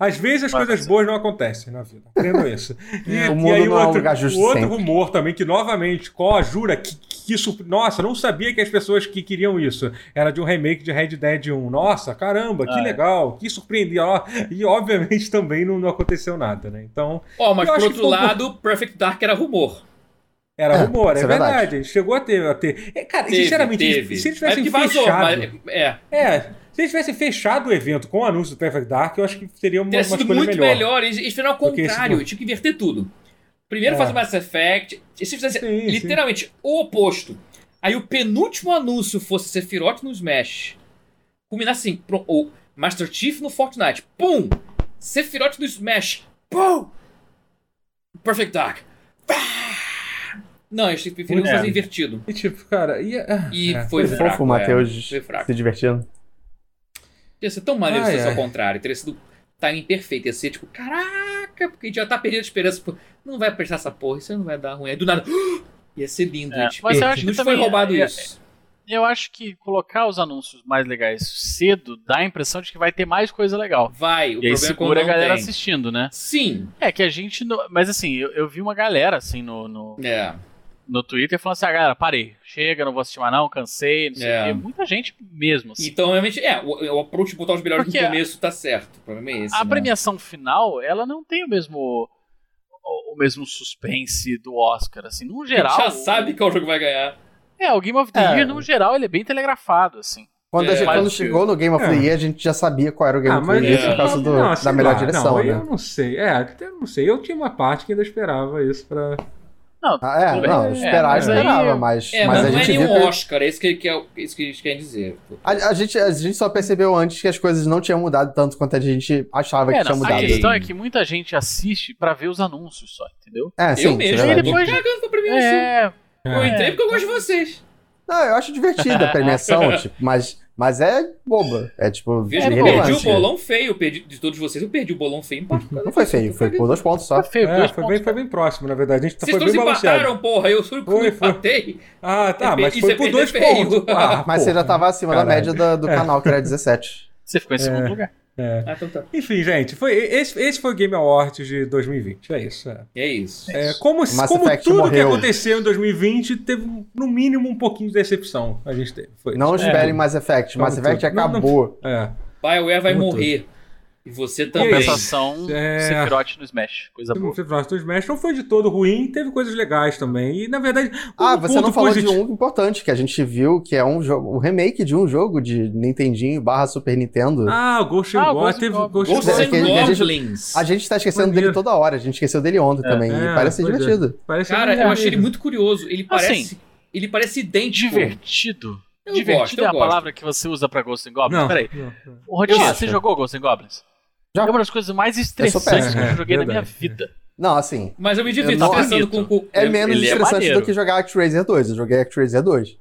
A: Às vezes as
B: Vai
A: coisas
B: acontecer.
A: boas não acontecem na vida. Aprendo isso. E,
D: É, o
A: e
D: mundo
A: aí
D: não é um lugar justo
A: o outro
D: sempre.
A: rumor também, que novamente, Có jura que, que isso. Nossa, não sabia que as pessoas que queriam isso. Era de um remake de Red Dead 1. Nossa, caramba, que
B: Ah, é.
A: legal, que surpreendente. Ó, E obviamente também não, não aconteceu nada, né? Então,
C: Ó, mas
A: Eu
C: por
A: acho
C: outro
A: que foi-
C: lado, Perfect Dark era rumor.
A: era
D: É,
A: rumor, é
D: isso é
A: verdade.
D: verdade.
A: Chegou a ter. A ter. É, cara,
C: Teve,
A: sinceramente,
C: teve.
A: se eles
C: É
A: tivessem
C: porque vazou,
A: fechado.
C: mas- é.
A: É, se eles tivessem fechado o evento com o anúncio do Perfect Dark, eu acho que seria uma, uma
C: Teria
A: escolha
C: sido muito melhor.
A: melhor.
C: Eles, eles fizeram ao
A: Do que esse
C: contrário,
A: do-
C: tinha que inverter tudo. Primeiro
A: É.
C: faz o Mass Effect, e se fizesse
A: Sim, sim.
C: literalmente o oposto. Aí o penúltimo anúncio fosse Sephiroth no Smash. Culminar assim, pro- o Master Chief no Fortnite. Pum! Sephiroth no Smash. Pum! Perfect Dark. Pá! Não, eles preferiram
B: É.
C: fazer invertido.
A: E tipo, cara, e, ah,
C: E
A: é.
C: foi,
D: Foi
C: fraco.
D: fofo o
C: é.
D: Matheus
C: Foi fraco.
D: se divertindo.
C: Ia ser tão maneiro se
A: Ai,
C: fosse ao
A: ai.
C: contrário. Teria sido timing perfeito. Ia ser tipo, caraca, porque a gente já tá perdendo a esperança. pô, Não vai prestar essa porra, isso não vai dar ruim. Aí do nada, ia ser lindo.
B: É,
C: gente.
B: mas eu acho que
C: Nos foi
B: também
C: roubado
B: é-
C: isso.
B: Eu acho que colocar os anúncios mais legais cedo dá a impressão de que vai ter mais coisa legal.
C: Vai, o
B: e aí
C: problema é quando
B: segura a
C: não
B: galera
C: tem.
B: assistindo, né?
C: Sim.
B: É que a gente. não- Mas assim, eu, eu vi uma galera assim no, no,
C: É.
B: no Twitter falando assim: ah, galera, parei, chega, não vou assistir mais não, cansei, não sei
C: É.
B: o quê. Muita gente mesmo. Assim.
C: Então, realmente, é, o, o approach de botar os melhores
B: Porque
C: no
B: a-
C: começo tá certo. O problema é esse.
B: a
C: né?
B: premiação final, ela não tem o mesmo. O o mesmo suspense do Oscar, assim, no
C: A gente
B: geral.
C: já sabe qual jogo vai ganhar.
B: É, o Game of the
D: É.
B: Year, no geral, ele é bem telegrafado, assim.
D: Quando, a
C: É,
D: gente-
B: mas-
D: quando chegou no Game of the
A: É.
D: Year, a gente já sabia qual era o Game
A: Ah,
D: of the
A: mas
D: Year
C: é.
D: por causa do-
A: Não, é, sei
D: da melhor
A: lá,
D: direção,
A: não, Eu
D: né?
A: não sei. É, eu não sei. Eu tinha uma parte que ainda esperava isso pra.
B: Não,
D: Ah, é,
B: tudo bem.
D: não, eu esperava,
B: mas aí-
D: esperava, mas, mas
C: É, mas,
D: a
C: não é
D: gente viu
C: nenhum
D: que...
C: Oscar, é isso que, que é, o- isso que eles querem dizer.
D: A, a gente, a gente só percebeu antes que as coisas não tinham mudado tanto quanto a gente achava
B: É,
D: que tinha
B: não, a
D: mudado.
B: questão é que muita gente assiste pra ver os anúncios só, entendeu?
D: É, sim,
C: eu
D: isso é
C: mesmo,
D: verdade.
C: eu tô
B: Depois-
C: cagando pra premiação.
B: É,
C: Eu
A: É.
C: entrei porque eu gosto de vocês.
D: Não, eu acho divertida a premiação, tipo, mas, mas é boba. É tipo,
C: Veja, eu perdi o
D: irrelevante.
C: bolão feio, eu perdi de todos vocês, eu perdi o bolão feio em parte.
D: Não foi feio, foi por dois pontos
B: tá
D: só.
B: feio,
A: É,
B: dois
A: foi,
B: pontos.
A: bem, foi bem próximo, na verdade. A gente
C: um Vocês
A: foi
C: todos
A: bem balanceado.
C: empataram, porra. Eu fui o que
A: Foi, foi.
C: empatei.
A: Ah, tá,
C: Isso
A: mas
C: é
A: foi
C: bem
A: por dois
C: feio.
A: pontos. Ah,
D: Mas você
A: porra.
D: já tava acima da
A: Caralho.
D: média da- do, canal, que era 17.
B: Você ficou em segundo
A: É.
B: lugar.
A: É.
C: Ah, então tá.
A: Enfim, gente, foi, esse, esse foi o Game Awards de 2020. É isso. É.
C: É isso.
A: É, como
D: Mass
A: como
D: Effect
A: tudo que
D: morreu. né?
A: aconteceu em 2020 teve, um- no mínimo, um pouquinho de decepção. A gente teve. Foi.
D: Não esperem Mass Effect, Mass
A: Como
D: Effect
A: tudo. Não, não-
D: acabou.
A: É.
C: BioWare vai
A: Muito.
C: morrer. E você também.
B: Compensação,
A: É.
B: Sephiroth no Smash. Coisa boa.
A: Sephiroth Smash não foi de todo ruim, teve coisas legais também. E, na verdade, um
D: Ah, você não
A: ponto
D: falou
A: positivo-
D: de um importante que a gente viu, que é um jogo, o remake de um jogo de Nintendinho barra Super Nintendo.
A: Ah, o Ghost
B: Ah,
A: and
B: o
A: Goblin.
B: Ghost
A: Teve
B: and Goblin.
A: Ghost and
C: Ghosts
D: É,
A: Goblin.
C: and
D: que- que a gente-
C: Goblins.
D: A gente tá esquecendo
A: Maneiro.
D: dele toda hora, a gente esqueceu dele ontem também,
A: É,
D: e parece ser
A: pois é.
D: divertido.
A: Parece é
C: Cara,
A: maneiro.
C: eu achei ele muito curioso. Ele parece.
B: Assim,
C: ele parece idêntico.
B: Divertido.
C: Eu
B: Divertido
C: gosto,
B: é
C: eu
B: a
C: gosto.
B: palavra que você usa pra Ghosts and Goblins?
A: Não,
B: Peraí.
A: não, não.
B: Ô, Rodinho,
D: Eu
B: você
D: acho.
B: jogou Ghosts and Goblins?
D: Já.
B: É uma das coisas mais estressantes que
A: péssimo.
B: eu joguei
A: É,
B: na minha
A: verdade.
B: vida.
D: Não, assim,
C: Mas eu me divirto
D: não
C: estressando com
B: admito.
C: o.
D: é menos
B: ele é
D: interessante
B: maneiro.
D: do que jogar ActRaiser 2, eu joguei ActRaiser 2.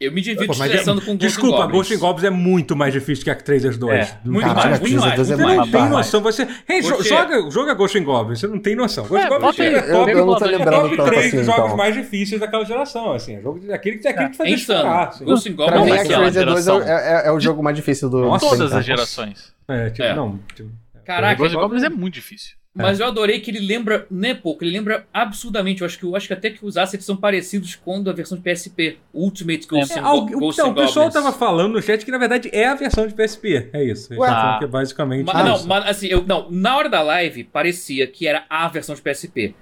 C: Eu me divido
A: Pô, mas é-
C: estressando com Ghost
A: Desculpa,
C: Goblins.
A: Ghost and Goblins é muito mais difícil que Actraders 2.
B: É,
A: Não
C: muito
A: tem-
D: Caraca,
C: mais, muito
D: Actors
C: mais,
D: of the
A: Você
C: muito
D: Dead
A: não
D: é
B: mais.
A: tem
B: Vai, vai.
A: noção. Você hey, jo-
C: Porque-
A: joga, joga Ghost and Goblins, você não tem noção. Ghost
B: É,
A: and Goblins
B: bota aí.
A: é
D: Eu,
A: top,
D: eu não tô
B: Pega o
D: lembrando
A: top
D: tanto
A: três
D: assim,
A: dos jogos
D: então.
A: mais difíceis daquela geração. Assim, é jogo de, aquele, que- aquele que
C: É
A: fazia
C: insano.
A: chorar. Assim.
C: Ghost and
D: Pra
B: Não,
D: mim,
B: mas
C: Goblins
B: aquela
D: Actraiser 2 é, o-
B: geração.
D: é- é o jogo mais difícil do...
A: Nossa,
D: do
B: Todas
D: Nintendo.
B: as gerações.
A: É, tipo,
C: É.
A: não. tipo,
C: Caraca,
B: Ghost Goblins é muito difícil.
C: Mas eu adorei que ele lembra, né, pouco, ele lembra absurdamente. Eu acho que, eu acho que até que os assets são parecidos com a versão de PSP, o Ultimate Ghost,
A: É,
C: and
A: algu-
C: Go- Ghost
A: então,
C: and
A: o pessoal
C: Goblins.
A: tava falando no chat que na verdade é a versão de PSP. É isso. Eles
D: Ué.
A: tão falando
B: Ah.
A: que é basicamente.
C: Mas, não,
A: isso.
C: mas assim, eu, não, na hora da live parecia que era a versão de PSP.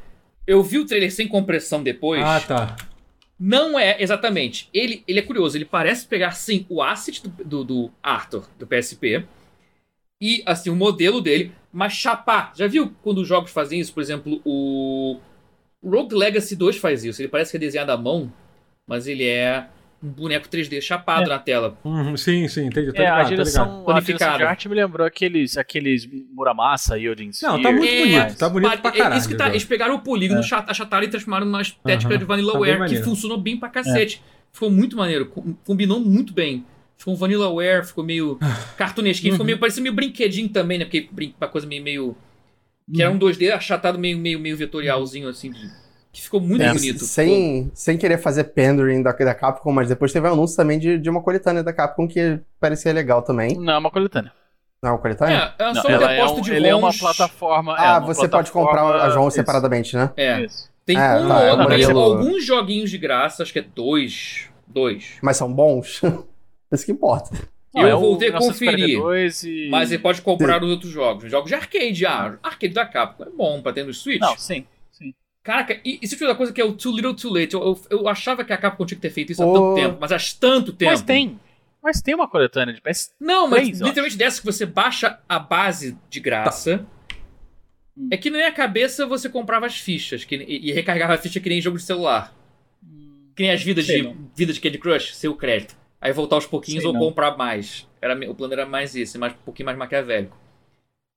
C: Eu vi o trailer sem compressão depois.
A: Ah, tá.
C: Não é exatamente. Ele, ele é curioso, ele parece pegar sim o asset do, do, do Arthur, do PSP, e assim, o modelo dele, mas chapar. Já viu quando os jogos fazem isso? Por exemplo, o Rogue Legacy 2 faz isso. Ele parece que é desenhado à mão, mas ele é um boneco 3D chapado
B: É.
C: na tela.
A: Uhum, sim, sim, entendi. Tá
B: É,
A: ligado, tá
B: a
A: ligado.
B: direção, a direção de
C: Unificada.
B: arte me lembrou aqueles, aqueles Muramasa e Odin
A: Não, tá muito
C: É,
A: bonito. Tá bonito
C: Mas
A: pra
C: é-
A: caralho.
C: isso que tá,
A: o jogo.
C: eles pegaram o polígono,
B: É.
C: chat- achataram e transformaram numa estética
A: Aham.
C: de
A: Tá bem
C: Vanillaware que
A: maneiro. É.
C: funcionou bem pra cacete. Ficou muito maneiro, com- combinou muito bem. Ficou um Vanillaware, ficou meio cartunesquinho,
A: Uhum.
C: ficou meio, parecia meio brinquedinho também, né? Porque brin- uma coisa meio. meio
A: Uhum.
C: que era um 2D achatado, meio, meio, meio vetorialzinho assim. de- que ficou muito
D: É,
C: bonito.
D: Sem, sem querer fazer pandering da, da Capcom, mas depois teve um anúncio também de, de uma coletânea da Capcom que parecia legal também.
B: Não, é uma coletânea.
D: Não, coletânea?
C: É, é
B: Não,
C: só um
B: ela é
C: depósito
B: um-
C: de
B: ele é uma
C: ROMs.
B: plataforma. é
D: Ah,
B: uma
D: você pode comprar
B: plataforma-
D: as ROMs
B: Isso,
D: separadamente, né?
C: É.
B: isso.
C: Tem
D: É,
C: um
D: tá,
C: ou
B: é
C: outro, tem
D: modelo-
C: alguns joguinhos de graça, acho que é dois. Dois.
D: Mas são bons? Isso que importa.
C: Eu
B: é
C: vou ter que conferir.
B: 1942 E...
C: Mas é você pode comprar os outros jogos. Jogos de arcade, ah, arcade da Capcom. É bom pra ter no Switch.
B: Não, sim.
C: Caraca, e, e se tiver da coisa que é o Too Little Too Late? Eu, eu, eu achava que a Capcom tinha que ter feito isso há
D: Ô.
C: tanto tempo, mas há tanto tempo.
B: Mas tem. Mas tem uma coletânea de é PS.
C: Não, mas
B: Três, eu
C: literalmente dessa que você baixa a base de graça.
B: Tá.
C: É que na minha cabeça você comprava as fichas que, e, e recarregava a ficha que nem jogo de celular. Que nem as vidas,
B: Hum, Sei
C: de,
B: não.
C: vida de Candy Crush, seu crédito. Aí voltar aos pouquinhos
B: Sei
C: ou
B: não.
C: comprar mais. Era, me- o plano era mais esse, mais, um pouquinho mais maquiavélico.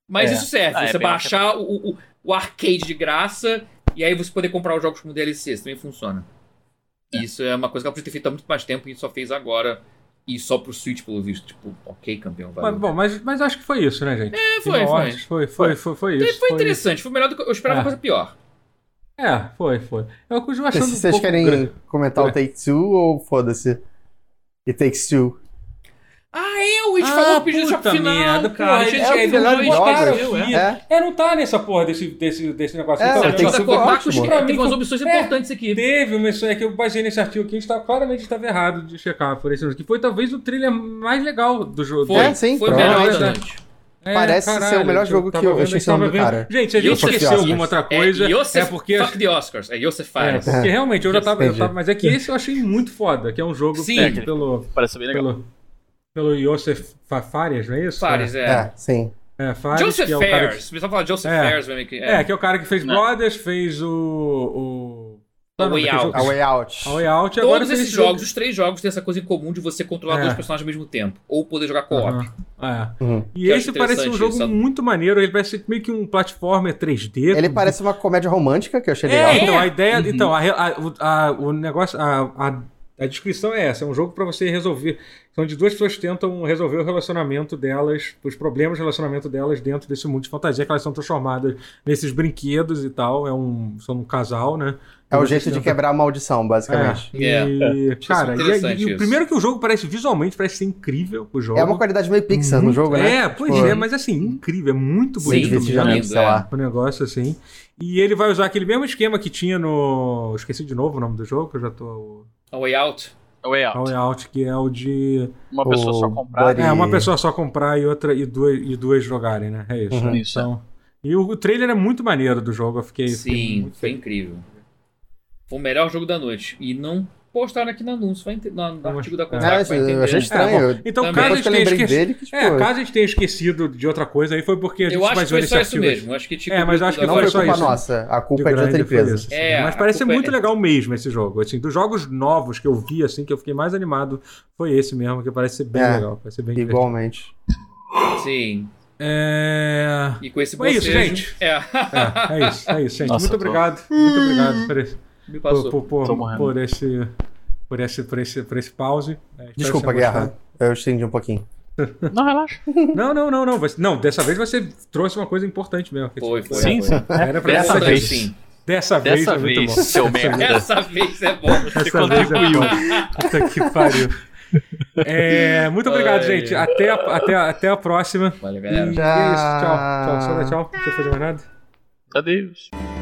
C: Mas
B: É.
C: isso serve,
B: Ah, é
C: você
B: bem
C: baixar o, o, o arcade de graça e aí você poder comprar os jogos como DLC, isso também funciona. Isso é uma coisa que ela podia ter feito há muito mais tempo e só fez agora. E só pro Switch, pelo visto. Tipo, ok, campeão, vai.
A: Mas, bom, mas, mas acho que foi isso, né, gente?
C: é, foi,
A: Kingdom
C: foi.
A: Hearts Foi, foi, foi, foi isso.
C: Foi interessante, foi melhor do que eu
A: É.
C: esperava uma coisa pior.
A: É, foi, foi. Eu continuo
D: Se
A: achando um
D: vocês
A: pouco
D: querem
A: grande.
D: comentar o
A: É.
D: Take Two ou foda-se? E Takes Two.
C: Ah, é, o It
A: Ah,
C: falou o pedido
A: puta
C: de final,
A: merda,
C: cara.
A: porra,
C: Gente,
A: é
C: é,
A: o melhor
C: não
A: jogo,
C: esqueceu,
A: é.
C: é.
D: É?
A: É, não tá nessa porra desse, desse, desse negócio.
D: É,
A: Então,
D: Cara,
C: Cara,
A: eu
D: tem
C: tem
D: que
A: tava
D: ser
A: com-
D: ótimo.
C: que
A: Pra
C: tem
A: mim,
C: umas
A: foi-
C: opções
A: é.
C: importantes aqui.
A: Teve uma isso é que eu baseei nesse artigo aqui, a gente tava, claramente estava errado de checar por esse que foi talvez o thriller mais legal do jogo.
C: Foi,
D: É, sim,
C: foi
D: pronto.
C: melhor
A: É.
C: da noite.
A: É,
D: Parece ser o melhor
A: eu
D: jogo que
A: tava
D: eu- eu
A: vendo,
D: achei
A: tava
D: sendo,
A: vendo.
D: cara.
A: Gente, se a gente
C: Yosef
A: esqueceu
D: Oscars.
A: alguma outra coisa, é,
C: É, Yosef,
A: porque...
C: fuck the Oscars. É Yosef
A: É,
C: Fares.
A: porque realmente eu já tava, eu
D: Entendi.
A: tava- Mas é que esse eu achei muito foda, que é um jogo
C: Sim.
A: feito pelo,
B: Parece bem legal.
A: pelo, pelo Yosef Fa- Fares, não é isso?
C: Fares,
D: É,
C: é.
D: sim.
A: É, Fares,
C: Joseph
A: que é o cara que-
C: Fares. O pessoal fala Joseph
A: É.
C: Fares. vai meio que-
A: É,
C: É.
A: que é o cara que fez
B: Não.
A: Brothers, fez o. é o...
C: A Way
A: daquele
C: Out.
A: jogo-
D: A Way Out.
A: A Way Out. e agora
C: Todos
A: fez
C: esses
A: esse jogo-
C: jogos, os três jogos, têm essa coisa em comum de você controlar
A: É.
C: dois personagens ao mesmo tempo. Ou poder jogar co-op.
A: Aham, é.
D: Uhum.
A: E
C: Que eu acho
A: esse parece um
C: interessante,
A: jogo
C: sabe?
A: muito maneiro. Ele parece meio que um platformer 3D.
D: Ele
A: com-
D: parece uma comédia romântica, que eu achei legal.
A: É, então, a ideia.
C: Uhum.
A: Então, a, re- a- o- a- o negócio. A, a, a descrição é essa: é um jogo pra você resolver. São de duas pessoas que tentam resolver o relacionamento delas, os problemas do relacionamento delas dentro desse mundo de fantasia, que elas são transformadas nesses brinquedos e tal. É um, são um casal, né?
D: É o
A: Vocês
D: jeito de
A: tentam-
D: quebrar a maldição, basicamente.
A: E,
C: É,
A: cara,
C: Isso é
A: e,
C: interessante
A: e o
C: isso.
A: primeiro que o jogo parece visualmente, parece ser incrível o jogo.
D: É uma qualidade meio Pixar no
A: Muito-
D: jogo, né?
A: É, pois
D: Tipo,
A: é, mas assim, incrível, é muito
D: Sim,
A: bonito mesmo.
D: divertidamente,
C: lindo,
D: sei
C: é.
D: lá.
A: O negócio assim. E ele vai usar aquele mesmo esquema que tinha no. Esqueci de novo o nome do jogo, que eu já tô.
C: é. A Way Out.
B: Way
A: A
B: Out.
A: Way Out, que é o de.
B: Uma pessoa
D: O
B: só comprar.
D: Buddy-
A: É, uma pessoa só comprar e outra e duas, e duas jogarem, né? É isso.
D: Uhum.
A: né?
B: Isso,
A: Então. E o, o trailer é muito maneiro do jogo, eu fiquei. fiquei
C: Sim,
A: muito
C: foi
A: feliz.
C: incrível. Foi o melhor jogo da noite. E não postaram aqui na anúncio, vai ente- no, no
A: Não,
C: artigo da
D: É,
C: Kodak, vai
D: eu
C: entender.
D: achei estranho.
A: É,
D: Eu-
A: bom, então,
C: Também.
A: caso a
D: Depois que
A: gente
D: eu
A: tenha
D: lembrei
A: esquecido.
D: dele, que tipo...
A: É, caso a gente tenha esquecido de outra coisa, aí foi porque a gente
C: Eu acho que
A: baseou
C: foi
A: nesse
C: só isso
A: artigo.
C: mesmo. Eu Acho que tipo,
A: É, mas eu acho que
D: não
A: foi
D: foi
A: só
D: culpa
A: isso.
D: nossa, a culpa é de outra
A: grande foi
D: empresa.
A: isso, assim.
C: É,
A: mas
C: a
A: parece ser
C: culpa é-
A: muito legal mesmo esse jogo. Assim, dos jogos novos que eu vi, assim, que eu fiquei mais animado, foi esse mesmo, que parece ser bem
D: É,
A: legal. Parece ser bem divertido.
D: Igualmente.
C: tipo, Sim.
A: É...
C: E com esse
A: Foi isso,
C: bocejo-
A: gente.
C: É,
A: É, é isso, é isso, gente.
B: Nossa,
A: muito
B: eu tô-
A: obrigado. Muito obrigado por, esse,
C: me
A: por,
C: passou.
A: por, por-
B: Tô morrendo.
A: por esse. por por esse, por esse, por esse pause. É, espero
D: Desculpa,
A: que você tenha
D: Guerra. Eu estendi um pouquinho.
B: Não, relaxa.
A: gostado. Não, não, não, não. você- não, dessa vez você trouxe uma coisa importante mesmo.
C: Foi, foi.
B: Sim,
C: foi.
B: sim.
A: Era pra
C: Dessa
A: essa
C: vez,
A: vez.
C: sim.
A: Dessa vez
B: Dessa
A: É. foi muito
B: vez,
A: bom.
B: seu merda.
C: Dessa vez é bom.
B: Você
A: Essa vez é
B: contribuiu.
A: bom. Puta que pariu. É, muito obrigado,
C: Ai.
A: gente. Até a, até, a- até a próxima.
C: Valeu,
A: E é
C: galera.
A: isso. Tchau. Tchau. Só dá tchau. Não precisa fazer mais nada.
B: Adeus.